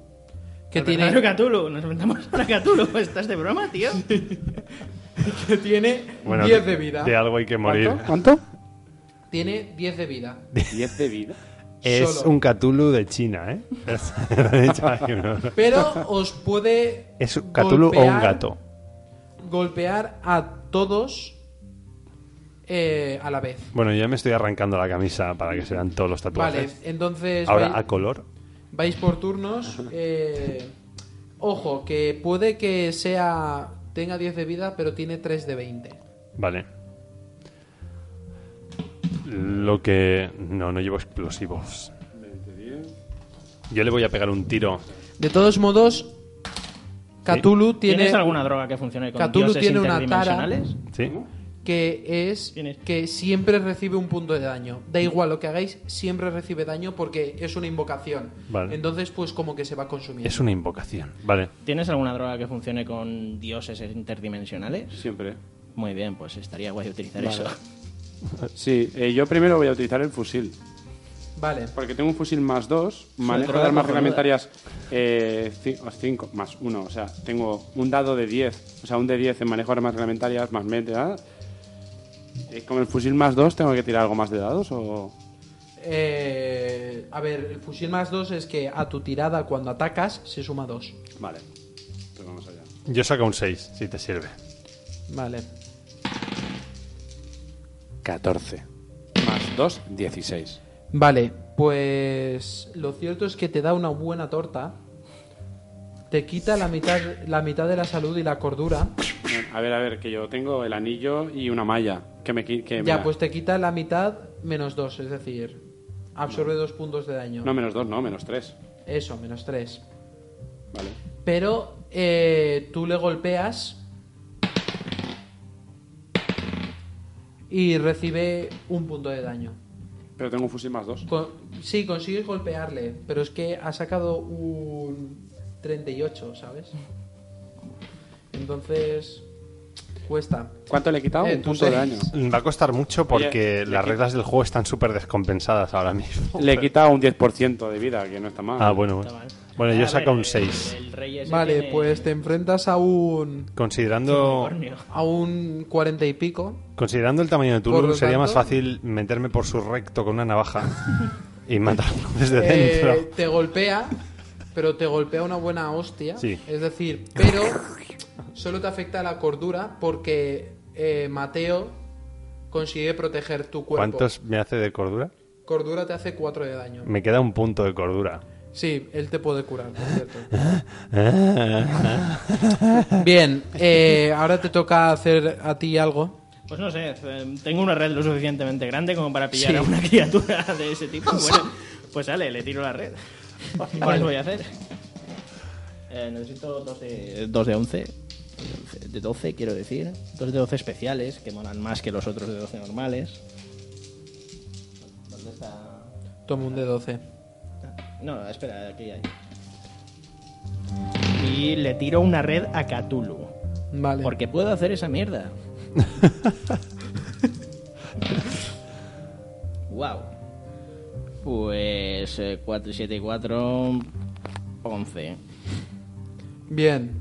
Speaker 4: que
Speaker 2: El
Speaker 4: tiene...
Speaker 2: verdadero Cthulhu. Nos enfrentamos a Cthulhu. ¿Estás de broma, tío?
Speaker 4: que tiene 10 de vida.
Speaker 1: De algo hay que morir.
Speaker 3: ¿Cuánto?
Speaker 4: Tiene 10 de vida.
Speaker 3: ¿Diez de vida?
Speaker 1: Es
Speaker 4: Solo.
Speaker 1: un Cthulhu de China, ¿eh? Lo han hecho ahí uno.
Speaker 4: Pero os puede.
Speaker 1: ¿Es un Cthulhu o un
Speaker 4: golpear-
Speaker 1: gato?
Speaker 4: Golpear a todos eh, a la vez.
Speaker 1: Bueno, yo ya me estoy arrancando la camisa para que se vean todos los
Speaker 4: Vale,
Speaker 1: tatuajes.
Speaker 4: entonces
Speaker 1: Ahora,
Speaker 4: vais,
Speaker 1: a color.
Speaker 4: vais por turnos. eh, ojo, que puede que sea. Tenga 10 de vida, pero tiene 3 de 20.
Speaker 1: Vale. Lo que... No, no llevo explosivos. Yo le voy a pegar un tiro.
Speaker 4: De todos modos, Cthulhu tiene.
Speaker 2: ¿Tienes alguna droga que funcione con
Speaker 4: Cthulhu
Speaker 2: dioses
Speaker 4: tiene una tara.
Speaker 2: interdimensionales?
Speaker 1: ¿Sí?
Speaker 4: que es
Speaker 2: Tienes.
Speaker 4: que siempre recibe un punto de daño. Da igual lo que hagáis, siempre recibe daño porque es una invocación.
Speaker 1: Vale.
Speaker 4: Entonces, pues como que se va consumiendo.
Speaker 1: Es una invocación. Vale.
Speaker 2: ¿Tienes alguna droga que funcione con dioses interdimensionales?
Speaker 3: Siempre.
Speaker 2: Muy bien, pues estaría guay utilizar
Speaker 3: Vale.
Speaker 2: eso.
Speaker 3: Sí, eh, yo primero voy a utilizar el fusil.
Speaker 4: Vale.
Speaker 3: Porque tengo un fusil más dos, manejo de
Speaker 2: droga
Speaker 3: armas
Speaker 2: cojonuda.
Speaker 3: reglamentarias eh, 5 más 1. O sea, tengo un dado de 10. O sea, un de 10 en manejo de armas reglamentarias más mente. ¿ah? Eh, ¿Con el fusil más 2 tengo que tirar algo más de dados o.?
Speaker 4: Eh, a ver, el fusil más 2 es que a tu tirada cuando atacas se suma 2.
Speaker 3: Vale. Pues vamos allá.
Speaker 1: Yo saco un 6, si te sirve.
Speaker 4: Vale.
Speaker 3: 14. Más 2, 16.
Speaker 4: Vale, pues lo cierto es que te da una buena torta. Te quita la mitad, la mitad de la salud y la cordura.
Speaker 3: A ver, a ver, que yo tengo el anillo y una malla. Que me. qui- Que,
Speaker 4: Ya,
Speaker 3: mira,
Speaker 4: pues te quita la mitad menos 2, es decir, absorbe 2 puntos de daño.
Speaker 3: No, menos 2, no, menos 3.
Speaker 4: Eso, menos 3.
Speaker 3: Vale.
Speaker 4: Pero eh, tú le golpeas y recibe un punto de daño.
Speaker 3: Pero tengo un fusil más 2.
Speaker 4: Con- sí, consigues golpearle, pero es que ha sacado un 38, ¿sabes? Entonces, cuesta.
Speaker 3: ¿Cuánto le he quitado?
Speaker 4: Eh,
Speaker 3: un
Speaker 4: tú
Speaker 3: punto de
Speaker 4: seis.
Speaker 3: daño.
Speaker 1: Va a costar mucho porque
Speaker 3: Oye,
Speaker 1: las
Speaker 3: aquí-
Speaker 1: reglas del juego están súper descompensadas ahora mismo.
Speaker 3: Le he quitado un 10% de vida, que no está mal.
Speaker 1: Ah, bueno.
Speaker 2: Está mal.
Speaker 1: Bueno,
Speaker 2: A
Speaker 1: yo
Speaker 2: ver,
Speaker 1: saco un
Speaker 2: el-
Speaker 1: 6.
Speaker 2: el rey ese
Speaker 4: Vale,
Speaker 2: tiene
Speaker 4: pues te enfrentas a un
Speaker 1: Considerando,
Speaker 2: unicornio.
Speaker 4: a un 40 y pico.
Speaker 1: considerando el tamaño de
Speaker 4: Por
Speaker 1: Tulu,
Speaker 4: lo
Speaker 1: sería más
Speaker 4: tanto-
Speaker 1: fácil meterme por su recto con una navaja y matarlo desde
Speaker 4: Eh,
Speaker 1: dentro.
Speaker 4: te golpea, pero te golpea una buena hostia.
Speaker 1: Sí.
Speaker 4: Es decir, pero solo te afecta la cordura porque eh, Mateo consigue proteger tu cuerpo.
Speaker 1: ¿Cuántos me hace de cordura?
Speaker 4: Cordura te hace 4 de daño.
Speaker 1: Me queda un punto de cordura.
Speaker 4: Sí, él te puede curar, por cierto. Bien, eh, ahora te toca hacer a ti algo.
Speaker 2: Pues no sé, eh, tengo una red lo suficientemente grande como para pillar
Speaker 4: Sí.
Speaker 2: a una criatura de ese tipo. Bueno, pues sale, le tiro la red. ¿Qué más voy a hacer? Eh, necesito dos de, dos de 11. de 12, quiero decir. Dos de 12 especiales, que molan más que los otros de 12 normales. ¿Dónde está?
Speaker 4: Toma un de 12.
Speaker 2: No, espera, aquí hay. Y le tiro una red a Cthulhu.
Speaker 4: Vale.
Speaker 2: Porque puedo hacer esa mierda. wow. Pues eh, 4 y 7 y 4, 11.
Speaker 4: Bien.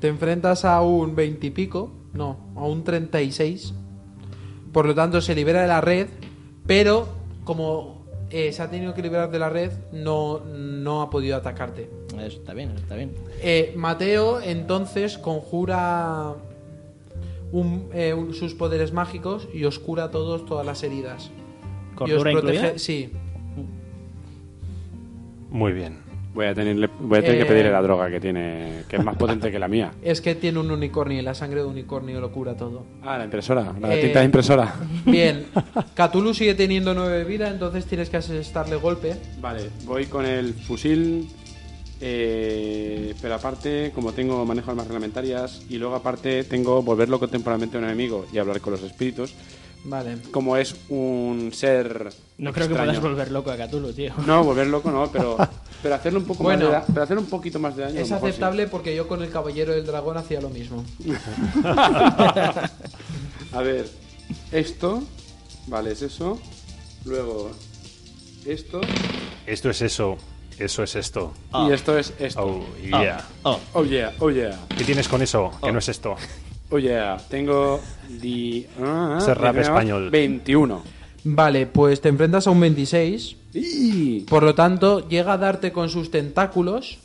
Speaker 4: Te enfrentas a un 20 y pico, no, a un 36. Por lo tanto, se libera de la red, pero como eh, se ha tenido que liberar de la red, no, no ha podido atacarte.
Speaker 2: Eso está bien, eso está bien.
Speaker 4: Eh, Mateo entonces conjura un- eh, un- sus poderes mágicos y os cura a todos todas las heridas. Y os
Speaker 2: ¿Cordura incluida?
Speaker 4: Sí.
Speaker 1: Muy bien.
Speaker 3: Voy a, tenerle, voy a tener
Speaker 4: Eh,
Speaker 3: que pedirle la droga que tiene, que es más potente que la mía.
Speaker 4: Es que tiene un unicornio y la sangre de unicornio lo cura todo.
Speaker 3: Ah, la impresora, la
Speaker 4: Eh,
Speaker 3: tinta de impresora.
Speaker 4: Bien, Cthulhu sigue teniendo nueve vida, entonces tienes que asestarle golpe.
Speaker 3: Vale, voy con el fusil. eh, pero aparte, como tengo manejo de armas reglamentarias y luego aparte tengo volverlo contemporáneamente a un enemigo y hablar con los espíritus,
Speaker 4: Vale.
Speaker 3: como es un ser.
Speaker 2: No creo que puedas
Speaker 3: extraño.
Speaker 2: volver loco a Cthulhu, tío.
Speaker 3: No, volver loco no, pero, pero hacerle un poco
Speaker 4: Bueno.
Speaker 3: más de da- pero hacer un poquito más de daño. a lo
Speaker 4: Es
Speaker 3: mejor sí.
Speaker 4: aceptable porque yo con el caballero del dragón hacía lo mismo.
Speaker 3: A ver, esto, vale, es eso. Luego, esto.
Speaker 1: Esto es eso. Eso es esto.
Speaker 2: Ah.
Speaker 3: Y esto es esto.
Speaker 1: Oh, yeah.
Speaker 2: Oh,
Speaker 3: Oh yeah, oh yeah,
Speaker 1: ¿Qué tienes con eso? Que
Speaker 3: Oh.
Speaker 1: no es esto.
Speaker 3: oh yeah. Tengo di... ah,
Speaker 1: Ese rap
Speaker 3: ¿cómo se llama?
Speaker 1: español.
Speaker 3: 21.
Speaker 4: Vale, pues te enfrentas a un 26.
Speaker 3: Y...
Speaker 4: Por lo tanto, llega a darte con sus tentáculos.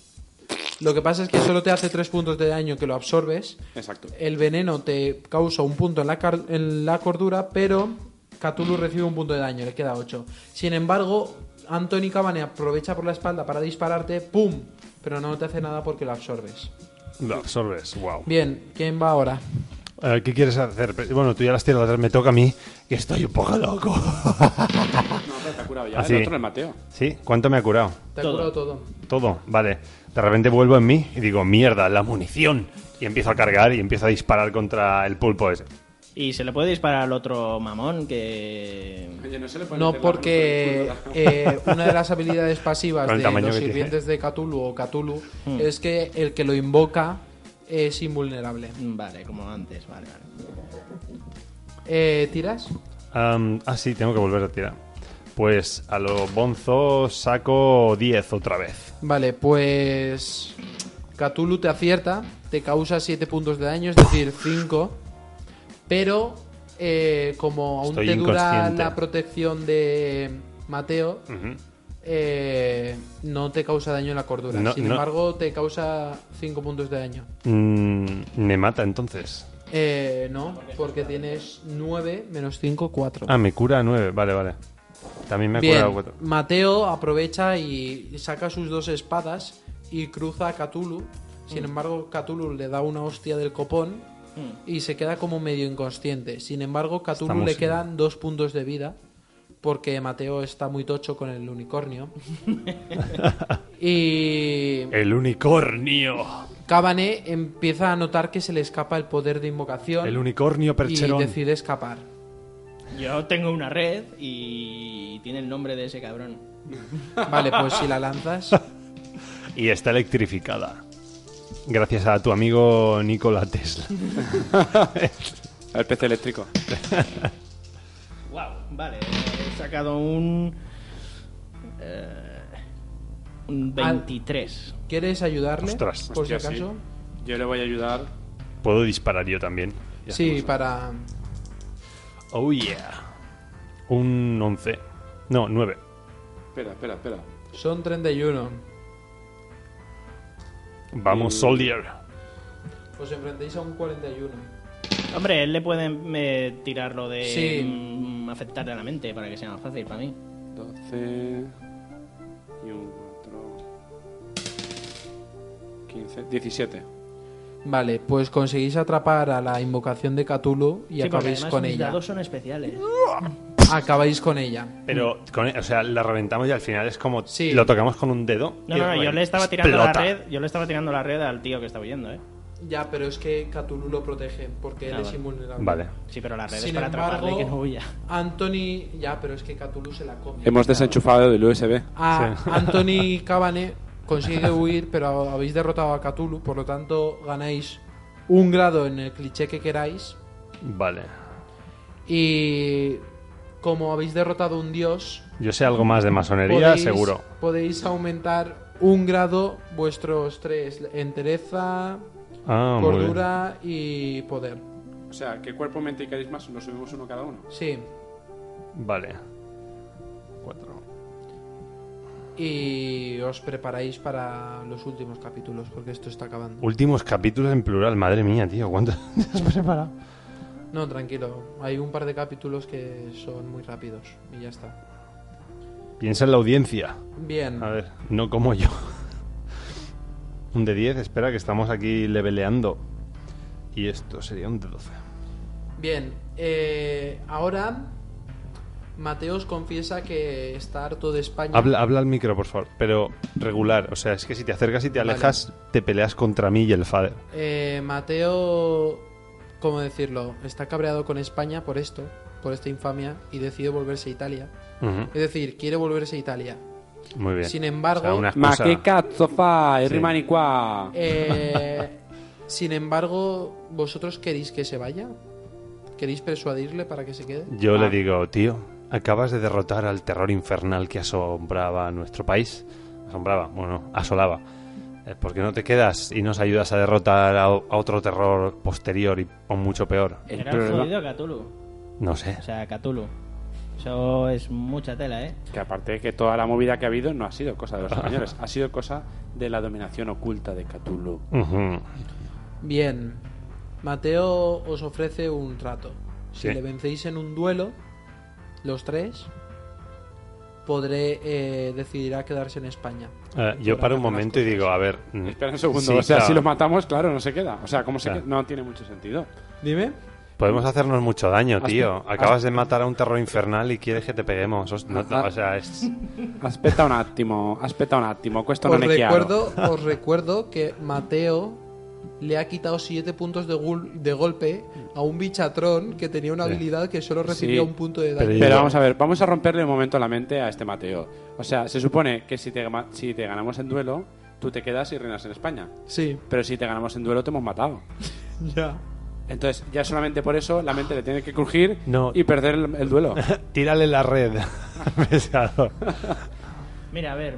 Speaker 4: Lo que pasa es que solo te hace tres puntos de daño que lo absorbes.
Speaker 3: Exacto.
Speaker 4: El veneno te causa un punto en la, car- en la cordura, pero Cthulhu recibe un punto de daño, le queda 8. Sin embargo, Anthony Cavani aprovecha por la espalda para dispararte, ¡pum! Pero no te hace nada porque lo absorbes.
Speaker 1: Lo absorbes. Wow.
Speaker 4: Bien, ¿quién va ahora?
Speaker 1: Eh, ¿Qué quieres hacer? Pe- Bueno, tú ya las tiras, me toca a mí, que estoy un poco loco.
Speaker 3: No, pero te ha curado ya.
Speaker 1: Ah, sí.
Speaker 3: El otro el Mateo.
Speaker 1: ¿Sí? ¿Cuánto me ha curado?
Speaker 4: Te ha
Speaker 2: Todo.
Speaker 4: curado todo.
Speaker 1: Todo, vale. De repente vuelvo en mí y digo, mierda, la munición. Y empiezo a cargar y empiezo a disparar contra el pulpo ese.
Speaker 2: y se le puede disparar al otro mamón que.
Speaker 3: Oye, no se le puede
Speaker 4: No,
Speaker 3: meter la mano
Speaker 4: porque
Speaker 3: por el culo,
Speaker 4: eh, una de las habilidades pasivas
Speaker 1: Con el
Speaker 4: de
Speaker 1: tamaño
Speaker 4: los
Speaker 1: que tiene.
Speaker 4: sirvientes de Cthulhu o Cthulhu
Speaker 3: Hmm.
Speaker 4: es que el que lo invoca es invulnerable.
Speaker 2: Vale, como antes, vale, vale.
Speaker 4: Eh, ¿Tiras?
Speaker 1: Am, ah, sí, tengo que volver a tirar. Pues a lo bonzo saco 10 otra vez.
Speaker 4: Vale, pues. Cthulhu te acierta, te causa 7 puntos de daño, es decir, 5. Pero, eh, como aún
Speaker 1: Estoy
Speaker 4: te dura
Speaker 1: inconsciente. Mm.
Speaker 4: la protección de Mateo,
Speaker 1: Ujú.
Speaker 4: eh, no te causa daño en la cordura.
Speaker 1: No,
Speaker 4: Sin
Speaker 1: no.
Speaker 4: embargo, te causa 5 puntos de daño.
Speaker 1: Mm, me mata entonces.
Speaker 4: Eh, no, porque tienes 9 menos 5, 4.
Speaker 1: Ah, me cura 9, vale, vale. También me ha
Speaker 4: Bien,
Speaker 1: curado 4.
Speaker 4: Mateo aprovecha y saca sus dos espadas y cruza a Cthulhu. Sin embargo, Cthulhu le da una hostia del copón y se queda como medio inconsciente. Sin embargo, Cthulhu
Speaker 1: Estamos
Speaker 4: le
Speaker 1: en-
Speaker 4: quedan dos puntos de vida porque Mateo está muy tocho con el unicornio. y
Speaker 1: El unicornio.
Speaker 4: Cabane empieza a notar que se le escapa el poder de invocación
Speaker 1: El unicornio
Speaker 4: y
Speaker 1: percherón.
Speaker 4: decide escapar.
Speaker 2: Yo tengo una red y tiene el nombre de ese cabrón.
Speaker 4: Vale, pues si la lanzas.
Speaker 1: Y está electrificada. Gracias a tu amigo Nikola Tesla.
Speaker 4: eh,
Speaker 3: El PC eléctrico.
Speaker 2: Wow, vale. He sacado un. eh, un
Speaker 4: Al-
Speaker 2: 23.
Speaker 4: ¿Quieres ayudarle?
Speaker 1: Ostras,
Speaker 4: por si
Speaker 3: Hostia, sí.
Speaker 4: acaso.
Speaker 3: Yo le voy a ayudar.
Speaker 1: Puedo disparar yo también.
Speaker 4: Sí, para.
Speaker 1: Oh yeah. Un 11. No, 9.
Speaker 3: Espera, espera, espera.
Speaker 4: Son 31.
Speaker 1: Vamos,
Speaker 2: Mm.
Speaker 1: soldier.
Speaker 4: Os enfrentáis a un 41.
Speaker 2: Hombre, él le pueden eh, tirar lo de
Speaker 4: Sí.
Speaker 2: mm, afectarle a la mente para que sea más fácil para mí.
Speaker 3: 12. Y un 4. 15. 17.
Speaker 4: Vale, pues conseguís atrapar a la invocación de Cthulhu y
Speaker 2: Sí, porque
Speaker 4: acabáis
Speaker 2: además
Speaker 4: con
Speaker 2: mis
Speaker 4: ella. Uh.
Speaker 2: dados son especiales.
Speaker 4: Acabáis con ella.
Speaker 1: Pero,
Speaker 2: Mm.
Speaker 1: con- e, o sea, la reventamos y al final es como.
Speaker 4: Sí.
Speaker 1: Lo tocamos con un dedo.
Speaker 2: No,
Speaker 1: y
Speaker 2: no, no, yo
Speaker 1: bueno,
Speaker 2: le estaba tirando la
Speaker 1: explota.
Speaker 2: red, yo le estaba tirando la red al tío que estaba huyendo, eh.
Speaker 4: Ya, pero es que Cthulhu lo protege porque él
Speaker 2: Ah,
Speaker 4: es
Speaker 2: vale.
Speaker 4: invulnerable.
Speaker 1: Vale.
Speaker 2: Sí, pero la red es
Speaker 4: Sin
Speaker 2: para atraparle
Speaker 4: embargo,
Speaker 2: que no huya.
Speaker 4: Anthony. Ya, pero es que Cthulhu se la come.
Speaker 3: Hemos desenchufado del USB.
Speaker 4: A
Speaker 1: Sí.
Speaker 4: Anthony Cavane consigue huir, pero habéis derrotado a Cthulhu, por lo tanto ganáis un grado en el cliché que queráis.
Speaker 1: Vale.
Speaker 4: Y como habéis derrotado a un dios,
Speaker 1: Yo sé algo más de masonería, seguro.
Speaker 4: podéis aumentar un grado vuestros tres: entereza,
Speaker 1: Ah, muy bien.
Speaker 4: cordura y poder.
Speaker 3: O sea, que cuerpo, mente y carisma nos subimos uno cada uno.
Speaker 4: Sí.
Speaker 1: Vale. Cuatro.
Speaker 4: Y os preparáis para los últimos capítulos, porque esto está acabando.
Speaker 1: Últimos capítulos en plural, madre mía, tío, ¿cuánto te has preparado?
Speaker 4: No, tranquilo. Hay un par de capítulos que son muy rápidos y ya está.
Speaker 1: Piensa en la audiencia.
Speaker 4: Bien.
Speaker 1: A ver, no como yo. Un de 10, espera que estamos aquí leveleando. Y esto sería un de 12.
Speaker 4: Bien. eh, ahora, Mateos confiesa que está harto de España.
Speaker 1: Habla, habla al micro, por favor, pero regular. O sea, es que si te acercas y te
Speaker 4: Vale.
Speaker 1: alejas, te peleas contra mí y el Fader.
Speaker 4: Eh, Mateo, ¿cómo decirlo? Está cabreado con España por esto, por esta infamia, y decide volverse a Italia.
Speaker 1: Ujú,
Speaker 4: Es decir, quiere volverse a Italia.
Speaker 1: Muy bien.
Speaker 4: Sin
Speaker 1: O
Speaker 4: embargo,
Speaker 1: sea, una
Speaker 3: Ma
Speaker 1: excusa.
Speaker 3: che cazzo fai,
Speaker 1: Sì.
Speaker 3: rimani qua.
Speaker 4: Eh, sin embargo, ¿vosotros queréis que se vaya? ¿Queréis persuadirle para que se quede?
Speaker 1: Yo le
Speaker 3: Ah.
Speaker 1: digo, tío, acabas de derrotar al terror infernal que asombraba a nuestro país. Asombraba, bueno, asolaba. Eh, ¿Por qué no te quedas y nos ayudas a derrotar a, o- a otro terror posterior y o mucho peor?
Speaker 3: El
Speaker 2: Era
Speaker 3: problema-
Speaker 2: jodido Cthulhu.
Speaker 1: No sé.
Speaker 2: O sea, Cthulhu. Eso es mucha tela, ¿eh?
Speaker 3: Que aparte de que toda la movida que ha habido no ha sido cosa de los españoles, ha sido cosa de la dominación oculta de Cthulhu.
Speaker 1: Ujú.
Speaker 4: Bien. Mateo os ofrece un trato. Si
Speaker 1: Sí.
Speaker 4: le vencéis en un duelo, los tres, podré eh, decidirá quedarse en España.
Speaker 1: Eh, yo
Speaker 4: Por
Speaker 1: paro un
Speaker 4: hacer las
Speaker 1: momento y
Speaker 4: cosas.
Speaker 1: digo, a ver... mm,
Speaker 3: Espera un segundo,
Speaker 1: sí,
Speaker 3: o sea,
Speaker 1: claro,
Speaker 3: si lo matamos, claro, no se queda. O sea, ¿cómo se
Speaker 1: Claro.
Speaker 3: queda? No tiene mucho sentido.
Speaker 4: Dime.
Speaker 1: Podemos hacernos mucho daño,
Speaker 3: Has- ah.
Speaker 1: tío.
Speaker 3: has-
Speaker 1: Acabas de matar a un terror infernal y quieres que te peguemos. Os- no- no,
Speaker 3: Ajá.
Speaker 1: o sea, es...
Speaker 3: Aspetta un attimo, aspetta un attimo, questo
Speaker 4: Os
Speaker 3: non è chiaro.
Speaker 4: recuerdo, os recuerdo que Mateo le ha quitado 7 puntos de, gul- de golpe a un bichatrón que tenía una
Speaker 1: Sí.
Speaker 4: habilidad que solo recibía
Speaker 3: Sí.
Speaker 4: un punto de
Speaker 1: Pero
Speaker 4: daño.
Speaker 3: Pero vamos a ver, vamos a romperle un momento la mente a este Mateo. O sea, se supone que si te, ma- si te ganamos en duelo, tú te quedas y reinas en España.
Speaker 4: Sí,
Speaker 3: Pero si te ganamos en duelo, te hemos matado.
Speaker 4: ya.
Speaker 3: Entonces, ya solamente por eso la mente le tiene que crujir
Speaker 1: No.
Speaker 3: y perder el, el duelo.
Speaker 1: Tírale la red. Pesado.
Speaker 2: Mira, a ver.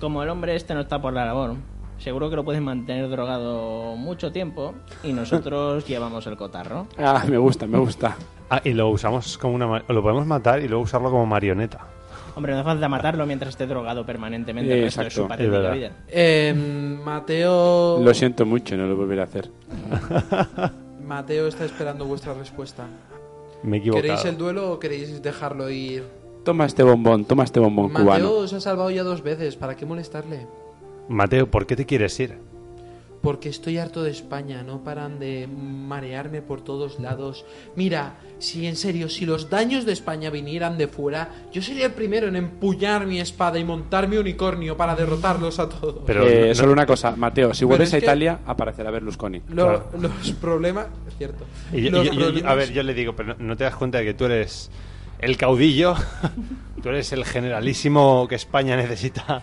Speaker 2: Como el hombre este no está por la labor, seguro que lo puedes mantener drogado mucho tiempo y nosotros llevamos el cotarro.
Speaker 3: Ah, me gusta, me gusta.
Speaker 1: Ah, y lo usamos como una... ma- Lo podemos matar y luego usarlo como marioneta.
Speaker 2: Hombre, no hace falta matarlo mientras esté drogado permanentemente el
Speaker 3: Eh,
Speaker 2: resto de su
Speaker 3: exacto,
Speaker 2: patética
Speaker 1: es verdad.
Speaker 2: vida.
Speaker 4: Eh, Mateo.
Speaker 3: Lo siento mucho, no lo volveré a hacer.
Speaker 4: Mateo está esperando vuestra respuesta.
Speaker 1: Me he equivocado.
Speaker 4: ¿Queréis el duelo o queréis dejarlo ir?
Speaker 3: Toma este bombón, toma este bombón
Speaker 4: Mateo
Speaker 3: cubano.
Speaker 4: os ha salvado ya dos veces, ¿para qué molestarle?
Speaker 1: Mateo, ¿por qué te quieres ir?
Speaker 4: Porque estoy harto de España, no paran de marearme por todos lados. Mira, si en serio, si los daños de España vinieran de fuera, yo sería el primero en empuñar mi espada y montar mi unicornio para derrotarlos a todos.
Speaker 1: Pero
Speaker 3: Eh,
Speaker 1: no- no-
Speaker 3: Solo una cosa, Mateo, si vuelves
Speaker 4: es
Speaker 3: a
Speaker 4: que-
Speaker 3: Italia, aparecerá Berlusconi.
Speaker 4: Lo-
Speaker 1: claro.
Speaker 4: Los problemas. Es cierto.
Speaker 1: Y yo-
Speaker 4: Los
Speaker 1: yo- yo- yo- a
Speaker 4: problemas-
Speaker 1: ver, yo le digo, pero no, no te das cuenta de que tú eres el caudillo, tú eres el generalísimo que España necesita.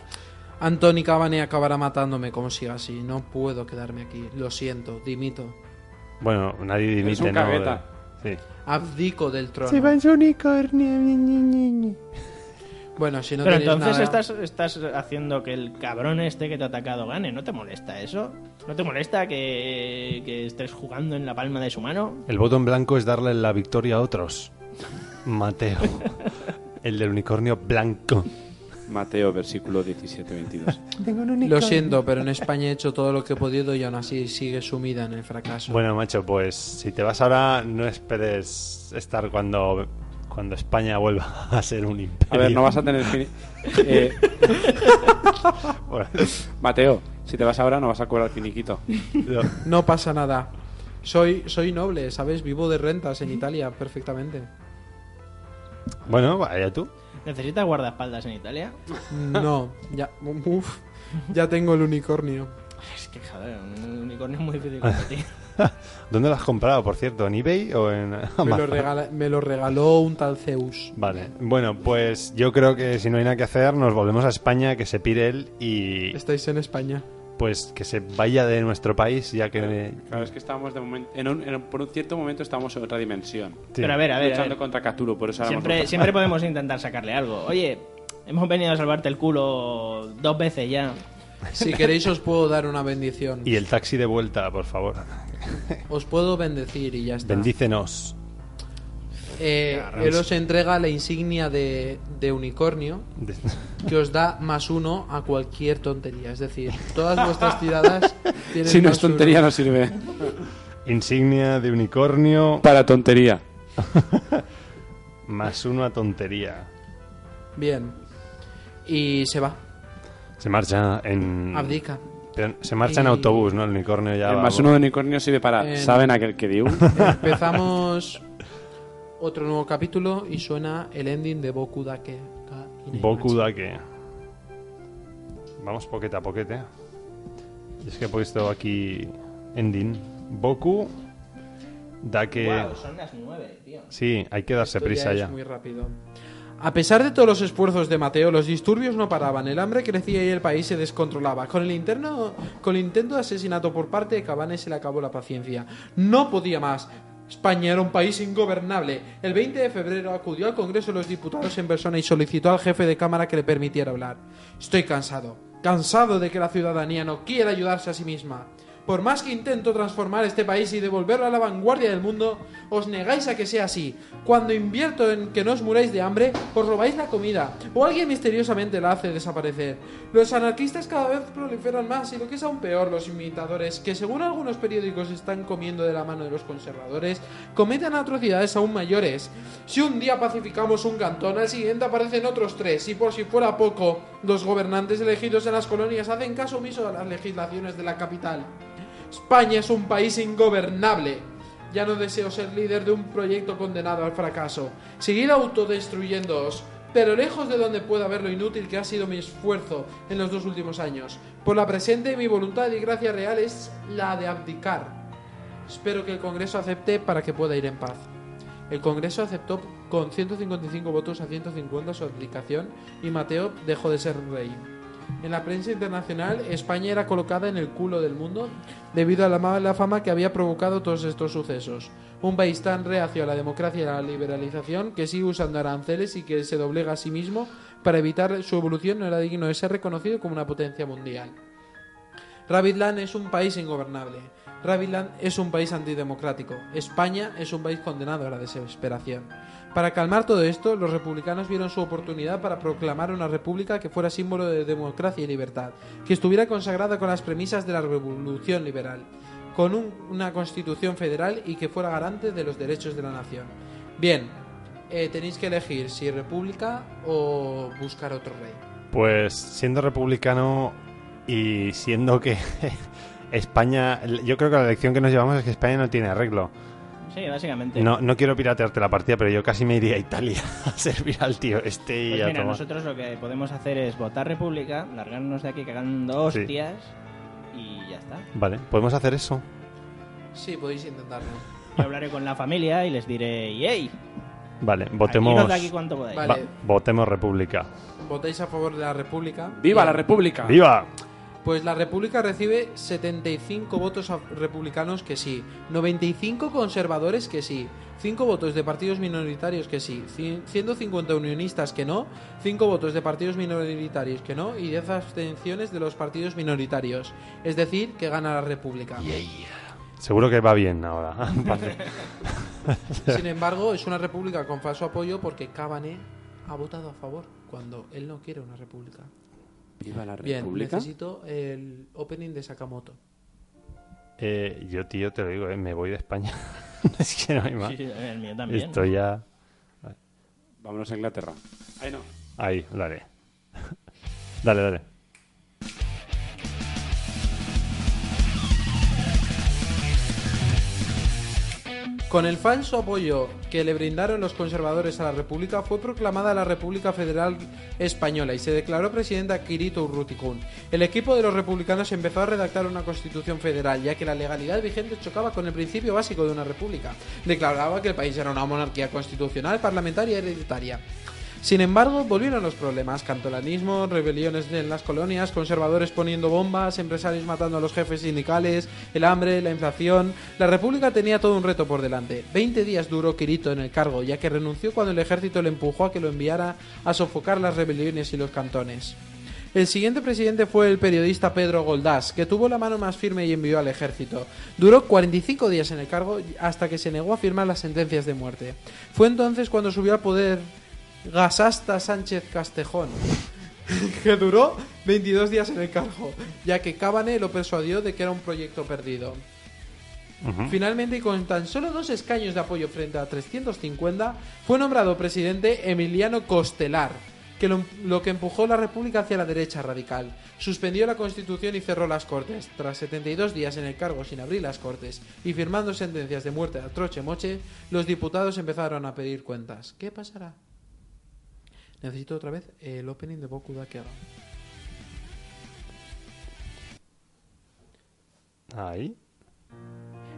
Speaker 4: Antoni Cavani acabará matándome como siga así. No puedo quedarme aquí. Lo siento, dimito.
Speaker 1: Bueno, nadie
Speaker 3: Eres
Speaker 1: dimite,
Speaker 3: un
Speaker 1: ¿no?
Speaker 3: cagueta.
Speaker 1: Sí.
Speaker 4: Abdico del trono.
Speaker 1: su unicornio.
Speaker 4: Bueno, si no
Speaker 2: Pero
Speaker 4: tenéis
Speaker 2: entonces
Speaker 4: nada-
Speaker 2: estás, estás haciendo que el cabrón este que te ha atacado gane. ¿No te molesta eso? ¿No te molesta que, que estés jugando en la palma de su mano?
Speaker 1: El voto en blanco es darle la victoria a otros. Mateo, el del unicornio blanco.
Speaker 3: Mateo, versículo 17-22.
Speaker 4: Lo siento, pero en España he hecho todo lo que he podido y aún así sigue sumida en el fracaso.
Speaker 1: Bueno, macho, pues si te vas ahora, no esperes estar cuando, cuando España vuelva a ser un imperio.
Speaker 3: A ver, no vas a tener... fini- Eh,
Speaker 1: Bueno,
Speaker 3: Mateo, si te vas ahora no vas a cobrar finiquito.
Speaker 1: lo-
Speaker 4: No pasa nada. Soy, soy noble, ¿sabes? Vivo de rentas en Italia perfectamente.
Speaker 1: bueno, vaya tú.
Speaker 2: ¿Necesitas guardaespaldas en Italia?
Speaker 4: No, ya, uf, ya tengo el unicornio.
Speaker 2: Es que, joder, un unicornio es muy difícil de competir.
Speaker 1: ¿Dónde lo has comprado, por cierto? ¿En eBay o en Amazon?
Speaker 4: Me lo, regala- me lo regaló un tal Zeus.
Speaker 1: Vale, bueno, pues yo creo que si no hay nada que hacer, nos volvemos a España, que se pire él y
Speaker 4: Estáis en España.
Speaker 1: pues que se vaya de nuestro país, ya que...
Speaker 3: Claro, es que estábamos de momento. En un- en un- por un cierto momento estábamos en otra dimensión.
Speaker 1: Sí.
Speaker 2: Pero a ver, a ver, a
Speaker 3: luchando
Speaker 2: ver.
Speaker 3: contra Cthulhu, por eso ahora hemos
Speaker 2: Siempre,
Speaker 3: roto.
Speaker 2: siempre podemos intentar sacarle algo. Oye, hemos venido a salvarte el culo dos veces ya.
Speaker 4: Si queréis os puedo dar una bendición.
Speaker 1: Y el taxi de vuelta, por favor.
Speaker 4: Os puedo bendecir y ya está.
Speaker 1: Bendícenos.
Speaker 4: Eh, él os entrega la insignia de, de unicornio
Speaker 1: De-
Speaker 4: que os da más uno a cualquier tontería. Es decir, todas vuestras tiradas tienen
Speaker 3: Si no
Speaker 4: más
Speaker 3: es tontería,
Speaker 4: uno.
Speaker 3: no sirve.
Speaker 1: Insignia de unicornio,
Speaker 3: Para tontería.
Speaker 1: más uno a tontería.
Speaker 4: Bien. Y se va.
Speaker 1: Se marcha en...
Speaker 3: Mm.
Speaker 4: Abdica.
Speaker 1: Pero se marcha en
Speaker 4: Y-
Speaker 1: autobús, ¿no? El unicornio ya...
Speaker 3: el
Speaker 1: va-
Speaker 3: Eh, más uno de unicornio sirve para.
Speaker 4: En-
Speaker 3: ¿Saben aquel que dio?
Speaker 4: Empezamos otro nuevo capítulo y suena el ending de Boku Dake. ga Inaimachi.
Speaker 1: Boku Dake. Vamos poquete a poquete. Y Es que he puesto aquí ending. Boku Dake.
Speaker 2: Guau, son las nueve, tío.
Speaker 1: Sí, hay que darse
Speaker 4: Esto
Speaker 1: prisa
Speaker 4: es
Speaker 1: ya.
Speaker 4: muy rápido. A pesar de todos los esfuerzos de Mateo, los disturbios no paraban, el hambre crecía y el país se descontrolaba. Con el, interno, con el intento de asesinato por parte de Cabanes se le acabó la paciencia. No podía más. España era un país ingobernable. El 20 de febrero acudió al Congreso de los Diputados en persona y solicitó al jefe de Cámara que le permitiera hablar. Estoy cansado. Cansado de que la ciudadanía no quiera ayudarse a sí misma. Por más que intento transformar este país y devolverlo a la vanguardia del mundo, os negáis a que sea así. Cuando invierto en que no os muráis de hambre, os robáis la comida, o alguien misteriosamente la hace desaparecer. Los anarquistas cada vez proliferan más y lo que es aún peor, los imitadores, que según algunos periódicos están comiendo de la mano de los conservadores, cometen atrocidades aún mayores. Si un día pacificamos un cantón, al siguiente aparecen otros tres, y por si fuera poco, los gobernantes elegidos en las colonias hacen caso omiso a las legislaciones de la capital. España es un país ingobernable. Ya no deseo ser líder de un proyecto condenado al fracaso. Seguir autodestruyéndoos, pero lejos de donde pueda ver lo inútil que ha sido mi esfuerzo en los dos últimos años. Por la presente, mi voluntad y gracia real es la de abdicar. Espero que el Congreso acepte para que pueda ir en paz. El Congreso aceptó con 155 votos a 150 su abdicación y Mateo dejó de ser rey. En la prensa internacional, España era colocada en el culo del mundo debido a la mala fama que había provocado todos estos sucesos. Un país tan reacio a la democracia y a la liberalización que sigue usando aranceles y que se doblega a sí mismo para evitar su evolución no era digno de ser reconocido como una potencia mundial. Rabbitland es un país ingobernable. Rabbitland es un país antidemocrático. España es un país condenado a la desesperación. Para calmar todo esto, los republicanos vieron su oportunidad para proclamar una república que fuera símbolo de democracia y libertad, que estuviera consagrada con las premisas de la revolución liberal, con un- una constitución federal y que fuera garante de los derechos de la nación. Bien, eh, tenéis que elegir si república o buscar otro rey.
Speaker 1: Pues siendo republicano y siendo que España. Yo creo que la lección que nos llevamos es que España no tiene arreglo.
Speaker 2: Sí, básicamente.
Speaker 1: No, no quiero piratearte la partida, pero yo casi me iría a Italia a servir al tío este y
Speaker 2: Pues
Speaker 1: a
Speaker 2: mira,
Speaker 1: tomar.
Speaker 2: nosotros lo que podemos hacer es votar República, largarnos de aquí cagando
Speaker 1: Sí.
Speaker 2: hostias y ya está.
Speaker 1: Vale, podemos hacer eso.
Speaker 4: Sí, podéis intentarlo.
Speaker 2: Yo hablaré con la familia y les diré, ¡yey!
Speaker 1: Vale,
Speaker 2: Aquí,
Speaker 1: votemos.
Speaker 2: de aquí cuanto podáis.
Speaker 4: Vale.
Speaker 1: Va- votemos República.
Speaker 4: ¿Votáis a favor de la república?
Speaker 3: ¡Viva la
Speaker 4: Bien.
Speaker 3: República!
Speaker 1: ¡Viva!
Speaker 4: Pues la República recibe 75 votos a- republicanos que sí, 95 conservadores que sí, 5 votos de partidos minoritarios que sí, ci- 150 unionistas que no, 5 votos de partidos minoritarios que no y 10 abstenciones de los partidos minoritarios. Es decir, que gana la República.
Speaker 1: Seguro que va bien ahora. Vale.
Speaker 4: Sin embargo, es una República con falso apoyo porque Cábane ha votado a favor cuando él no quiere una República.
Speaker 3: ¡Viva la
Speaker 4: Bien,
Speaker 3: República!
Speaker 4: necesito el opening de Sakamoto.
Speaker 1: Eh, yo, tío, te lo digo, eh, me voy de España. es que no hay más.
Speaker 2: Sí, sí, el mío también.
Speaker 1: Esto ya.
Speaker 3: Vámonos a Inglaterra. Ay, no.
Speaker 1: Ahí, lo haré. dale, dale.
Speaker 4: Con el falso apoyo que le brindaron los conservadores a la República, fue proclamada la República Federal Española y se declaró presidenta Kirito Urruticún. El equipo de los republicanos empezó a redactar una constitución federal, ya que la legalidad vigente chocaba con el principio básico de una república. Declaraba que el país era una monarquía constitucional, parlamentaria y hereditaria. Sin embargo, volvieron los problemas, cantolanismo, rebeliones en las colonias, conservadores poniendo bombas, empresarios matando a los jefes sindicales, el hambre, la inflación. La República tenía todo un reto por delante. Veinte días duró Quirito en el cargo, ya que renunció cuando el ejército le empujó a que lo enviara a sofocar las rebeliones y los cantones. El siguiente presidente fue el periodista Pedro Goldás, que tuvo la mano más firme y envió al ejército. Duró 45 días en el cargo hasta que se negó a firmar las sentencias de muerte. Fue entonces cuando subió al poder Gasasta Sánchez Castejón, que duró 22 días en el cargo, ya que Cabane lo persuadió de que era un proyecto perdido. Finalmente, y con tan solo dos escaños de apoyo frente a 350, fue nombrado presidente Emiliano Costelar, que lo, lo que empujó la República hacia la derecha radical. Suspendió la Constitución y cerró las Cortes. Tras 72 días en el cargo sin abrir las Cortes y firmando sentencias de muerte a troche moche, los diputados empezaron a pedir cuentas. ¿Qué pasará? Necesito otra vez el opening de Boku da Kyoga.
Speaker 1: Ahí.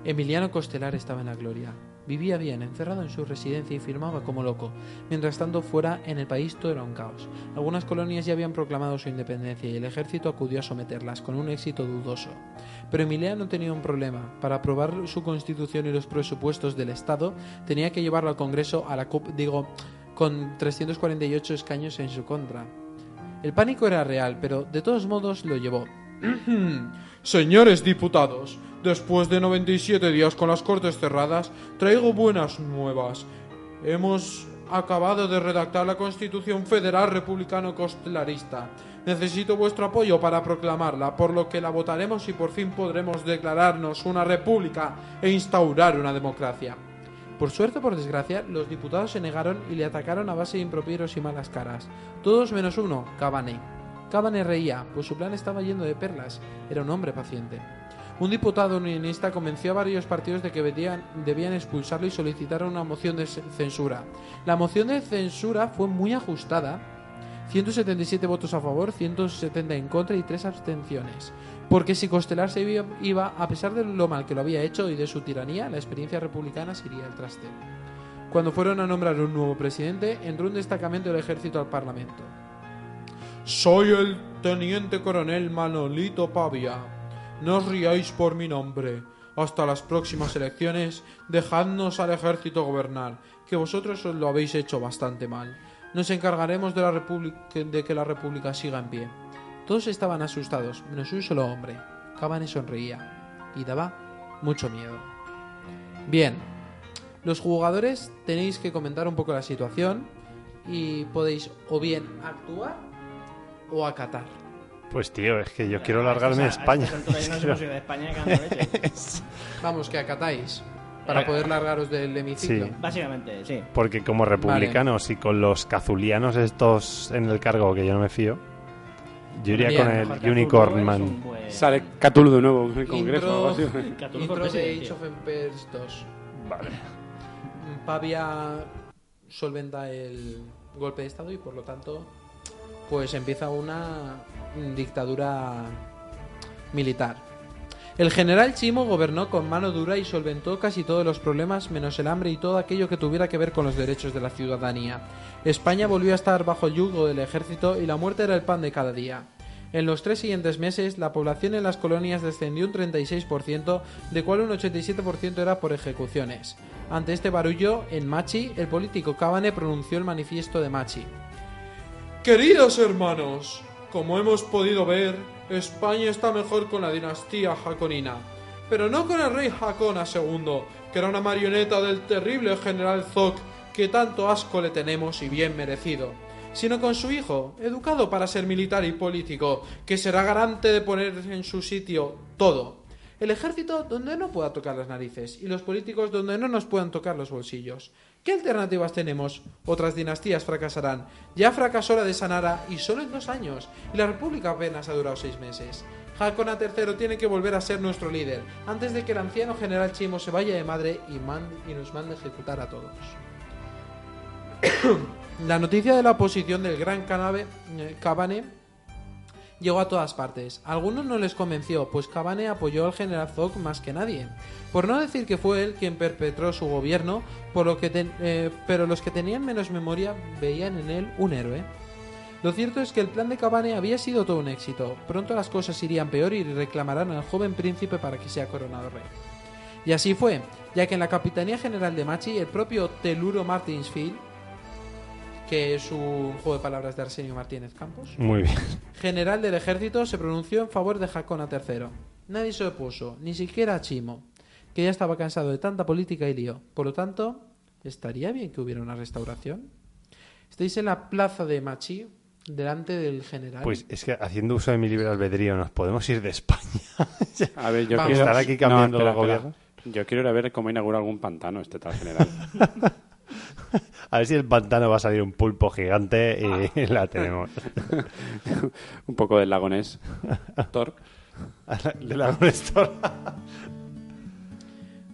Speaker 4: Emiliano Costelar estaba en la gloria. Vivía bien, encerrado en su residencia y firmaba como loco. Mientras tanto, fuera en el país todo era un caos. Algunas colonias ya habían proclamado su independencia y el ejército acudió a someterlas, con un éxito dudoso. Pero Emiliano tenía un problema. Para aprobar su constitución y los presupuestos del Estado, tenía que llevarlo al Congreso a la CUP, digo, con 348 escaños en su contra. El pánico era real, pero de todos modos lo llevó. Señores diputados, después de 97 días con las cortes cerradas, traigo buenas nuevas. Hemos acabado de redactar la Constitución Federal Republicano Costelarista. Necesito vuestro apoyo para proclamarla, por lo que la votaremos y por fin podremos declararnos una república e instaurar una democracia. Por suerte o por desgracia, los diputados se negaron y le atacaron a base de improperios y malas caras. Todos menos uno, Cabané. Cabane reía, pues su plan estaba yendo de perlas. Era un hombre paciente. Un diputado unionista convenció a varios partidos de que debían, debían expulsarlo y solicitaron una moción de ce- censura. La moción de censura fue muy ajustada. 177 votos a favor, 170 en contra y 3 abstenciones. Porque si Costelar se iba- iba, a pesar de lo mal que lo había hecho y de su tiranía, la experiencia republicana sería el traste. Cuando fueron a nombrar un nuevo presidente, entró un destacamento del ejército al Parlamento. Soy el teniente coronel Manolito Pavia. No os riáis por mi nombre. Hasta las próximas elecciones, dejadnos al ejército gobernar, que vosotros os lo habéis hecho bastante mal. Nos encargaremos de, la república- de que la república siga en pie. Todos estaban asustados, menos un solo hombre. Cabane sonreía y daba mucho miedo. Bien, los jugadores tenéis que comentar un poco la situación y podéis o bien actuar o acatar.
Speaker 1: Pues tío, es que yo quiero largarme de España. Quiero-
Speaker 2: de España cagando leche.
Speaker 4: Vamos, que acatáis. Para
Speaker 2: Eh,
Speaker 4: poder largaros del hemiciclo.
Speaker 1: Sí.
Speaker 2: Básicamente, sí.
Speaker 1: Porque como republicanos y con los cazulianos estos en el cargo, que yo no me fío, yo iría
Speaker 4: Bien,
Speaker 1: con
Speaker 4: mejor
Speaker 1: el Unicorn Man.
Speaker 3: Sale Cthulhu de nuevo en el
Speaker 4: Intro-
Speaker 3: Congreso. o algo así.
Speaker 2: Cthulhu
Speaker 4: Intro
Speaker 2: for
Speaker 4: de
Speaker 2: President,
Speaker 4: Age
Speaker 2: tío.
Speaker 4: of Empires 2.
Speaker 1: Vale.
Speaker 4: Pavia solventa el golpe de estado y por lo tanto pues empieza una dictadura militar. El general Chimo gobernó con mano dura y solventó casi todos los problemas menos el hambre y todo aquello que tuviera que ver con los derechos de la ciudadanía. España volvió a estar bajo el yugo del ejército y la muerte era el pan de cada día. En los tres siguientes meses, la población en las colonias descendió un 36%, de cual un 87% era por ejecuciones. Ante este barullo, en Machi, el político Cabane pronunció el manifiesto de Machi. Queridos hermanos, como hemos podido ver, España está mejor con la dinastía jaconina, pero no con el rey Jacona II, que era una marioneta del terrible general Zoc que tanto asco le tenemos y bien merecido, sino con su hijo, educado para ser militar y político, que será garante de poner en su sitio todo. El ejército donde no pueda tocar las narices y los políticos donde no nos puedan tocar los bolsillos. ¿Qué alternativas tenemos? Otras dinastías fracasarán. Ya fracasó la de Sanara y solo en dos años, y la República apenas ha durado seis meses. Hakona III tiene que volver a ser nuestro líder, antes de que el anciano general Chimo se vaya de madre y, man- y nos mande a ejecutar a todos. la noticia de la posición del gran canabe, eh, Cabane llegó a todas partes. A algunos no les convenció, pues Cabane apoyó al general Zog más que nadie. Por no decir que fue él quien perpetró su gobierno, por lo que ten- eh, pero los que tenían menos memoria veían en él un héroe. Lo cierto es que el plan de Cabane había sido todo un éxito. Pronto las cosas irían peor y reclamarán al joven príncipe para que sea coronado rey. Y así fue, ya que en la Capitanía General de Machi, el propio Teluro Martinsfield, que es un juego de palabras de Arsenio Martínez Campos,
Speaker 1: Muy bien.
Speaker 4: general del ejército, se pronunció en favor de Jacona III. Nadie se opuso, ni siquiera Chimo, que ya estaba cansado de tanta política y lío. Por lo tanto, ¿estaría bien que hubiera una restauración? Estáis en la plaza de Machi, delante del general.
Speaker 1: Pues es que haciendo uso de mi libre albedrío nos podemos ir de España. Ya.
Speaker 3: A ver, yo
Speaker 4: Vamos.
Speaker 3: quiero
Speaker 1: Estar aquí cambiando
Speaker 3: espera,
Speaker 1: el
Speaker 3: espera.
Speaker 1: gobierno.
Speaker 3: Yo quiero ir a ver cómo inaugura algún pantano este tal general.
Speaker 1: a ver si el pantano va a salir un pulpo gigante y la tenemos.
Speaker 3: Un poco del lagonés. Thor.
Speaker 1: De la Store.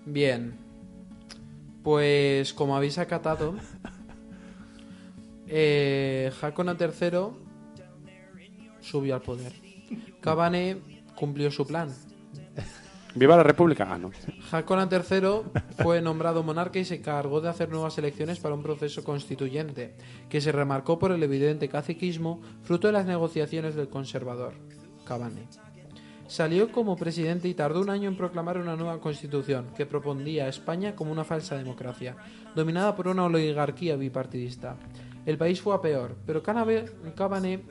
Speaker 4: Bien. Pues como habéis acatado, eh, Hakona III subió al poder. Cabane cumplió su plan.
Speaker 3: ¡Viva la República! Ah, no.
Speaker 4: Hakona III fue nombrado monarca y se encargó de hacer nuevas elecciones para un proceso constituyente, que se remarcó por el evidente caciquismo fruto de las negociaciones del conservador, Cabane. Salió como presidente y tardó un año en proclamar una nueva constitución que propondía a España como una falsa democracia, dominada por una oligarquía bipartidista. El país fue a peor, pero Canabe- Cabané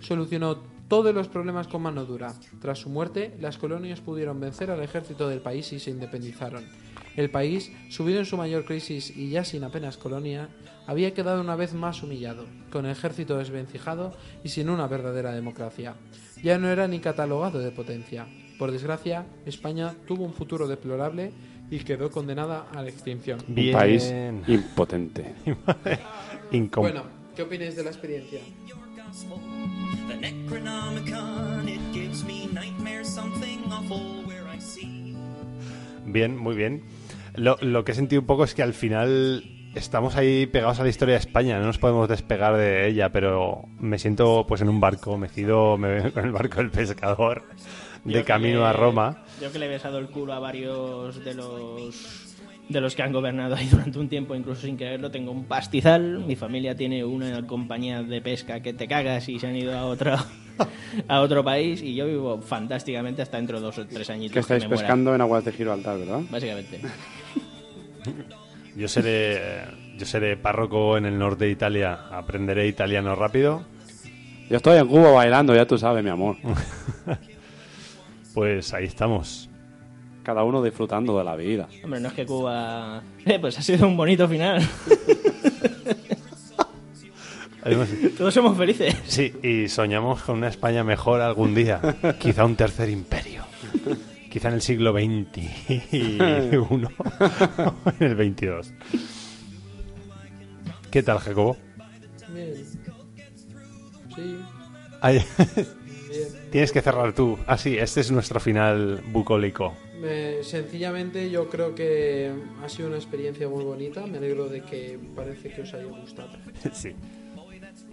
Speaker 4: solucionó todos los problemas con mano dura. Tras su muerte, las colonias pudieron vencer al ejército del país y se independizaron. El país, subido en su mayor crisis y ya sin apenas colonia, había quedado una vez más humillado, con el ejército desvencijado y sin una verdadera democracia. Ya no era ni catalogado de potencia. Por desgracia, España tuvo un futuro deplorable y quedó condenada a la extinción.
Speaker 3: Un país impotente.
Speaker 1: Incom-
Speaker 4: Bueno, ¿qué opináis de la experiencia?
Speaker 6: your gospel. The Necronomicon, it gives me nightmares, something awful where I see.
Speaker 1: Bien, muy bien. Lo, lo que he sentido un poco es que al final estamos ahí pegados a la historia de España, no nos podemos despegar de ella, pero me siento pues en un barco, mecido me veo en el barco del pescador
Speaker 2: Yo
Speaker 1: de
Speaker 2: que
Speaker 1: camino
Speaker 2: le-
Speaker 1: a Roma.
Speaker 2: Yo que le he besado el culo a varios de los de los que han gobernado ahí durante un tiempo, incluso sin quererlo, tengo un pastizal. Mi familia tiene una compañía de pesca que te cagas y se han ido a otro a otro país y yo vivo fantásticamente hasta dentro de dos o tres añitos
Speaker 3: Que estáis
Speaker 2: me muera.
Speaker 3: pescando en aguas de Gibraltar, ¿verdad?
Speaker 2: Básicamente.
Speaker 1: Yo seré yo seré párroco en el norte de Italia, aprenderé italiano rápido.
Speaker 3: Yo estoy en Cuba bailando, ya tú sabes, mi amor.
Speaker 1: Pues ahí estamos.
Speaker 3: Cada uno disfrutando de la vida.
Speaker 2: Hombre, no es que Cuba... Eh, pues ha sido un bonito final.
Speaker 1: Además,
Speaker 2: Todos somos felices.
Speaker 1: sí, y soñamos con una España mejor algún día, quizá un tercer imperio. Quizá en el siglo XXI o en el XXII. ¿Qué tal, Jacobo?
Speaker 4: Bien. Sí,
Speaker 1: Ay,
Speaker 4: bien.
Speaker 1: tienes que cerrar tú. Ah, sí, este es nuestro final bucólico.
Speaker 4: Me- sencillamente yo creo que ha sido una experiencia muy bonita. Me alegro de que parece que os haya gustado.
Speaker 1: Sí.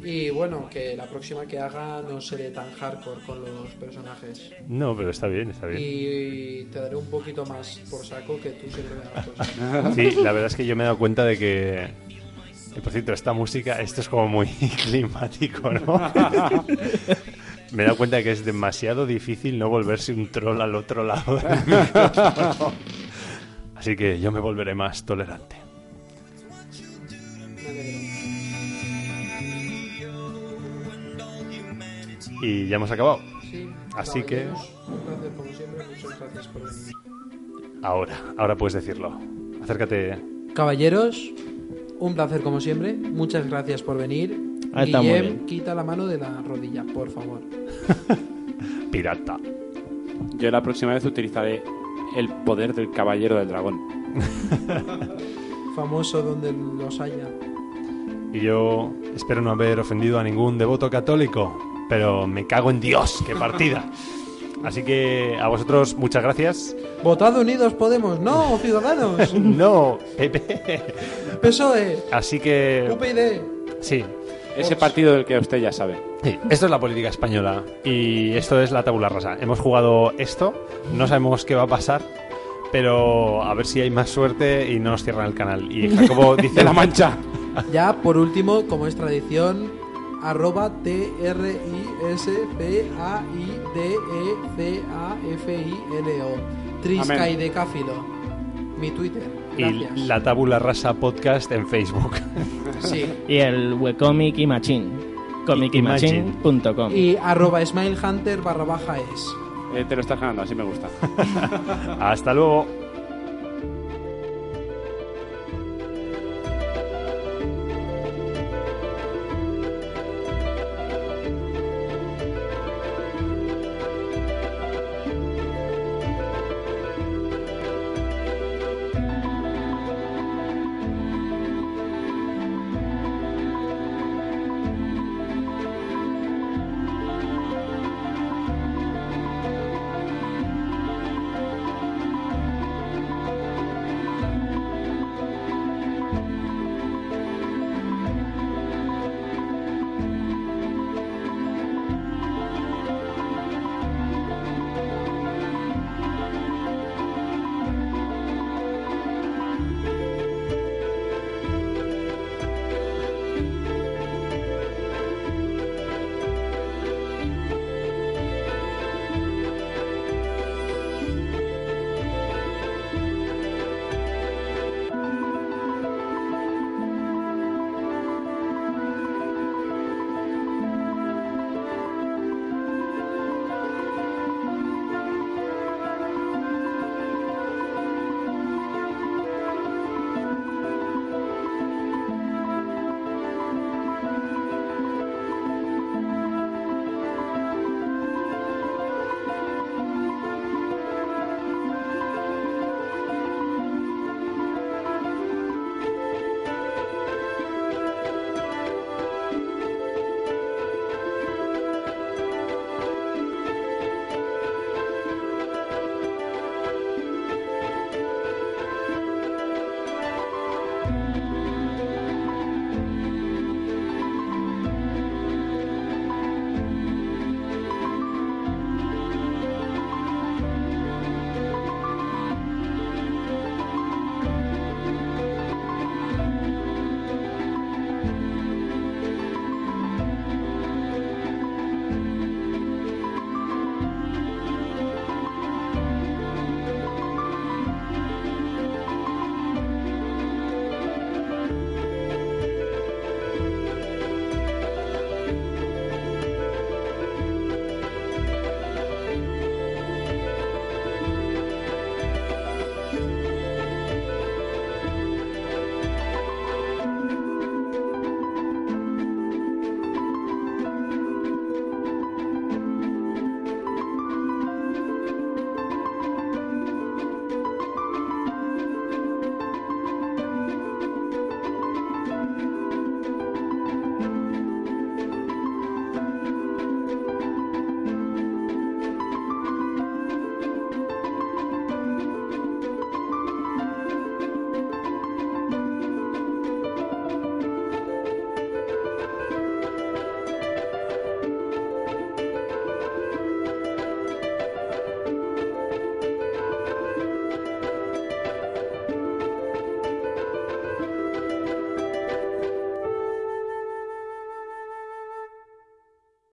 Speaker 4: Y bueno, que la próxima que haga no seré tan hardcore con los personajes.
Speaker 1: No, pero está bien, está bien.
Speaker 4: Y te daré un poquito más por saco que tú siempre me das por saco.
Speaker 1: Sí, la verdad es que yo me he dado cuenta de que. y, Por cierto, esta música, esto es como muy climático, ¿no? Me he dado cuenta de que es demasiado difícil no volverse un troll al otro lado del micrófono. Así que yo me volveré más tolerante.
Speaker 4: Me alegro.
Speaker 1: Y ya hemos acabado.
Speaker 4: Sí,
Speaker 1: Así que-
Speaker 4: caballeros, Un placer como siempre, muchas gracias por venir.
Speaker 1: Ahora, ahora puedes decirlo. Acércate.
Speaker 4: Caballeros, un placer como siempre, muchas gracias por venir.
Speaker 2: Ah, está muy
Speaker 4: Guillem,
Speaker 2: bien.
Speaker 4: quita la mano de la rodilla, por favor.
Speaker 1: Pirata.
Speaker 3: Yo la próxima vez utilizaré el poder del caballero del dragón.
Speaker 4: Famoso donde los haya.
Speaker 1: Y yo espero no haber ofendido a ningún devoto católico, pero me cago en Dios, qué partida. Así que a vosotros muchas gracias.
Speaker 4: Votad Unidos Podemos, no, Ciudadanos,
Speaker 1: No, Pepe.
Speaker 4: PSOE,
Speaker 1: Así que
Speaker 4: UPyD.
Speaker 1: sí.
Speaker 3: Ese partido del que usted ya sabe.
Speaker 1: Sí, esto es la política española y esto es la tabula rasa. Hemos jugado esto, no sabemos qué va a pasar, pero a ver si hay más suerte y no nos cierran el canal. Y Jacobo dice
Speaker 3: ¡De la mancha!
Speaker 4: Ya por último, como es tradición, arroba T R I S P A I D E C A F I L O. Trisca
Speaker 3: Amén.
Speaker 4: y de Cáfilo. Mi Twitter. Gracias.
Speaker 1: y la tabula rasa podcast en Facebook.
Speaker 4: Sí.
Speaker 2: Y el Wecomic y Machine. comicimachine.com
Speaker 4: Y arroba smilehunter barra baja es.
Speaker 3: Eh, te lo estás ganando, así me gusta.
Speaker 1: Hasta luego.